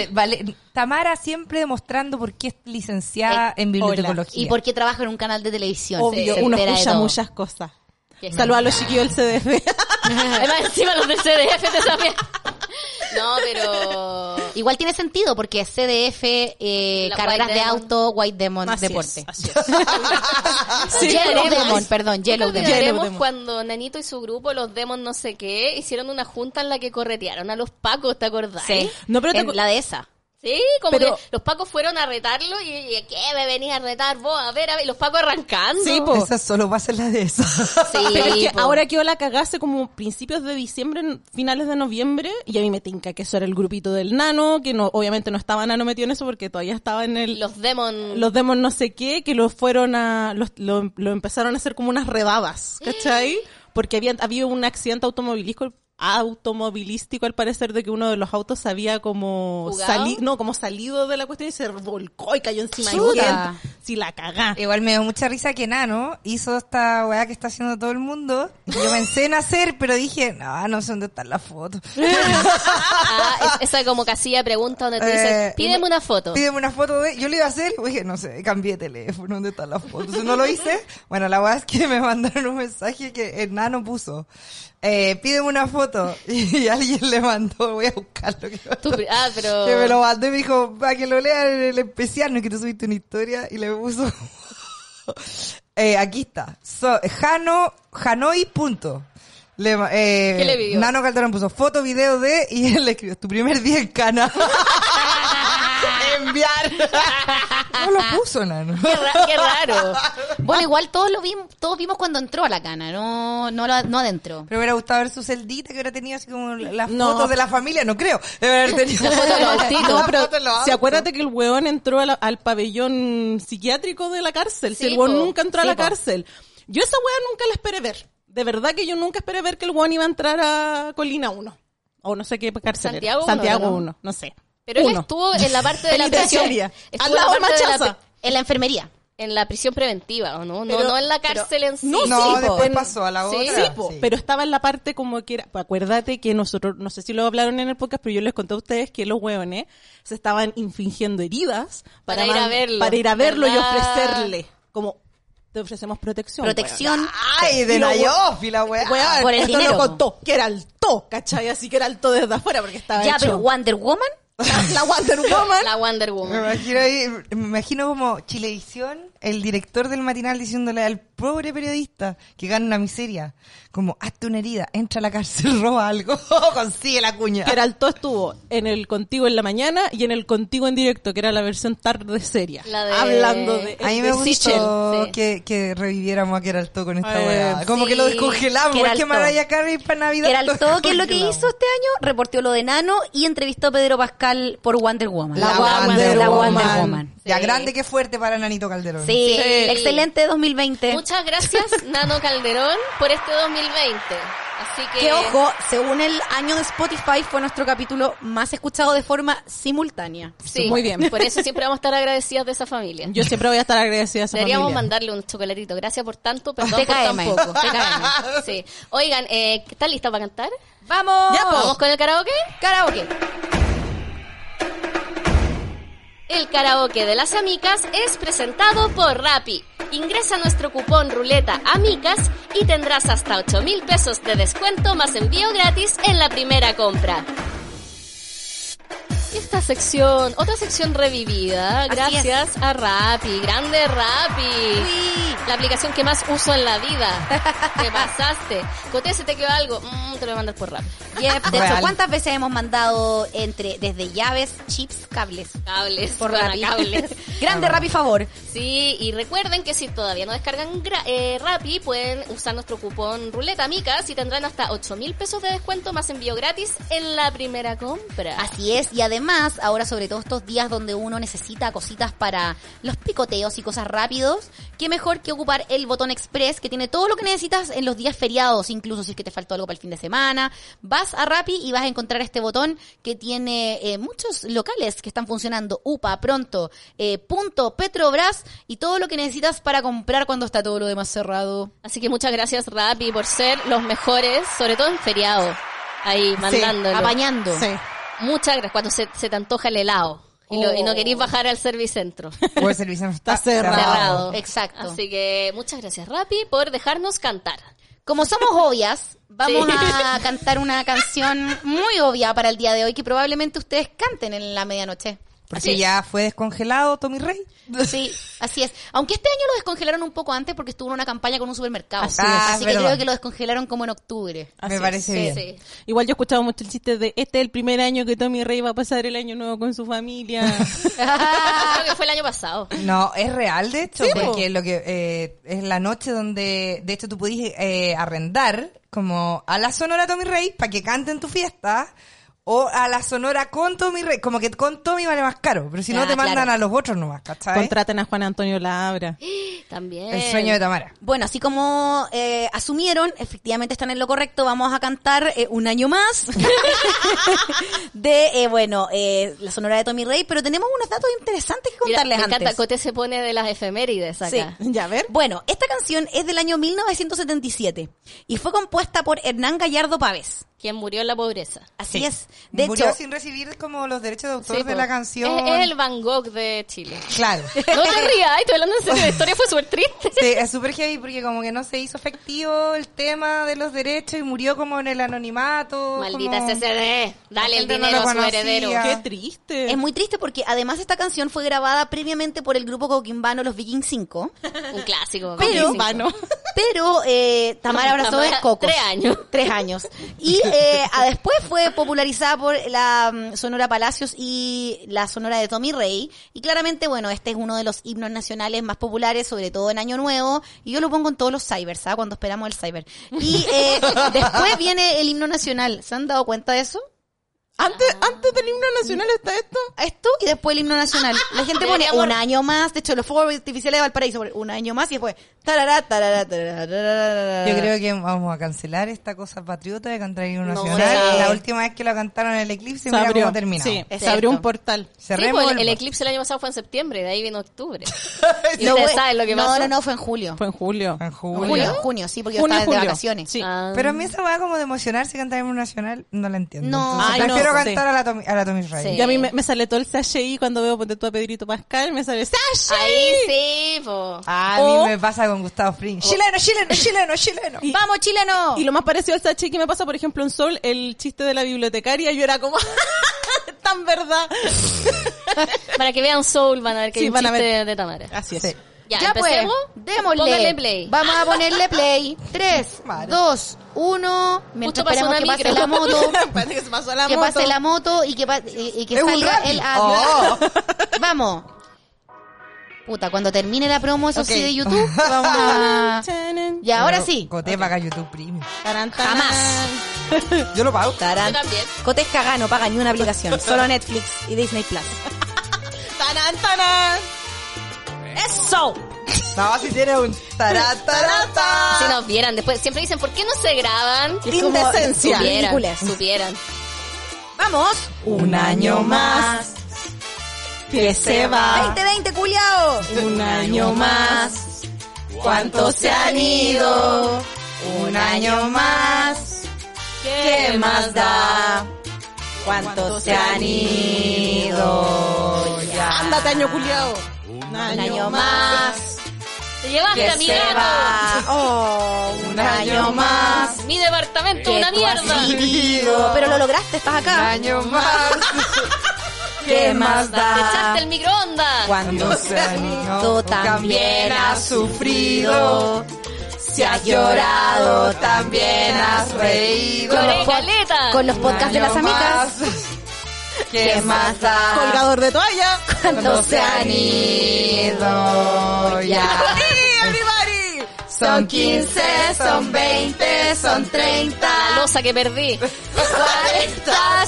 S5: buena. Vale, Tamara siempre demostrando por qué es licenciada en bibliotecología.
S3: ¿Y por qué trabaja en un canal de televisión?
S4: Obvio,
S3: Se
S4: uno
S3: entera de
S4: escucha
S3: todo.
S4: muchas cosas.
S2: Qué
S4: Saluda a los chiquillos del CDF.
S2: Además, encima los del CDF te sabían. No, pero...
S3: Igual tiene sentido porque es CDF, eh,
S2: La
S3: carreras
S2: White
S3: de
S2: Demon.
S3: auto, White Demon,
S4: Así es,
S3: deporte.
S4: así es.
S2: Sí,
S3: Yellow
S2: tenemos.
S3: Demon, perdón, Yellow
S2: Nunca
S3: Demon.
S2: olvidaremos
S4: Yellow Demon.
S2: cuando Nanito y su grupo, los Demon no sé qué, hicieron una junta en la que corretearon a los Pacos, ¿te acordás?
S3: Sí.
S4: No, pero te
S3: En
S4: acu-
S3: la de esa.
S2: Sí, como
S4: Pero-
S2: que los Pacos fueron a retarlo y, y ¿qué me venís a retar vos? A ver, a ver, y los Pacos arrancando.
S4: Sí, po.
S5: Esa solo va a ser la de eso.
S2: Sí,
S4: Pero es que
S2: po.
S4: ahora quedó la cagase como principios de diciembre, en- finales de noviembre, y a mí me tinca que eso era el grupito del nano, que no, obviamente no estaba nano metido en eso porque todavía estaba en el...
S2: los Demon...
S4: los demos no sé qué, que los fueron a, los, lo, lo empezaron a hacer como unas redadas, ¿cachai? Porque había, había un accidente automovilístico, automovilístico al parecer de que uno de los autos se había como
S2: ¿Jugado?
S4: sali- no, como salido de la cuestión y se volcó y cayó encima de
S2: Chuta.
S4: gente. Si la cagá.
S5: Igual me dio mucha risa que Nano hizo esta weá que está haciendo todo el mundo. Y Yo pensé en hacer, pero dije, no, no sé dónde están las fotos.
S2: Ah, es- esa como casilla de pregunta donde te
S5: Eh,
S2: dicen, pídeme una foto.
S5: Pídeme una foto de... Yo le iba a hacer, y dije, no sé, cambié de teléfono, ¿dónde están las fotos? Entonces, No lo hice. Bueno, la weá es que me mandaron un mensaje que el nano puso. Eh, pídeme una foto. Y alguien le mandó, voy a buscarlo. Que,
S2: Tu pri- ah, pero...
S5: que me lo mandó y me dijo, para que lo lean en el especial, no es que tú subiste una historia. Y le puso... eh, aquí está. So, Jano, Hanoi, punto. Le ma- eh,
S2: ¿Qué le pidió?
S5: Nano Calderón puso foto, video de, y él le escribió, tu primer día en Cana.
S4: Enviar.
S5: No lo puso, Nano.
S3: Qué, ra- qué raro. Bueno, igual todos lo vimos, todos vimos cuando entró a la cana, no, no, la- no adentro.
S5: Pero me hubiera gustado ver su celdita que hubiera tenido así como las
S4: No.
S5: fotos de la familia, no creo. De haber tenido
S4: No,
S5: Las
S4: pero
S5: fotos de los
S4: si
S5: autos.
S4: acuérdate que el weón entró a la- al, pabellón psiquiátrico de la cárcel. si
S2: Sí,
S4: el weón
S2: po.
S4: nunca entró
S2: Sí,
S4: a la
S2: po.
S4: cárcel. Yo esa weá nunca la esperé ver. De verdad que yo nunca esperé ver que el weón iba a entrar a Colina 1. O no sé qué cárcel. era.
S2: Santiago uno,
S4: Santiago
S2: ¿no?
S4: 1, no sé.
S2: Pero él
S4: Uno.
S2: estuvo en la parte de la prisión.
S4: Penitenciaria.
S2: Estuvo
S4: Al
S2: en la
S4: lado de
S2: parte de la
S4: Machaza.
S2: pri-
S3: En la enfermería.
S2: en la prisión preventiva, ¿o no? No,
S4: Pero-
S2: no en la cárcel en sí.
S4: no, sí,
S5: No,
S4: po.
S5: después
S4: En-
S5: pasó a la
S2: sí,
S5: otra.
S4: Sí, po, pero estaba en la parte como que era. pues, Acuérdate que nosotros, no sé si lo hablaron en el podcast, pero yo les conté a ustedes que los hueones se estaban infingiendo heridas
S2: Para ir a
S4: man-
S2: verlo,
S4: Para ir a verlo y
S2: ¿verdad?
S4: ofrecerle. Como, te ofrecemos protección.
S3: Protección.
S5: Ay, de
S4: Y lo-
S5: la yófila, weá.
S4: weón. Weón,
S3: Por el
S4: esto
S3: dinero,
S4: lo
S3: po.
S4: contó, que era el to, ¿cachai? Así que era el to desde afuera porque estaba
S3: Ya,
S4: hecho.
S3: pero Wonder Woman.
S4: la, la Wonder Woman.
S2: La Wonder
S5: Me
S2: Woman.
S5: imagino, ahí, me imagino como Chilevisión, el director del matinal diciéndole al pobre periodista que gana una miseria, como hazte una herida, entra a la cárcel, roba algo, consigue la cuña.
S4: Que era el to estuvo en el Contigo en la mañana y en el Contigo en directo, que era la versión tarde seria.
S2: La de-
S4: Hablando de...
S5: A mí me
S4: de
S5: gustó
S2: Sichel, sí.
S5: que, que reviviéramos a Geralto con esta
S4: Eh,
S5: weá. Como
S3: sí,
S5: que lo descongelamos. Igual que
S3: Geralto.
S5: Mariah Carey para Navidad.
S3: Era
S5: lo
S3: el todo que es lo que
S5: descongelamos.
S3: hizo este año, reportó lo de Nano y entrevistó a Pedro Pascal por Wonder Woman.
S5: La,
S3: Wa-
S5: Wonder,
S3: la
S5: Woman.
S3: Wonder Woman.
S5: Ya
S2: Sí.
S5: grande que fuerte para Nanito Calderón.
S3: Sí, excelente 2020.
S2: Muchas gracias, Nano Calderón, por este 2020. Así que...
S3: Que ojo, según el año de Spotify fue nuestro capítulo más escuchado de forma simultánea.
S2: Sí,
S4: Muy bien.
S2: Por eso siempre vamos a estar agradecidas de esa familia.
S4: Yo siempre voy a estar agradecida a esa
S2: Deberíamos
S4: familia.
S2: mandarle un chocolatito. Gracias por tanto, perdón por tan
S3: TKM,
S2: poco.
S3: TKM.
S2: Sí. Oigan, eh, ¿están listas para cantar? pues.
S3: ¡Vamos!
S2: ¿Vamos con el karaoke? Karaoke. El karaoke de las amigas es presentado por Rappi. Ingresa nuestro cupón ruleta amigas y tendrás hasta 8 mil pesos de descuento más envío gratis en la primera compra. Y esta sección, otra sección revivida,
S3: Así
S2: gracias a Rappi, grande Rappi. La aplicación que más uso en la vida. Te pasaste. Coté, se te quedó algo. Mm, te lo voy a mandar por Rappi.
S3: Yep, De hecho,
S5: Real.
S3: ¿cuántas veces hemos mandado entre desde llaves, chips, cables?
S2: Cables.
S3: Por
S2: bueno,
S3: Rappi.
S2: cables.
S3: Grande Rappi favor.
S2: Sí, y recuerden que si todavía no descargan gra- eh, Rappi, pueden usar nuestro cupón Ruleta Micas y tendrán hasta 8 mil pesos de descuento más envío gratis en la primera compra.
S3: Así es, y además, ahora sobre todo estos días donde uno necesita cositas para los picoteos y cosas rápidos, qué mejor que ocupar el botón express que tiene todo lo que necesitas en los días feriados, incluso si es que te faltó algo para el fin de semana. Vas a Rappi y vas a encontrar este botón que tiene eh, muchos locales que están funcionando, UPA, Pronto, eh, Punto, Petrobras y todo lo que necesitas para comprar cuando está todo lo demás cerrado.
S2: Así que muchas gracias Rappi por ser los mejores, sobre todo en feriado. Ahí, mandándolo.
S3: Apañando.
S4: Sí.
S2: Muchas gracias. Cuando se, se te antoja el helado. Y, lo- y
S3: Oh.
S2: no queréis bajar al servicentro.
S5: O el servicio no
S4: Está cerrado.
S2: Cerrado.
S3: Exacto.
S2: Así que muchas gracias Rappi por dejarnos cantar.
S3: Como somos obvias, vamos
S2: Sí.
S3: a cantar una canción muy obvia para el día de hoy que probablemente ustedes canten en la medianoche.
S5: Porque ya fue descongelado Tommy Rey.
S3: Sí, así es. Aunque este año lo descongelaron un poco antes porque estuvo en una campaña con un supermercado.
S5: Así
S3: Así,
S5: es. Ah,
S3: que
S5: verdad.
S3: creo que lo descongelaron como en octubre.
S4: Así
S5: Me
S4: es.
S2: Sí,
S5: parece bien.
S2: sí.
S4: Igual yo he escuchado mucho el chiste de este es el primer año que Tommy Rey va a pasar el año nuevo con su familia.
S2: Creo que fue el año pasado.
S5: No, es real, de hecho,
S4: Sí, po.
S5: porque lo que eh, es la noche donde, de hecho, tú pudiste eh, arrendar como a la Sonora Tommy Rey para que canten tu fiesta O a la Sonora con Tommy Rey. Como que con Tommy vale más caro, pero si
S3: Ah,
S5: no te mandan
S3: claro.
S5: a los otros nomás, ¿cachai?
S4: Contraten a Juan Antonio Labra.
S2: También.
S5: El sueño de Tamara.
S3: Bueno, así como eh, asumieron, efectivamente están en lo correcto, vamos a cantar eh, un año más de, eh, bueno, eh, la sonora de Tommy Rey, pero tenemos unos datos interesantes que
S2: Mira,
S3: contarles
S2: me
S3: antes.
S2: encanta, Cote se pone de las efemérides acá.
S3: Sí.
S4: Ya, a ver.
S3: Bueno, esta canción es del año 1977 y fue compuesta por Hernán Gallardo Pávez.
S2: Quien murió en la pobreza.
S3: Así
S5: Sí. pues.
S3: es. De
S5: Murió
S3: hecho,
S5: sin recibir como los derechos de autor
S2: Sí,
S5: de
S2: po.
S5: la canción.
S2: Es, es el Van Gogh de Chile.
S5: Claro.
S2: No te rías, ay, estoy hablando en serio, la historia fue súper triste.
S5: Sí, es súper heavy porque como que no se hizo efectivo el tema de los derechos y murió como en el anonimato.
S2: Maldita
S5: como-
S2: CCD, dale el
S5: gente no
S2: dinero
S5: lo
S2: a su
S5: conocía.
S2: heredero.
S4: Qué triste.
S3: es muy triste porque además esta canción fue grabada previamente por el grupo coquimbano Los Viking 5.
S2: Un clásico.
S3: Pero,
S2: 25.
S3: pero eh, Tamara abrazó
S2: Tamara,
S3: es Cocos.
S2: tres años.
S3: Tres años. Y eh, a- después fue popularizada por la mm, Sonora Palacios y la Sonora de Tommy Rey. Y claramente, bueno, este es uno de los himnos nacionales más populares, sobre todo en Año Nuevo. Y yo lo pongo en todos los cybers, ¿sabes? Cuando esperamos el cyber. Y eh, después viene el himno nacional. ¿Se han dado cuenta de eso?
S4: Antes, antes del himno nacional está esto.
S3: Esto y después el himno nacional. La gente pone
S2: Deberíamos-
S3: un año más. De hecho, los fuegos artificiales de Valparaíso ponen un año más y después. tarará, tarará, tarará, tarará.
S5: Yo creo que vamos a cancelar esta cosa patriota de cantar el himno
S2: No,
S5: nacional.
S2: sí.
S5: La última vez que lo cantaron en el eclipse,
S4: Se
S5: mira
S4: abrió.
S5: cómo terminó.
S4: Sí, se
S3: Exacto.
S4: abrió un portal.
S2: Sí,
S5: Cerremos
S2: pues, el, el
S5: el voto.
S2: eclipse el año pasado fue en septiembre, de ahí vino octubre. Y
S3: No,
S2: ustedes
S3: fue-
S2: saben lo que
S3: no,
S2: pasó.
S3: No, no, fue en julio.
S4: Fue en julio.
S5: En julio.
S3: Julio, junio, sí, porque yo
S4: Junio,
S3: estaba de
S4: julio.
S3: vacaciones.
S4: Sí.
S2: Ah.
S5: Pero a mí esa va como de emocionarse y cantar el himno nacional, no la entiendo.
S3: No.
S5: Entonces,
S4: Ay, no,
S5: prefiero
S4: sí.
S5: cantar a la Tommy, a la Tommy Rey.
S2: Sí.
S4: Y a mí me, me sale todo el sashay y cuando veo ponte tú a Pedrito Pascal, me sale sashay.
S2: Ahí sí, po.
S5: A mí me pasa con Gustavo Fring. Chileno, chileno, chileno, chileno.
S3: ¡Vamos, chileno!
S4: Y lo más parecido al sashay que me pasa, por ejemplo, en Sol, el chiste de la bibliotecaria, yo era como, tan verdad.
S2: Para que vean Soul van a ver que
S4: Sí,
S2: hay un
S4: van a
S2: chiste
S4: ver.
S2: de Tamara.
S4: Así es.
S5: Sí.
S2: Ya,
S3: ya pues,
S2: empecemos.
S3: démosle.
S2: Póngale play.
S3: Vamos a ponerle play. Tres, dos, uno.
S2: Justo
S3: Mientras
S2: pasó
S3: esperamos
S2: una
S3: que pase
S2: micro.
S3: la moto.
S4: Parece que se pasó la
S3: que
S4: moto.
S3: pase la moto y que, pa- y, y que
S5: Es un
S3: salga
S5: rally.
S3: el
S5: Oh.
S3: Vamos. Puta, cuando termine la promo, eso
S4: Ok.
S3: sí, de YouTube. Vamos a... Y ahora sí.
S5: Coté paga YouTube Premium.
S3: Jamás.
S5: Yo lo pago.
S3: Tarán.
S2: Yo también.
S3: Cotes Cagá no paga ni una aplicación, solo Netflix y Disney Plus.
S4: Tanan, tanan.
S3: ¡Eso!
S5: No, si tiene un tará, tará, tará.
S2: Si nos vieran después, siempre dicen, ¿por qué no se graban?
S4: Es como
S3: Indecencia.
S2: Supieran,
S3: Ridiculez.
S2: supieran.
S3: ¡Vamos!
S4: Un año más que se va.
S3: 2020, culiao.
S4: Un año más. ¿Cuántos se han ido?
S3: Un año más. ¿Qué más da? ¿Cuántos se han ido?
S4: Ándate, año culiao. Un
S3: Un año más.
S2: Te llevaste a mi gato.
S3: Oh, un año más.
S2: Mi departamento, una mierda.
S3: Vivido. Pero lo lograste, estás acá. Un año más. ¿Qué más
S2: Te
S3: da?
S2: echaste el microondas.
S3: Cuando se han ido, también has sufrido. Si has llorado, también has reído.
S2: Lloré caleta.
S3: Con los podcasts de las amigas. ¿Qué más da?
S4: Colgador de toalla.
S3: Cuando se han ido ya. Son 15, son 20, son 30,
S2: La losa que perdí.
S3: 40,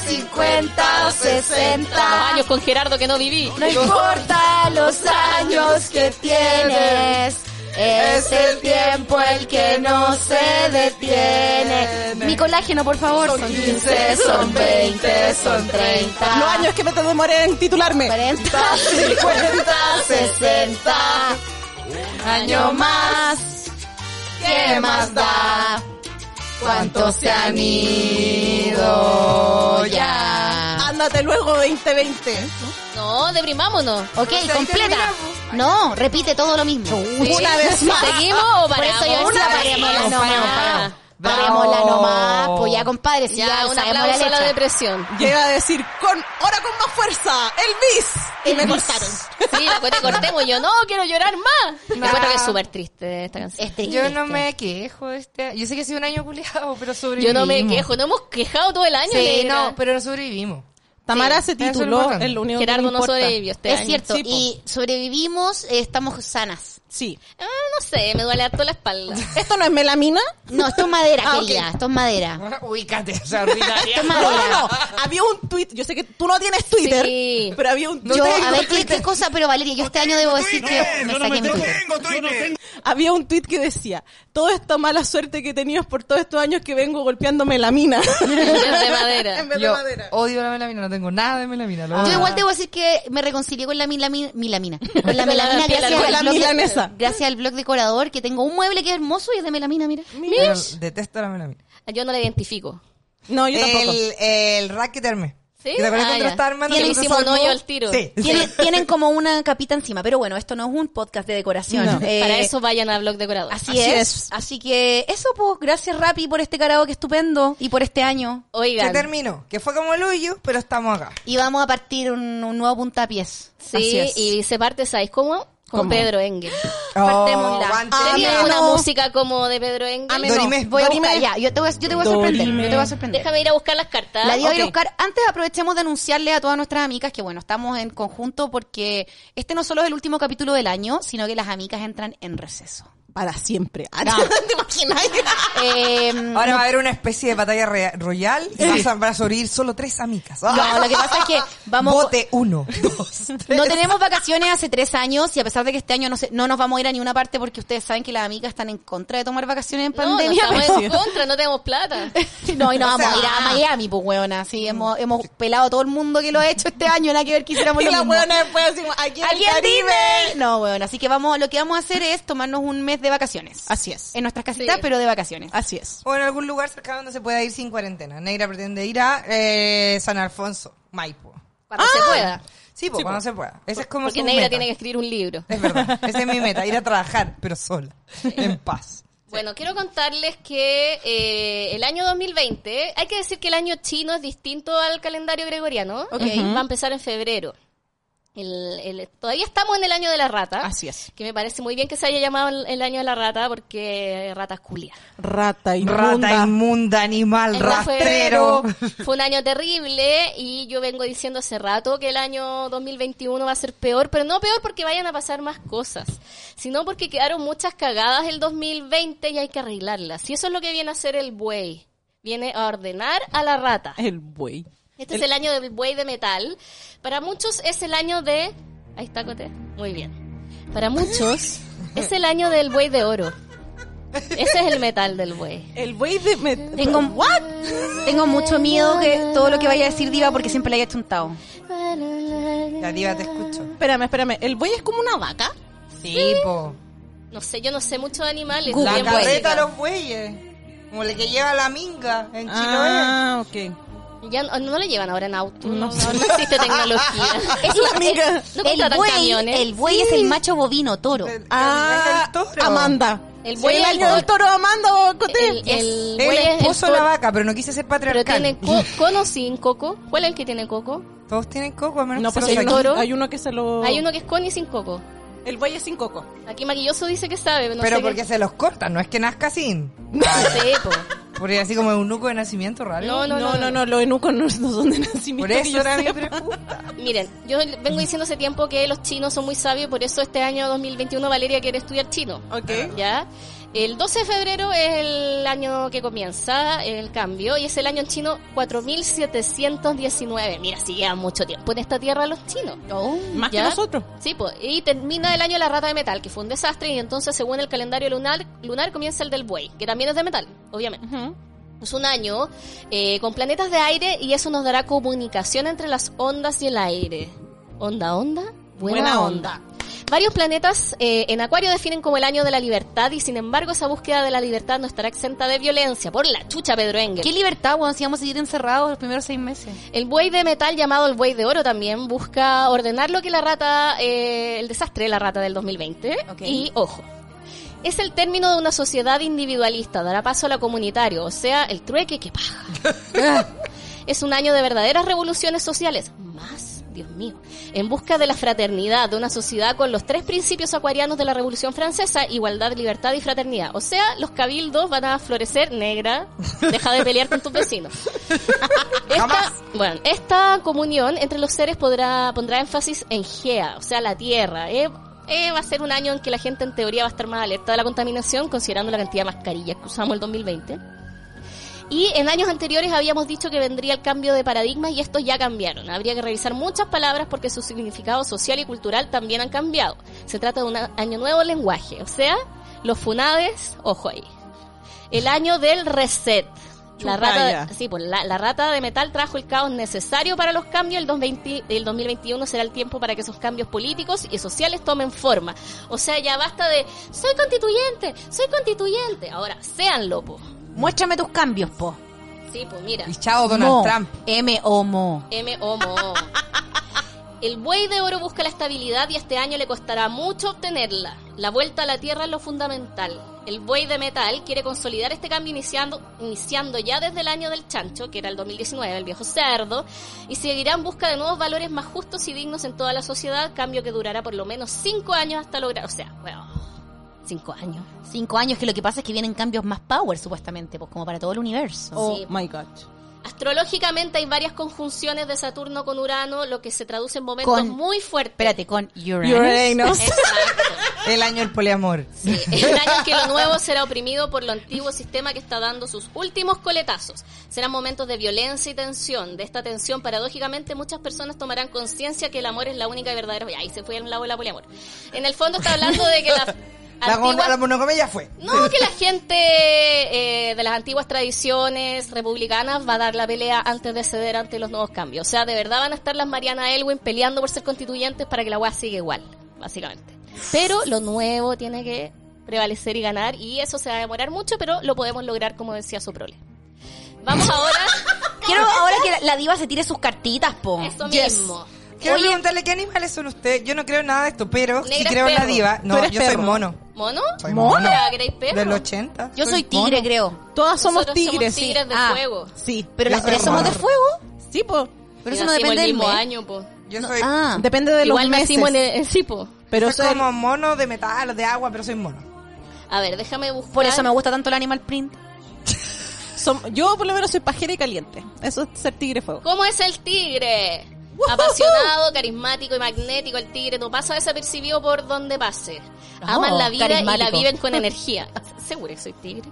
S3: 50 o 60.
S2: Los años con Gerardo que no viví.
S3: No importa los años que tienes, es el tiempo el que no se detiene. Mi colágeno, por favor. Son 15, son 20, son 30.
S4: Los años que me te demoré en titularme.
S3: 40, 50, 60. Un año más. ¿Qué más da? ¿Cuántos se han ido ya?
S4: Ándate luego 2020.
S2: No, deprimámonos.
S3: Ok, completa. No, repite todo lo mismo.
S4: Una vez más.
S2: ¿Seguimos o
S3: Por
S2: paramos?
S3: eso yo decía,
S2: Una
S3: parémosla
S2: vez.
S3: nomás.
S2: Paramos,
S3: Parémosla nomás. Pues ya, compadre, si ya,
S2: Ya, un
S3: sabemos la
S2: aplauso a la
S3: letra.
S2: depresión.
S4: Yo iba a decir con ahora con más fuerza, Elvis. Y me cortaron.
S2: Sí, la cuenta cortemos. Yo no quiero llorar más. Me encuentro que es súper triste esta canción.
S3: Es triste.
S5: Yo no me quejo este Yo sé que ha sido un año culiado, pero
S2: Yo
S5: sobrevivimos.
S2: no me
S3: este
S2: quejo. No hemos quejado todo el año.
S5: Sí,
S2: negra.
S5: no, pero no sobrevivimos.
S4: Tamara
S5: eso
S4: se
S5: es lo
S4: tituló
S5: importante.
S4: el único
S2: Gerardo
S4: que
S2: no
S4: importa.
S2: sobrevivió este
S3: Es
S2: año.
S3: cierto,
S4: sí, po.
S3: y sobrevivimos, eh, estamos sanas.
S4: Sí.
S2: Ah, no sé, me duele harto la espalda.
S4: Esto no es melamina.
S3: No, esto es madera,
S4: Ah,
S3: querida.
S4: ok.
S3: Esto es madera.
S5: Ubícate,
S3: Esto
S5: extraordinaria.
S3: es
S4: No, no,
S3: madera.
S4: no. Había un tweet. Yo sé que tú no tienes Twitter,
S2: Sí.
S4: pero había un
S3: yo,
S4: tengo
S3: a ver, ¿qué,
S4: Twitter.
S3: qué cosa? Pero Valeria, yo este año debo decir que me saqué mi Twitter.
S4: Había un tweet que decía: Toda esta mala suerte que he tenido es por todos estos años que vengo golpeándome la mina.
S2: En vez de madera. Ah.
S4: en vez de
S5: Yo
S4: madera.
S5: odio la melamina, no tengo nada de melamina. lo
S3: Yo
S5: odio.
S3: igual debo decir que me reconcilié con la milamina, milamina con la
S2: Con la
S3: melamina gracias,
S2: melamina.
S3: al
S4: Con la
S3: blog de-
S4: milanesa.
S3: gracias al blog decorador que tengo un mueble que es hermoso y es de melamina, mira.
S5: Pero detesto la melamina.
S2: Yo no la identifico.
S4: No, yo tampoco.
S5: El, el rack que te armé.
S2: ¿Sí?
S5: ¿Te
S2: Ah,
S5: acuerdas cuando
S2: ya.
S5: lo estaba armando?
S2: Y
S5: que
S2: le
S5: se
S2: hicimos un
S5: salvó?
S2: hoyo al tiro.
S5: Sí.
S3: Tienen, tienen como una capita encima, pero bueno, esto no es un podcast de decoración.
S4: No.
S3: Eh,
S2: Para eso vayan a Blog Decorador.
S3: Así,
S4: Así
S3: es.
S4: es.
S3: Así que eso, pues, gracias Rappi por este karaoke estupendo y por este año.
S5: Se
S2: Oigan.
S5: terminó. Que fue como el hoyo, pero estamos acá.
S3: Y vamos a partir un, un nuevo puntapiés. Así
S2: Sí,
S3: es.
S2: y se parte, ¿sabes cómo? Con
S4: ¿Cómo?
S2: Pedro Engel. Oh,
S3: Partémosla. Ah,
S5: aguante.
S2: Tenía
S4: no.
S2: una música como de Pedro Engel.
S3: Amén,
S5: Dorime.
S3: no. Voy a
S4: Dorime.
S3: buscar, ya, yo te voy a, yo te voy a sorprender. Yo te voy a sorprender.
S2: Déjame ir a buscar las cartas.
S3: La Diva
S2: Ok.
S3: ir a buscar. Antes aprovechemos de anunciarle a todas nuestras amigas que, bueno, estamos en conjunto porque este no solo es el último capítulo del año, sino que las amigas entran en receso.
S4: Para siempre.
S3: ¿Te imaginas? Eh,
S2: Mm.
S5: Ahora va a haber una especie de batalla re- royal y vas a, van a sobrevivir solo tres amigas.
S3: no, lo que pasa es que vamos...
S5: Bote uno, dos, tres.
S3: No tenemos vacaciones hace tres años y a pesar de que este año no, se- no nos vamos a ir a ninguna parte porque ustedes saben que las amigas están en contra de tomar vacaciones en
S2: No, no
S3: pandemia.
S2: estamos
S3: pero-
S2: en contra, no tenemos plata.
S3: No, y no
S5: O
S3: vamos a
S5: sea,
S3: ir a Miami, pues, weona.
S4: mm.
S3: Sí, hemos, hemos pelado a todo el mundo que lo ha hecho este año. Nada que ver que hiciéramos
S4: Y
S3: lo
S4: la
S3: mismo.
S4: buena después decimos: Aquí en el
S3: ¿Alguien
S4: Caribe.
S3: dime? No, weón. Así que vamos, lo que vamos a hacer es tomarnos un mes de vacaciones.
S4: Así es. Ah,
S3: En nuestras casitas,
S2: Sí.
S3: pero de vacaciones.
S4: Así es.
S5: O en algún lugar cercano donde se pueda ir sin cuarentena. Negra pretende ir a eh, San Alfonso, Maipo.
S2: Cuando
S3: Ah.
S2: se pueda.
S5: Sí, pues, cuando se pueda. Esa es como
S2: Porque
S5: su
S2: Negra
S5: meta.
S2: tiene que escribir un libro.
S5: Es verdad, esa es mi meta, ir a trabajar, pero sola, en paz.
S2: Bueno, quiero contarles que eh, el año 2020, hay que decir que el año chino es distinto al calendario gregoriano.
S3: Ok.
S2: Ujú. Va a empezar en febrero. El- el- todavía estamos en el año de la rata.
S4: Así es.
S2: Que me parece muy bien que se haya llamado el, el año de la rata porque ratas culias.
S4: Rata inmunda.
S5: Rata inmunda, animal,
S2: El
S5: rastrero.
S2: rastrero. Fue un año terrible y yo vengo diciendo hace rato que el año 2021 va a ser peor, pero no peor porque vayan a pasar más cosas, sino porque quedaron muchas cagadas el 2020 y hay que arreglarlas. Y eso es lo que viene a hacer el buey. Viene a ordenar a la rata.
S4: El buey.
S2: Este es el año del buey de metal. Para muchos es el año de... Ahí está, Cote. Muy bien. Para muchos es el año del buey de oro. Ese es el metal del buey.
S4: El buey de. me-
S3: Tengo, tengo mucho miedo que todo lo que vaya a decir Diva porque siempre la haya chuntado.
S5: La diva te escucho.
S4: Espérame, espérame. El buey es como una vaca.
S5: Sí, po.
S2: No sé, yo no sé mucho de animales.
S3: Google,
S2: Soy
S5: La
S2: bien
S3: Google.
S5: carreta de
S2: básica.
S5: los bueyes. Como el que lleva la minga en Chiloé.
S4: Ah, ok.
S2: Ya no, no le llevan ahora en auto. No, no, no existe tecnología. es una
S4: amiga.
S2: No contratan camiones.
S3: el buey es el macho bovino toro.
S5: El- el-
S4: Ah,
S5: el toro.
S4: Amanda.
S2: El buey
S4: el
S2: es
S4: año
S2: el
S4: del toro Amanda Bocoté.
S2: El- el
S5: Él
S2: buey es el
S5: expuso
S2: toro.
S5: la vaca, pero no quise ser
S2: Pero
S5: patriarcal.
S2: tiene co- cono sin coco. ¿Cuál es el que tiene coco?
S5: Todos tienen coco, a menos
S4: No,
S5: que
S4: pues
S5: se
S4: hay
S5: lo
S2: el
S5: saquen.
S2: toro.
S4: uno, hay uno que se lo.
S2: Hay uno que es con y sin coco.
S4: El buey es sin coco.
S2: Aquí Maquilloso dice que sabe. No
S5: Pero
S2: sé
S5: porque
S2: qué-
S5: se los cortan, no es que nazca sin.
S2: No sé, po.
S5: Por ir así como un nuco de nacimiento raro.
S2: No, no, no, no,
S4: los enucos no, no son de nacimiento.
S5: Por
S4: que
S5: eso
S4: yo
S5: era mi
S4: sepa.
S5: pregunta.
S2: Miren, yo vengo diciendo hace tiempo que los chinos son muy sabios, por eso este año 2021 Valeria quiere estudiar chino.
S4: Ok.
S2: ¿Ya? El 12 de febrero es el año que comienza el cambio y es el año en chino 4719. Mira, si llevan mucho tiempo en esta tierra los chinos.
S4: Oh, Más
S2: ¿Ya?
S4: que nosotros.
S2: Sí, pues, y termina el año de la rata de metal, que fue un desastre, y entonces, según el calendario lunar, lunar comienza el del buey, que también es de metal, obviamente. Es un año eh, con planetas de aire y eso nos dará comunicación entre las ondas y el aire. Onda, onda, buena,
S4: Buena
S2: onda.
S4: onda.
S2: Varios planetas eh, en Acuario definen como el año de la libertad y sin embargo esa búsqueda de la libertad no estará exenta de violencia. Por la chucha, Pedro Engel.
S3: Qué libertad, weón, si vamos a seguir encerrados los primeros seis meses.
S2: El buey de metal llamado el buey de oro también busca ordenar lo que la rata, eh, el desastre de la rata del 2020.
S3: Ok.
S2: Y ojo, es el término de una sociedad individualista, dará paso a la comunitario, o sea, el trueque que paga. Ah. es un año de verdaderas revoluciones sociales, más, Dios mío, en busca de la fraternidad, de una sociedad con los tres principios acuarianos de la Revolución Francesa, igualdad, libertad y fraternidad. O sea, los cabildos van a florecer negra, deja de pelear con tus vecinos. Esta, bueno, esta comunión entre los seres podrá, pondrá énfasis en Gea, o sea, la tierra. ¿eh? eh, va a ser un año en que la gente en teoría va a estar más alerta de la contaminación, considerando la cantidad de mascarillas que usamos el 2020. Y en años anteriores habíamos dicho que vendría el cambio de paradigmas y estos ya cambiaron. Habría que revisar muchas palabras porque su significado social y cultural también han cambiado. Se trata de un a- año nuevo en lenguaje, o sea, los funades, ojo ahí. El año del reset. La
S4: Chupalla.
S2: rata, sí, pues, la, la rata de metal trajo el caos necesario para los cambios. El, 2020 el 2021 será el tiempo para que esos cambios políticos y sociales tomen forma. O sea, ya basta de soy constituyente, soy constituyente. Ahora, séanlo, po.
S3: Muéstrame tus cambios, po.
S2: Sí, pues mira.
S5: Y chao, Donald
S3: Mo.
S5: Trump.
S3: M o mo.
S2: M o Mo. El buey de oro busca la estabilidad y este año le costará mucho obtenerla. La vuelta a la tierra es lo fundamental. El buey de metal quiere consolidar este cambio iniciando, iniciando ya desde el año del chancho, que era el 2019, el viejo cerdo, y seguirá en busca de nuevos valores más justos y dignos en toda la sociedad, cambio que durará por lo menos cinco años hasta lograr, o sea, bueno, cinco años.
S3: Cinco años, que lo que pasa es que vienen cambios más power, supuestamente, pues como para todo el universo.
S4: Oh
S2: Sí.
S4: my god.
S2: Astrológicamente hay varias conjunciones de Saturno con Urano, lo que se traduce en momentos
S3: Con-
S2: muy fuertes.
S3: Espérate, con Uranus.
S5: Uranus.
S2: Exacto.
S5: El año del poliamor.
S2: Sí, el año en que lo nuevo será oprimido por lo antiguo sistema que está dando sus últimos coletazos. Serán momentos de violencia y tensión. De esta tensión, paradójicamente, muchas personas tomarán conciencia que el amor es la única y verdadera. Ay, se fue el lado de la poliamor. En el fondo está hablando de que la.
S5: La, mon-
S2: antigua-
S5: la monogamia ya fue.
S2: no, que la gente eh, de las antiguas tradiciones republicanas va a dar la pelea antes de ceder ante los nuevos cambios. O sea, de verdad van a estar las Mariana Elwin peleando por ser constituyentes para que la UAS siga igual, básicamente. Pero lo nuevo tiene que prevalecer y ganar y eso se va a demorar mucho, pero lo podemos lograr como decía su prole. Vamos ahora.
S3: Quiero ahora que la, la diva se tire sus cartitas, po.
S2: Eso
S5: Yes.
S2: mismo.
S5: Quiero
S3: Oye.
S5: preguntarle qué animales son ustedes. Yo no creo en nada de esto, pero si
S2: Negra es
S5: creo en la
S2: perro.
S5: diva.
S4: Tú
S5: No,
S4: eres
S5: yo soy
S4: perro.
S5: mono.
S2: ¿Mono?
S5: Soy mono.
S2: ¿Era Grey Perro?
S5: Del 80.
S3: Yo soy tigre,
S5: mono.
S3: creo.
S4: Todas somos
S2: Nosotros somos
S4: tigres.
S2: tigres
S4: sí.
S2: de
S3: Ah.
S2: fuego.
S4: Sí.
S3: Pero las
S5: Yo soy
S3: tres somos de
S5: mono.
S3: fuego.
S4: Sí, po.
S3: Pero
S2: Y
S3: eso
S2: nacimos
S3: no depende
S2: el
S3: del
S2: mismo
S3: mes.
S2: año, po.
S5: Yo soy,
S3: Ah,
S4: Depende de
S2: Igual
S4: los meses.
S2: nacimos en, en sí, po.
S4: Pero
S5: soy
S4: soy-
S5: como mono de metal, de agua, pero soy mono.
S2: A ver, déjame buscar.
S3: por eso me gusta tanto el animal print.
S4: som- yo por lo menos soy pajera y caliente. Eso es ser tigre fuego.
S2: ¿Cómo es el tigre? Apasionado, carismático y magnético, el tigre no pasa desapercibido por donde pase. Aman
S3: Oh,
S2: la vida y la
S3: carismático.
S2: viven con energía. Seguro que soy tigre.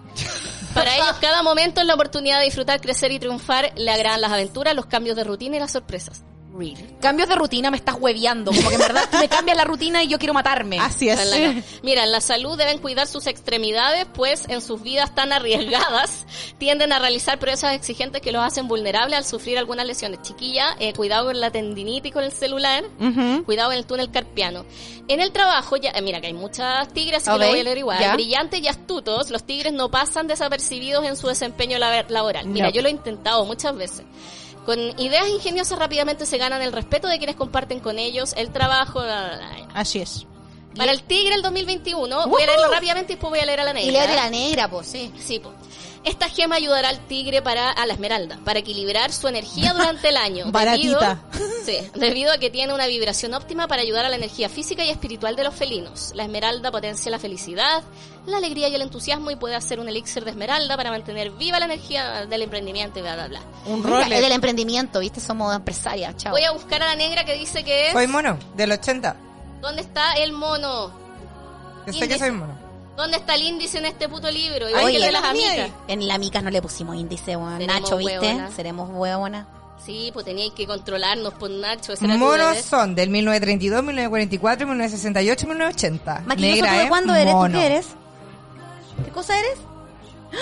S2: Para ellos cada momento es la oportunidad de disfrutar, crecer y triunfar. Le agradan las aventuras, los cambios de rutina y las sorpresas. Real.
S3: Cambios de rutina me estás hueviando. Como que en verdad tú me cambias la rutina y yo quiero matarme.
S4: Así es.
S2: Está en la ca- Mira, en la salud deben cuidar sus extremidades, pues en sus vidas tan arriesgadas tienden a realizar pruebas exigentes que los hacen vulnerables al sufrir algunas lesiones. Chiquilla, eh, cuidado con la tendinitis y con el celular, cuidado en el túnel carpiano. En el trabajo, ya, eh, mira que hay muchas tigres, así que lo
S3: Ok,
S2: voy a leer igual.
S3: ya.
S2: Brillantes y astutos, los tigres no pasan desapercibidos en su desempeño lab- laboral. Mira,
S4: No.
S2: yo lo he intentado muchas veces. Con ideas ingeniosas rápidamente se ganan el respeto de quienes comparten con ellos el trabajo. la, la, la, ya.
S4: Así es.
S2: Para el Tigre el 2021, voy a leerlo rápidamente y después voy a leer a la negra.
S3: Y le de la negra, po, sí.
S2: Sí, po. Esta gema ayudará al tigre para a la esmeralda para equilibrar su energía durante el año.
S4: Baratita.
S2: Debido, sí, debido a que tiene una vibración óptima para ayudar a la energía física y espiritual de los felinos. La esmeralda potencia la felicidad, la alegría y el entusiasmo y puede hacer un elixir de esmeralda para mantener viva la energía del emprendimiento y bla bla bla.
S4: Un
S3: Mira,
S4: roller.
S3: es del emprendimiento, ¿viste? Somos empresarias, chao.
S2: Voy a buscar a la negra que dice que es
S3: Pues-
S5: Soy mono, del 80.
S2: ¿Dónde está el mono?
S5: Yo sé que
S2: Índice.
S5: soy mono.
S2: ¿Dónde está el índice en este puto libro? Igual
S3: Oye,
S2: que el de las amigas.
S3: En la micas no le pusimos índice, weón.
S2: Seremos
S3: Nacho, ¿viste?
S2: hueonas.
S3: Seremos hueonas.
S2: Sí, pues teníais que controlarnos por Nacho. ese era tu
S5: Monos
S2: deber.
S5: son del 1932, 1944, 1968, 1980.
S3: Maquilloso, ¿tú
S5: Negra,
S3: de
S5: ¿eh?
S3: cuándo eres?
S5: Mono.
S3: ¿Tú qué eres? ¿Qué cosa eres? ¡Ah!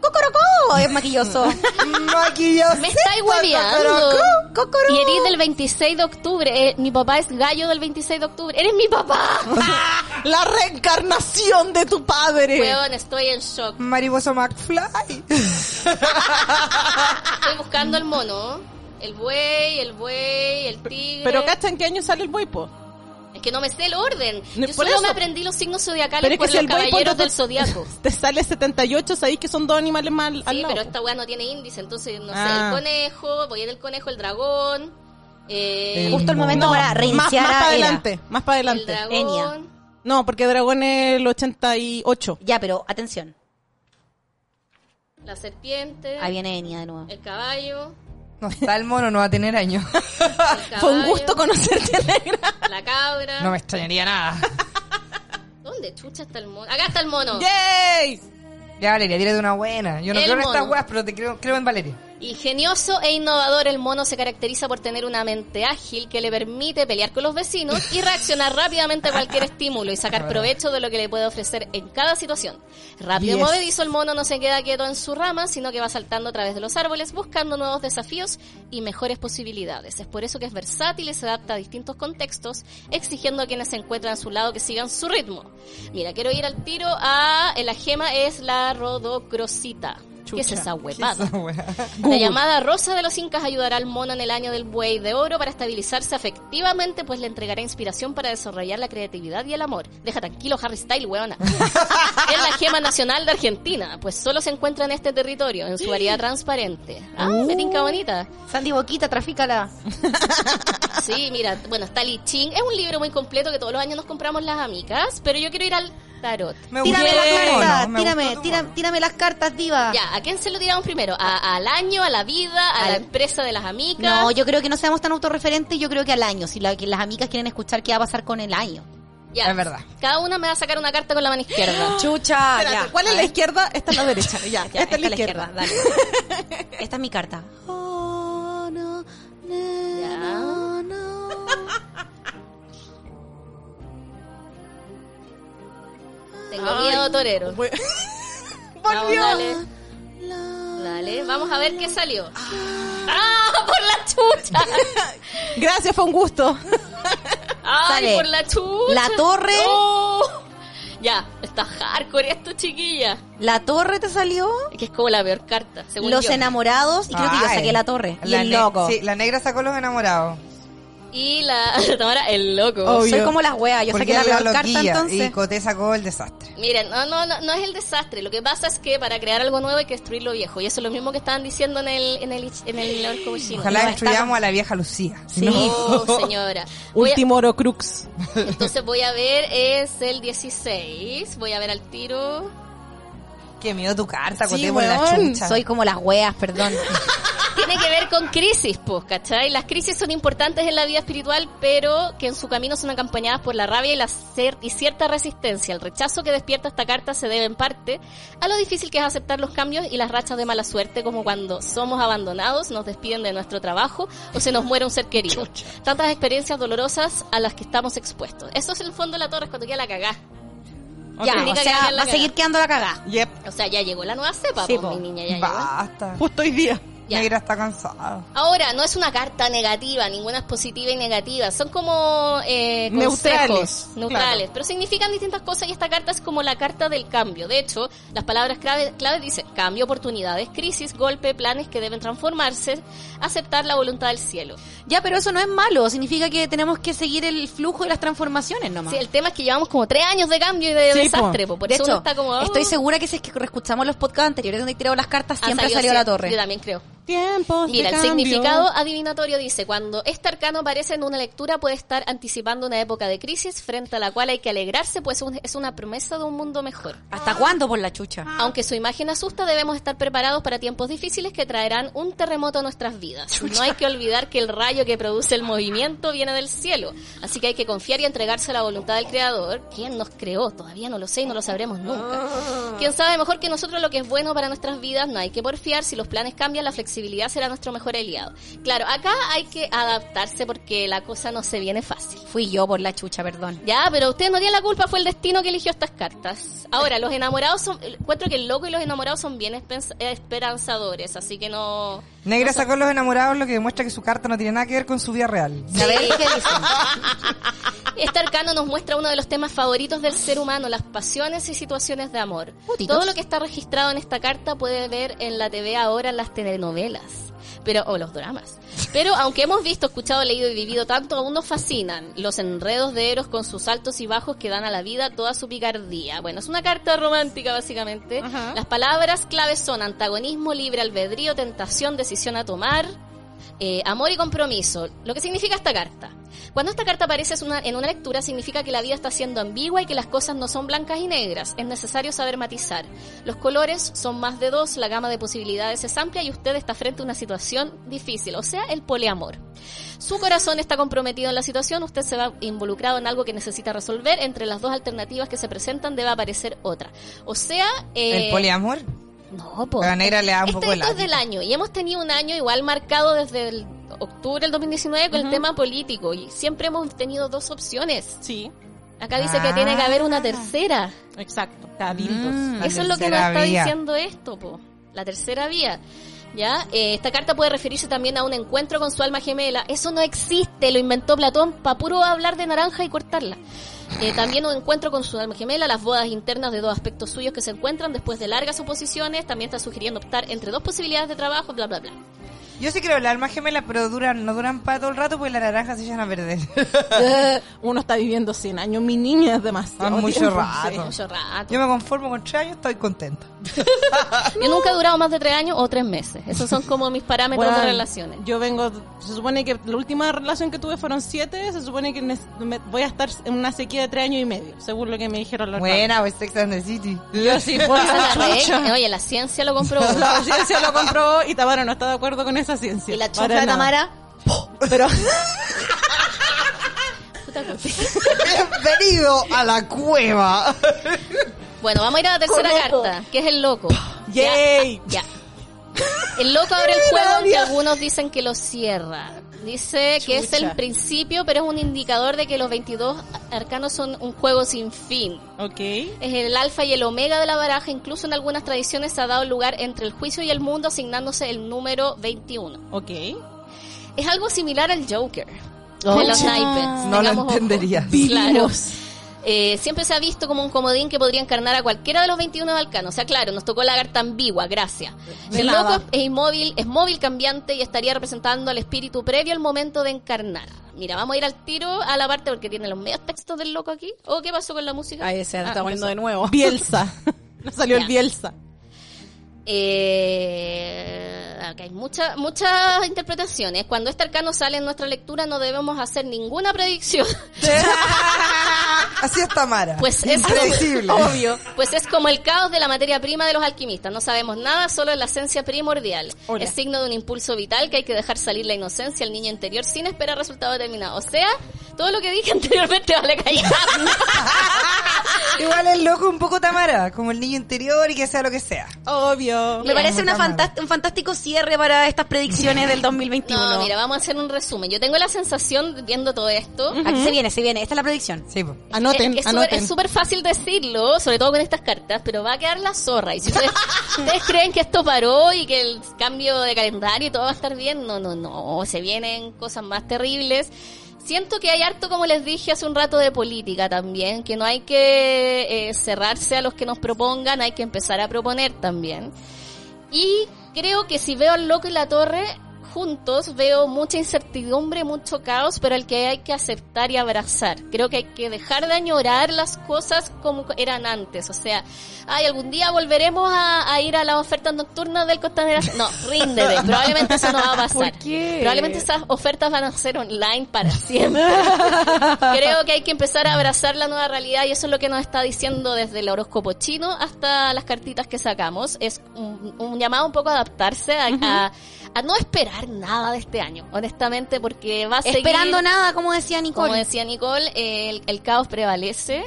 S3: ¡Cocorocó! Es maquilloso.
S5: Maquilloso.
S2: Me estáis hueveando.
S3: ¡Cocorocó!
S2: Y eres del 26 de octubre. Eh, mi papá es gallo del 26 de octubre. ¡Eres mi papá!
S4: La reencarnación de tu padre.
S2: Weón, estoy en shock.
S5: Mariposa McFly.
S4: Ah,
S2: Estoy buscando el mono. El buey, el buey, el tigre.
S4: Pero cacha en qué año sale el bueypo.
S2: Es que no me sé el orden.
S4: No,
S2: Yo
S4: por
S2: solo
S4: eso.
S2: me aprendí los signos zodiacales
S4: Pero es que
S2: por
S4: si
S2: los
S4: el buey pues,
S2: caballeros
S4: ponte-
S2: del zodiaco.
S4: Te sale 78, sabéis que son dos animales más al, al
S2: Sí,
S4: lado,
S2: pero
S4: po.
S2: esta weá no tiene índice, entonces no
S4: Ah.
S2: sé, el conejo, voy en el conejo, el dragón, eh,
S3: Justo el momento
S4: No,
S3: para
S4: más,
S3: reiniciar
S4: para
S3: a Era.
S4: adelante, más para
S2: el
S4: adelante.
S2: dragón.
S3: Enya.
S4: No, porque Dragón es el 88.
S3: Ya, pero atención.
S2: La serpiente.
S3: Ahí viene Enia de nuevo.
S2: El caballo.
S5: No está el mono, no va a tener año.
S2: el
S4: Fue un
S2: caballo,
S4: gusto conocerte, Negra.
S2: La cabra.
S5: No me extrañaría nada.
S2: ¿Dónde chucha está el mono? Acá está el mono.
S5: ¡Yay! Ya, Valeria, tírate una buena. Yo no
S2: El
S5: creo en estas
S2: mono.
S5: weas, pero te creo, creo en Valeria.
S2: Ingenioso e innovador, el mono se caracteriza por tener una mente ágil que le permite pelear con los vecinos y reaccionar rápidamente a cualquier estímulo y sacar provecho de lo que le puede ofrecer en cada situación. Rápido y
S4: Yes.
S2: movedizo, el mono no se queda quieto en su rama, sino que va saltando a través de los árboles buscando nuevos desafíos y mejores posibilidades. Es por eso que es versátil y se adapta a distintos contextos, exigiendo a quienes se encuentran a su lado que sigan su ritmo. Mira, quiero ir al tiro a... eh, La gema es la rodocrosita. ¿Qué es
S4: Chucha,
S2: esa
S5: ¿Qué es
S2: huevada?
S5: esa wea?
S2: La llamada Rosa de los Incas ayudará al mono en el año del buey de oro para estabilizarse afectivamente, pues le entregará inspiración para desarrollar la creatividad y el amor. Deja tranquilo Harry Style, weona. es la gema nacional de Argentina, pues solo se encuentra en este territorio, en su variedad transparente. Ah,
S3: Oh.
S2: me tinca bonita.
S3: Sandy Boquita, trafícala.
S2: Sí, mira, bueno, está Li Ching. Es un libro muy completo que todos los años nos compramos las amigas, pero yo quiero ir al tarot.
S5: Me
S3: Tírame
S5: gustó
S3: las
S5: tu mono,
S3: cartas,
S5: me
S3: tírame,
S5: gustó tu
S3: tírame, tírame las cartas, diva.
S2: Ya, ¿a quién se lo tiramos primero? ¿A- ¿Al año, a la vida, a la
S3: Ah. Al-
S2: empresa de las amigas?
S3: No, yo creo que no seamos tan autorreferentes, yo creo que al año, si la- que las amigas quieren escuchar qué va a pasar con el año.
S2: Ya.
S5: Es verdad.
S2: Cada una me va a sacar una carta con la mano izquierda.
S3: Chucha,
S4: Espérate, ¿Cuál es la izquierda? Esta es la derecha. Ya,
S3: Ya,
S4: esta es la izquierda.
S3: dale. Esta es mi carta.
S2: Ya. Tengo miedo, torero. Vamos, dale. Dale, vamos a ver qué salió. ¡Ah! ¡Por la chucha!
S4: Gracias, fue un gusto.
S2: ¡Ay,
S3: Sale.
S2: por la chucha!
S3: La torre.
S2: ¡Oh! Ya, está hardcore esto, chiquilla.
S3: La torre te salió,
S2: Es que es como la peor carta, según
S3: los
S2: yo.
S3: enamorados, y creo que yo
S5: Ay.
S3: saqué la torre. Y
S5: La
S3: el
S5: ne-
S3: loco.
S5: Sí, la negra sacó los enamorados.
S2: Y la... Ahora, el loco.
S3: Soy
S4: Obvio.
S3: como las weas, Ah, yo saqué
S5: Porque
S3: la
S5: era
S3: peor carta
S5: loquilla,
S3: entonces.
S5: Y Coté sacó el desastre.
S2: Miren, no, no, no, no es el desastre. Lo que pasa es que para crear algo nuevo hay que destruir lo viejo. Y eso es lo mismo que estaban diciendo en el en el, en el Orco Chino.
S5: Ojalá
S3: no,
S5: destruyamos a la vieja Lucía.
S3: Sí.
S2: Oh, señora. Voy a-
S4: Último Orocrux.
S2: entonces voy a ver, es el 16. Voy a ver al tiro.
S5: Qué miedo tu carta,
S4: Sí,
S5: Coté, por la
S4: weón.
S5: chucha.
S3: Soy como las weas, perdón.
S2: Tiene que ver con crisis, pues, ¿cachai? Las crisis son importantes en la vida espiritual, pero que en su camino son acompañadas por la rabia y, la cer- y cierta resistencia. El rechazo que despierta esta carta se debe en parte a lo difícil que es aceptar los cambios y las rachas de mala suerte, como cuando somos abandonados, nos despiden de nuestro trabajo o se nos muere un ser querido. Tantas experiencias dolorosas a las que estamos expuestos. Eso es el fondo de la torre, es cuando ya la cagá.
S3: ya,
S2: Significa
S3: o
S2: que
S3: sea,
S2: alguien la
S3: va a seguir
S2: cagó.
S3: quedando la cagada.
S4: Yep.
S2: O sea, ya llegó la nueva cepa,
S3: Sí,
S2: po,
S3: po.
S2: mi niña, ya llegó.
S5: Basta.
S4: Justo hoy día.
S2: Ya.
S5: Negra está cansada.
S2: Ahora, no es una carta negativa, ninguna es positiva y negativa, son como eh, consejos,
S4: Neutrales,
S2: neutrales, pero significan distintas cosas y esta carta es como la carta del cambio. De hecho, las palabras clave, clave dicen cambio, oportunidades, crisis, golpe, planes que deben transformarse, aceptar la voluntad del cielo.
S3: Ya, pero eso no es malo, significa que tenemos que seguir el flujo de las transformaciones nomás.
S2: Sí, el tema es que llevamos como tres años de cambio y de
S4: Sí,
S2: desastre,
S4: po.
S2: po, por
S3: de
S2: eso uno
S3: hecho,
S2: está como... oh,
S3: estoy segura que si es que reescuchamos los podcasts anteriores donde he tirado las cartas,
S2: ha
S3: siempre ha
S2: salido
S3: salido la
S2: cierto.
S3: torre.
S2: Yo también creo.
S4: Tiempos. de
S2: Mira, el
S4: cambio.
S2: significado adivinatorio dice, cuando este arcano aparece en una lectura puede estar anticipando una época de crisis frente a la cual hay que alegrarse, pues un- es una promesa de un mundo mejor.
S3: ¿Hasta cuándo por la chucha?
S2: Aunque su imagen asusta, debemos estar preparados para tiempos difíciles que traerán un terremoto a nuestras vidas. No hay que olvidar que el rayo que produce el movimiento viene del cielo, así que hay que confiar y entregarse a la voluntad del Creador, quien nos creó, todavía no lo sé y no lo sabremos nunca. Quien sabe mejor que nosotros lo que es bueno para nuestras vidas, no hay que porfiar, si los planes cambian, la flexibilidad será nuestro mejor aliado. Claro, acá hay que adaptarse porque la cosa no se viene fácil.
S3: Fui yo por la chucha, perdón.
S2: Ya, pero ustedes no tienen la culpa, fue el destino que eligió estas cartas. Ahora, los enamorados son. Encuentro que el loco y los enamorados son bien espen- esperanzadores, así que no.
S5: Negra sacó los enamorados, lo que demuestra que su carta no tiene nada que ver con su vida real.
S3: A ver, ¿qué dicen?
S2: Este arcano nos muestra uno de los temas favoritos del ser humano, las pasiones y situaciones de amor.
S3: Putitos.
S2: Todo lo que está registrado en esta carta puede ver en la TV ahora en las telenovelas. Pero, o los dramas. Pero aunque hemos visto, escuchado, leído y vivido tanto, aún nos fascinan los enredos de Eros con sus altos y bajos que dan a la vida toda su picardía. Bueno, es una carta romántica básicamente. Las palabras claves son antagonismo, libre albedrío, tentación, decisión a tomar, eh, amor y compromiso. Lo que significa esta carta. Cuando esta carta aparece es una- en una lectura significa que la vida está siendo ambigua y que las cosas no son blancas y negras. Es necesario saber matizar. Los colores son más de dos, la gama de posibilidades es amplia y usted está frente a una situación difícil, o sea, el poliamor. Su corazón está comprometido en la situación, usted se va involucrado en algo que necesita resolver. Entre las dos alternativas que se presentan debe aparecer otra. O sea... eh,
S5: El poliamor.
S2: no, po.
S5: La negra le da un
S2: este
S5: poco el
S2: esto es del año y hemos tenido un año igual marcado desde el octubre del 2019 con el tema político y siempre hemos tenido dos opciones.
S4: Sí,
S2: Acá dice que tiene que haber
S5: Ah.
S2: una tercera.
S4: exacto. Cabildos.
S5: Mm, La
S2: Eso es lo que nos
S5: tercera
S2: está
S5: vía.
S2: diciendo esto, po. La tercera vía. ¿Ya? Eh, esta carta puede referirse también a un encuentro con su alma gemela. Eso no existe, lo inventó Platón para puro hablar de naranja y cortarla. Eh, también un encuentro con su alma gemela, las bodas internas de dos aspectos suyos que se encuentran después de largas oposiciones. También está sugiriendo optar entre dos posibilidades de trabajo, bla, bla, bla.
S5: Yo sí creo, las almas gemelas, pero duran, no duran para todo el rato porque las naranjas se echan a perder.
S4: Uno está viviendo 100 años, mi niña es demasiado.
S5: Ah, mucho
S4: tiempo,
S5: rato.
S4: sí.
S2: Mucho rato.
S5: Yo me conformo con tres años, estoy contenta.
S2: Yo nunca he durado más de tres años o tres meses. Esos son como mis parámetros
S4: Bueno,
S2: de relaciones.
S4: Yo vengo, se supone que la última relación que tuve fueron siete, se supone que nes- me- voy a estar en una sequía de tres años y medio, según lo que me dijeron los
S5: Buena, pues Sex and the City.
S4: Yo sí, por
S2: Esa
S4: la
S2: es la
S4: chucha.
S2: regla. Oye, la ciencia lo comprobó.
S4: La ciencia lo comprobó y Tamara no está de acuerdo con esa ciencia.
S2: Y la
S4: Para
S2: chonja de
S4: nada.
S2: Tamara.
S4: Pero
S2: Puta cosa.
S5: Bienvenido a la cueva.
S2: Bueno, vamos a ir a la tercera carta, que es el loco.
S4: Yay.
S2: Ya. El loco abre el juego que algunos dicen que lo cierra. Dice que es el
S4: Chucha.
S2: principio, pero es un indicador de que los 22 arcanos son un juego sin fin.
S4: Ok.
S2: Es el alfa y el omega de la baraja, incluso en algunas tradiciones se ha dado lugar entre el juicio y el mundo asignándose el número 21.
S4: Ok.
S2: Es algo similar al Joker. de los naipes.
S5: Oh, No lo
S2: Tengamos ojo.
S5: entenderías.
S2: Claro. Eh, siempre se ha visto como un comodín que podría encarnar a cualquiera de los 21 balcanos. O sea, claro, nos tocó la carta ambigua, gracias. el loco es inmóvil, es móvil cambiante y estaría representando al espíritu previo al momento de encarnar. Mira, vamos a ir al tiro a la parte porque tiene los medios textos del loco aquí. ¿O qué pasó con la música?
S3: Ahí se la
S2: Ah,
S3: está poniendo
S2: empezó.
S3: de nuevo.
S4: Bielsa. No salió
S2: Ya.
S4: el Bielsa.
S2: Eh, acá hay mucha- muchas interpretaciones. Cuando este arcano sale en nuestra lectura no debemos hacer ninguna predicción.
S5: Así está Mara.
S2: Pues es
S5: Impredecible.
S2: obvio. Pues es como el caos de la materia prima de los alquimistas. No sabemos nada, solo es la esencia primordial. Es signo de un impulso vital que hay que dejar salir la inocencia al niño interior sin esperar resultado determinado. O sea, todo lo que dije anteriormente vale callar.
S5: Igual el loco un poco Tamara, como el niño interior y que sea lo que sea.
S4: Obvio.
S3: Me parece una
S5: Cámara.
S3: fantás- un fantástico cierre para estas predicciones del 2021.
S2: No, mira, vamos a hacer un resumen. Yo tengo la sensación, viendo todo esto,
S3: Aquí se viene, se viene. Esta es la predicción.
S5: Sí, po.
S4: Anoten,
S2: es- es súper-
S4: anoten.
S2: es súper fácil decirlo, sobre todo con estas cartas, pero va a quedar la zorra. Y si ustedes, ustedes creen que esto paró y que el cambio de calendario y todo va a estar bien, no, no, no. Se vienen cosas más terribles. Siento que hay harto, como les dije hace un rato, de política también, que no hay que eh, cerrarse a los que nos propongan, hay que empezar a proponer también. Y creo que si veo al loco y la torre juntos, veo mucha incertidumbre, mucho caos, pero el que hay que aceptar y abrazar. Creo que hay que dejar de añorar las cosas como eran antes. O sea, ay, algún día volveremos a, a ir a las ofertas nocturnas del Costanera. No, ríndete. Probablemente eso no va a pasar. Probablemente esas ofertas van a ser online para siempre. Creo que hay que empezar a abrazar la nueva realidad y eso es lo que nos está diciendo desde el horóscopo chino hasta las cartitas que sacamos. Es un, un llamado un poco a adaptarse, a, a- a no esperar nada de este año, honestamente, porque va a seguir...
S3: Esperando nada, como decía
S2: Como
S3: Nicole.
S2: decía Nicole, el, el caos prevalece.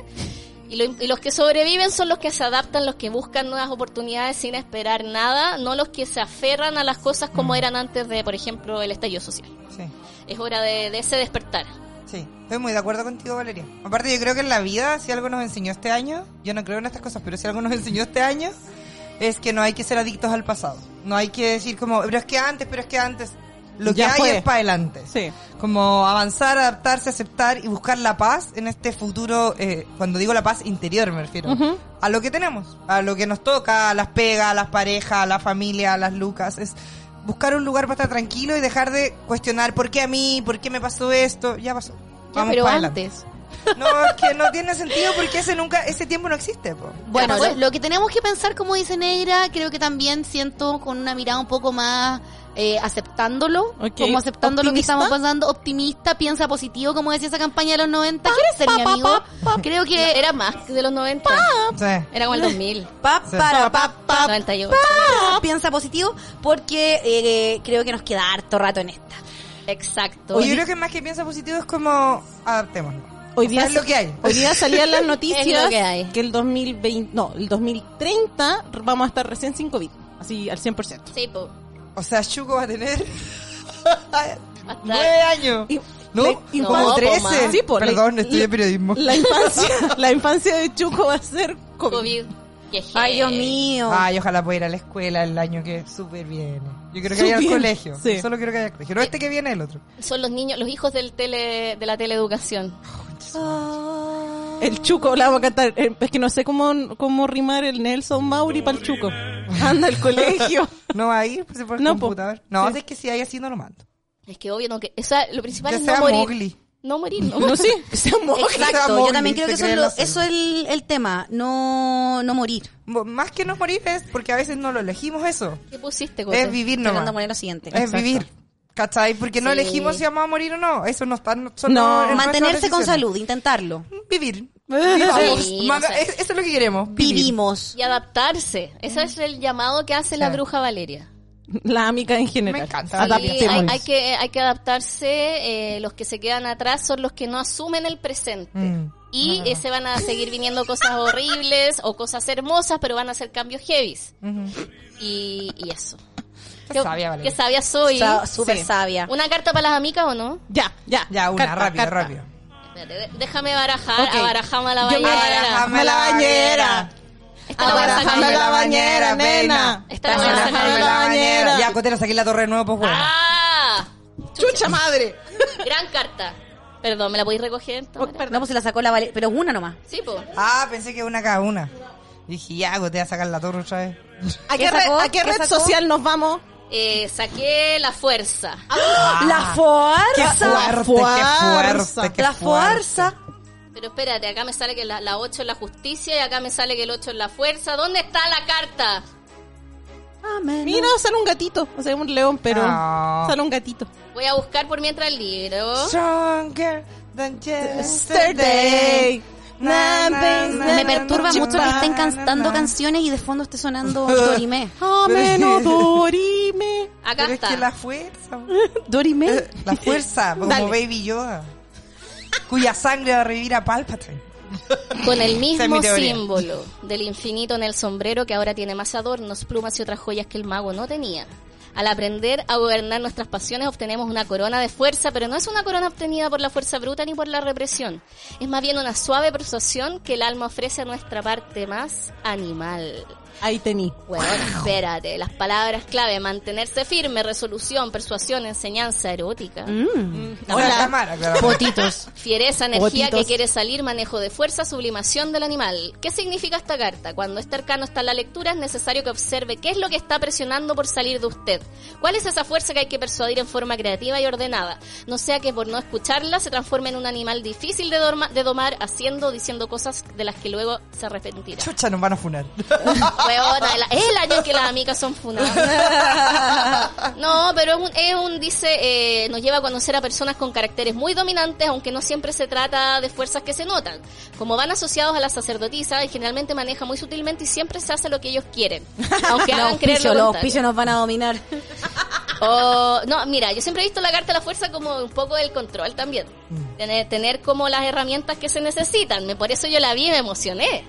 S2: Y, lo- y los que sobreviven son los que se adaptan, los que buscan nuevas oportunidades sin esperar nada, no los que se aferran a las cosas como
S3: Mm.
S2: eran antes de, por ejemplo, el estallido social.
S5: Sí.
S2: Es hora de, de ese despertar.
S5: Sí, estoy muy de acuerdo contigo, Valeria. Aparte, yo creo que en la vida, si algo nos enseñó este año, yo no creo en estas cosas, pero si algo nos enseñó este año, es que no hay que ser adictos al pasado. No hay que decir como, pero es que antes, pero es que antes. Lo que
S4: Ya
S5: hay
S4: fue.
S5: es para adelante.
S4: Sí.
S5: Como avanzar, adaptarse, aceptar y buscar la paz en este futuro, eh, cuando digo la paz interior me refiero, a lo que tenemos, a lo que nos toca, a las pegas, a las parejas, a la familia, a las lucas. Es buscar un lugar para estar tranquilo y dejar de cuestionar por qué a mí, por qué me pasó esto, ya pasó.
S2: Ya,
S5: Vamos
S2: pero
S5: para adelante.
S2: antes.
S5: No, es que no tiene sentido porque ese nunca, ese tiempo no existe, po.
S3: Bueno,
S2: Claro.
S3: lo, lo que tenemos que pensar, como dice Neira, creo que también siento con una mirada un poco más eh, aceptándolo,
S4: Ok.
S3: como aceptando lo que
S4: ¿Optimista?
S3: estamos pasando, optimista, piensa positivo, como decía esa campaña de los 90. ¿Quieres ser mi amigo? Creo que
S2: Era más de los 90.
S5: Sí.
S2: Era como el 2000.
S3: pa, para, pa, pa,
S2: 98.
S3: pa, piensa positivo, porque eh, creo que nos queda harto rato en esta.
S2: Exacto.
S5: Oye, yo creo que más que piensa positivo es como adaptémonos.
S4: Hoy
S5: O
S4: día,
S5: sea, es lo que hay.
S4: hoy día salían las noticias
S2: Es lo que hay.
S4: el 2020, no, el 2030 vamos a estar recién sin COVID, así al 100%.
S2: Sí, po.
S5: O sea, Chuco va a tener
S2: Hasta-
S5: nueve años.
S4: Y-
S5: No,
S4: la-
S5: y
S2: no,
S5: como
S2: po,
S5: trece.
S2: ma.
S4: Sí, po, la-
S5: Perdón,
S4: la-
S5: estudié periodismo.
S4: La infancia, la infancia de Chuco va a ser COVID.
S2: COVID. Qué
S3: Ay, Dios
S2: heavy.
S3: mío.
S5: Ay, ojalá pueda ir a la escuela el año que súper viene. Yo quiero que vaya al
S4: Súper,
S5: colegio.
S4: sí. Eh.
S5: Yo Solo quiero que vaya al colegio. No este que viene, el otro.
S2: Son los niños, los hijos del tele, de la teleeducación.
S4: El Chuco, la vamos a cantar. Eh, Es que no sé cómo, cómo rimar el Nelson Mauri para el Chuco. Anda al colegio.
S5: No va a ir pues, por el
S4: No, po.
S5: computador. No,
S4: Sí.
S5: es que si hay así no lo mando.
S2: Es que obvio, no que. O sea, lo principal
S5: Que
S2: es
S5: sea
S2: no morir.
S5: Mowgli.
S2: No morir, no.
S4: No sé, que sea mo-
S5: Está
S3: Exacto,
S5: móvil,
S3: yo también creo
S5: se
S3: que eso es,
S5: cree
S3: lo-
S5: en la selva.
S3: eso es el, el tema, no, no morir.
S5: Mo- Más que no morir es porque a veces no lo elegimos eso.
S2: ¿Qué pusiste, Coto?
S5: Es vivir
S3: Fernando
S5: nomás.
S3: Moreno, siguiente.
S5: Es vivir. ¿Cachai? Porque no
S2: Sí.
S5: elegimos si vamos a morir o no. Eso no está. No, son
S4: No.
S5: nuestras
S3: Mantenerse con
S5: decisiones.
S3: salud, intentarlo.
S5: Vivir.
S2: Sí,
S5: Vivamos.
S2: o
S5: Maga-
S2: sea-
S5: es- eso es lo que queremos. vivir.
S3: Vivimos.
S2: Y adaptarse. Ese es el llamado que hace la
S5: Claro.
S2: bruja Valeria.
S4: La amiga en general.
S5: Me encanta.
S2: Sí, hay,
S4: Adaptémonos.
S2: hay que, hay que adaptarse. eh, los que se quedan atrás son los que no asumen el presente.
S5: Mm.
S2: Y eh, se van a seguir viniendo cosas horribles o cosas hermosas, pero van a hacer cambios heavies. Y, y eso.
S5: Qué sabia, Valeria.
S2: Que sabia soy.
S3: Sa- Súper
S4: Sí.
S3: sabia.
S2: ¿Una carta para las amigas o no?
S4: Ya, ya.
S5: Ya, una,
S4: Carta,
S5: rápido,
S4: carta.
S5: rápido.
S2: Espérate, de- déjame barajar.
S4: Ok.
S2: Abarajame a la
S4: Yo me-
S2: bañera.
S4: Abarajame a la bañera.
S2: Esta la voy a sacar.
S4: Abarajame a la bañera, nena.
S2: Esta la voy a sacar.
S4: Abarajame a la bañera.
S5: Ya, Cotero, saqué la torre de nuevo, pues bueno.
S2: ¡Ah!
S4: Chucha madre.
S2: Gran carta. Perdón, ¿me la podéis recoger? Tamara?
S3: No, pues se la sacó la Valeria, pero una nomás.
S2: Sí, po.
S5: Ah, pensé que una cada una. Dije, ya, Cotero, sacar la torre otra vez.
S4: ¿A
S3: ¿Qué
S4: qué, red-
S3: sacó?
S4: a qué
S3: ¿Qué
S4: red
S3: sacó?
S4: social nos vamos?
S2: Eh, saqué la fuerza.
S3: La
S5: Qué
S3: fuerza.
S5: fuerte, qué fuerte, qué
S3: La
S5: fuerte.
S3: fuerza.
S2: Pero espérate, acá me sale que la, la 8 es la justicia y acá me sale que el 8 es la fuerza. ¿Dónde está la carta?
S3: Amén.
S4: Mira, sale un gatito. O sea, un león, pero
S5: Ah.
S4: sale un gatito.
S2: Voy a buscar por mientras el libro.
S5: Stronger than yesterday.
S4: Yesterday. Na, na, na,
S3: Me perturba
S4: na,
S3: mucho que
S4: na,
S3: estén
S5: na,
S3: cantando
S5: na.
S3: canciones y de fondo esté sonando Dorimé.
S4: A menos oh, dorime.
S2: Acá
S5: Pero es
S2: está.
S5: que la fuerza,
S4: Dorime.
S5: la fuerza, como
S4: Dale.
S5: Baby Yoda, cuya sangre va a revivir a Palpatine.
S2: Con el
S5: Esa es mi
S2: mismo
S5: teoría.
S2: símbolo del infinito en el sombrero que ahora tiene más adornos, plumas y otras joyas que el mago no tenía. Al aprender a gobernar nuestras pasiones obtenemos una corona de fuerza, pero no es una corona obtenida por la fuerza bruta ni por la represión. Es más bien una suave persuasión que el alma ofrece a nuestra parte más animal.
S4: Ahí tení.
S2: Bueno, espérate, las palabras clave, mantenerse firme, resolución, persuasión, enseñanza erótica.
S5: La cámara, claro.
S3: Potitos.
S2: Fiereza, energía
S4: Botitos.
S2: que quiere salir, manejo de fuerza, sublimación del animal. ¿Qué significa esta carta? Cuando este arcano está en la lectura es necesario que observe qué es lo que está presionando por salir de usted. ¿Cuál es esa fuerza que hay que persuadir en forma creativa y ordenada? No sea que por no escucharla se transforme en un animal difícil de, dorma- de domar, haciendo o diciendo cosas de las que luego se arrepentirá.
S5: Chucha, nos van a funar.
S2: Huevona, el- es el año que las amigas son funadas. No, pero es un, es un dice, eh, nos lleva a conocer a personas con caracteres muy dominantes, aunque no siempre se trata de fuerzas que se notan. Como van asociados a la sacerdotisa, y generalmente maneja muy sutilmente y siempre se hace lo que ellos quieren. Aunque
S3: Los
S2: hagan creer lo
S3: auspicios, los
S2: contrario.
S3: auspicios nos van a dominar.
S2: O- Oh, no, mira, yo siempre he visto la carta de la fuerza como un poco del control también. Tener, tener como las herramientas que se necesitan. Me- Por eso yo la vi y me emocioné.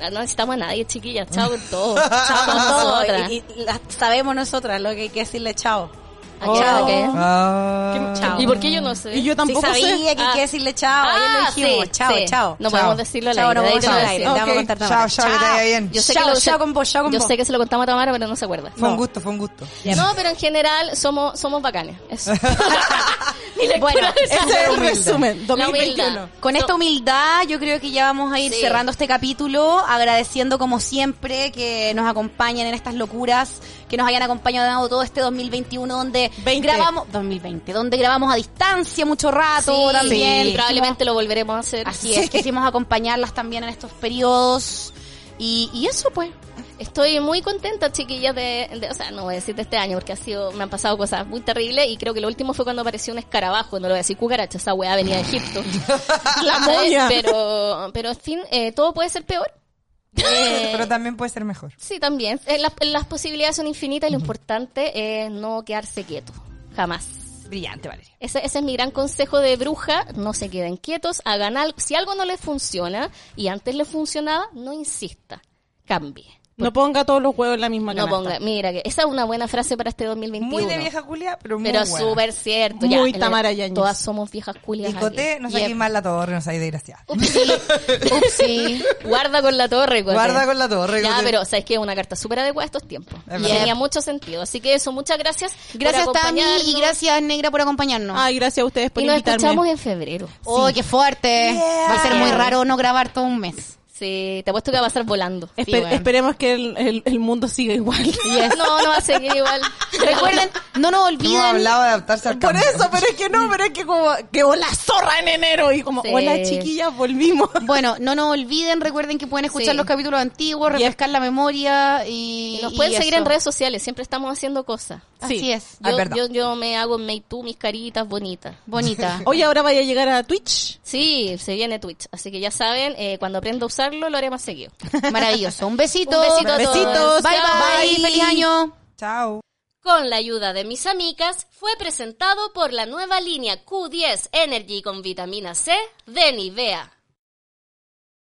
S2: Ah, No no necesitamos a nadie, chiquillas. Chao con todo. Chao con todo.
S3: Y, y la- sabemos nosotras lo que hay que decirle chao.
S2: Acá,
S3: Oh.
S2: acá.
S5: Ah,
S3: Chao.
S2: ¿Y por qué yo no sé?
S4: Y yo tampoco
S3: sí sabía
S4: sé.
S3: que hay
S2: Ah.
S3: que decirle chao. Ayer lo
S2: Ah,
S3: dijimos.
S2: sí,
S3: chao,
S2: sí.
S3: chao.
S2: No
S5: Chao.
S2: podemos decirlo al
S3: Chao,
S2: aire.
S3: no
S2: de ahí
S3: podemos
S2: te lo voy a decir.
S3: decirlo al aire. Te vamos a
S5: Ok.
S3: contar
S5: Chao, chao, que te vaya bien.
S2: Yo sé
S3: chao,
S2: que lo-
S3: chao con vos, chao con
S2: Yo
S3: vos.
S2: sé que se lo contamos a Tamara, pero no se acuerda.
S5: Fue un gusto, fue un gusto.
S2: No, pero en general somos somos bacanes. Eso. Mi lectura
S3: Bueno,
S2: de
S4: Ese es el resumen.
S2: La humildad.
S4: 2021.
S3: Con
S2: So-
S3: esta humildad yo creo que ya vamos a ir
S2: Sí.
S3: cerrando este capítulo, agradeciendo como siempre que nos acompañen en estas locuras, que nos hayan acompañado todo este 2021 donde
S4: 20.
S3: grabamos 2020, donde grabamos a distancia mucho rato
S2: Sí,
S3: también.
S2: sí, probablemente lo volveremos a hacer.
S3: Así es, quisimos acompañarlas también en estos periodos y, y eso pues.
S2: Estoy muy contenta, chiquillas, de, de- o sea, no voy a decir de este año, porque ha sido, me han pasado cosas muy terribles, y creo que lo último fue cuando apareció un escarabajo, no lo voy a decir cucaracha, esa weá venía de Egipto.
S4: La
S2: ¿Sabes?
S4: momia.
S2: Pero, pero en fin, eh, todo puede ser peor. Eh,
S5: Pero también puede ser mejor.
S2: sí, también. Eh, las, las posibilidades son infinitas y lo importante es no quedarse quieto. Jamás.
S5: Brillante, Valeria.
S2: Ese, ese es mi gran consejo de bruja. No se queden quietos, hagan algo. Si algo no les funciona y antes les funcionaba, no insista. Cambie.
S4: No ponga todos los huevos en la misma
S2: No
S4: canasta.
S2: ponga. Mira, que esa es una buena frase para este 2021.
S5: Muy de vieja culia, pero muy
S2: Pero
S5: buena.
S2: súper cierto.
S4: Muy
S2: ya, en la-
S4: Tamara Yáñez.
S2: Todas somos viejas culias.
S5: Y Coté
S2: aquí.
S5: nos
S2: Yep.
S5: aquí mal la torre, nos hay desgraciado.
S2: Upsi, upsi. Guarda con la torre, Coté.
S5: Guarda con la torre,
S2: Ya,
S5: Coté.
S2: pero sabes que es una carta súper adecuada a estos tiempos.
S5: Es
S2: Y
S5: verdad.
S2: tenía mucho sentido. Así que eso, muchas gracias. por
S3: Gracias Tami
S2: acompañarnos. Ah,
S3: y gracias Negra por acompañarnos.
S4: Ay, gracias a ustedes por
S2: Y nos escuchamos
S4: invitarme.
S2: en febrero.
S3: ¡Oh, qué fuerte! Va a ser muy
S2: Yeah.
S3: raro no grabar todo un mes.
S2: Sí, te apuesto que va a pasar volando.
S4: Espe-
S3: Sí, bueno.
S4: Esperemos que el, el- el mundo siga igual.
S2: No, no va a seguir igual.
S3: Recuerden, no nos olviden.
S5: Hemos hablado de adaptarse al
S4: Por
S5: cambio.
S4: eso,
S2: pues.
S4: pero es que no, pero es que como quedó la zorra en enero y como,
S2: Sí.
S4: hola chiquillas, volvimos.
S3: Bueno, no nos olviden, recuerden que pueden escuchar
S2: Sí.
S3: los capítulos antiguos, refrescar la memoria y,
S2: Y nos
S3: y
S2: pueden
S3: eso.
S2: seguir en redes sociales, siempre estamos haciendo cosas.
S3: Así
S4: Sí.
S3: es,
S5: Ah,
S2: Yo,
S5: verdad.
S2: yo, yo me hago en Meitu mis caritas bonitas.
S3: bonita.
S4: Hoy ahora vaya a llegar a Twitch.
S2: Sí, se viene Twitch, así que ya saben, eh, cuando aprenda a usarlo lo haré más seguido.
S3: Maravilloso. Un besito.
S2: Un besito a todos.
S4: Besitos.
S3: Bye, bye.
S4: Bye.
S3: Feliz año.
S5: Chao.
S2: Con la ayuda de mis amigas, fue presentado por la nueva línea Q10 Energy con vitamina C de Nivea.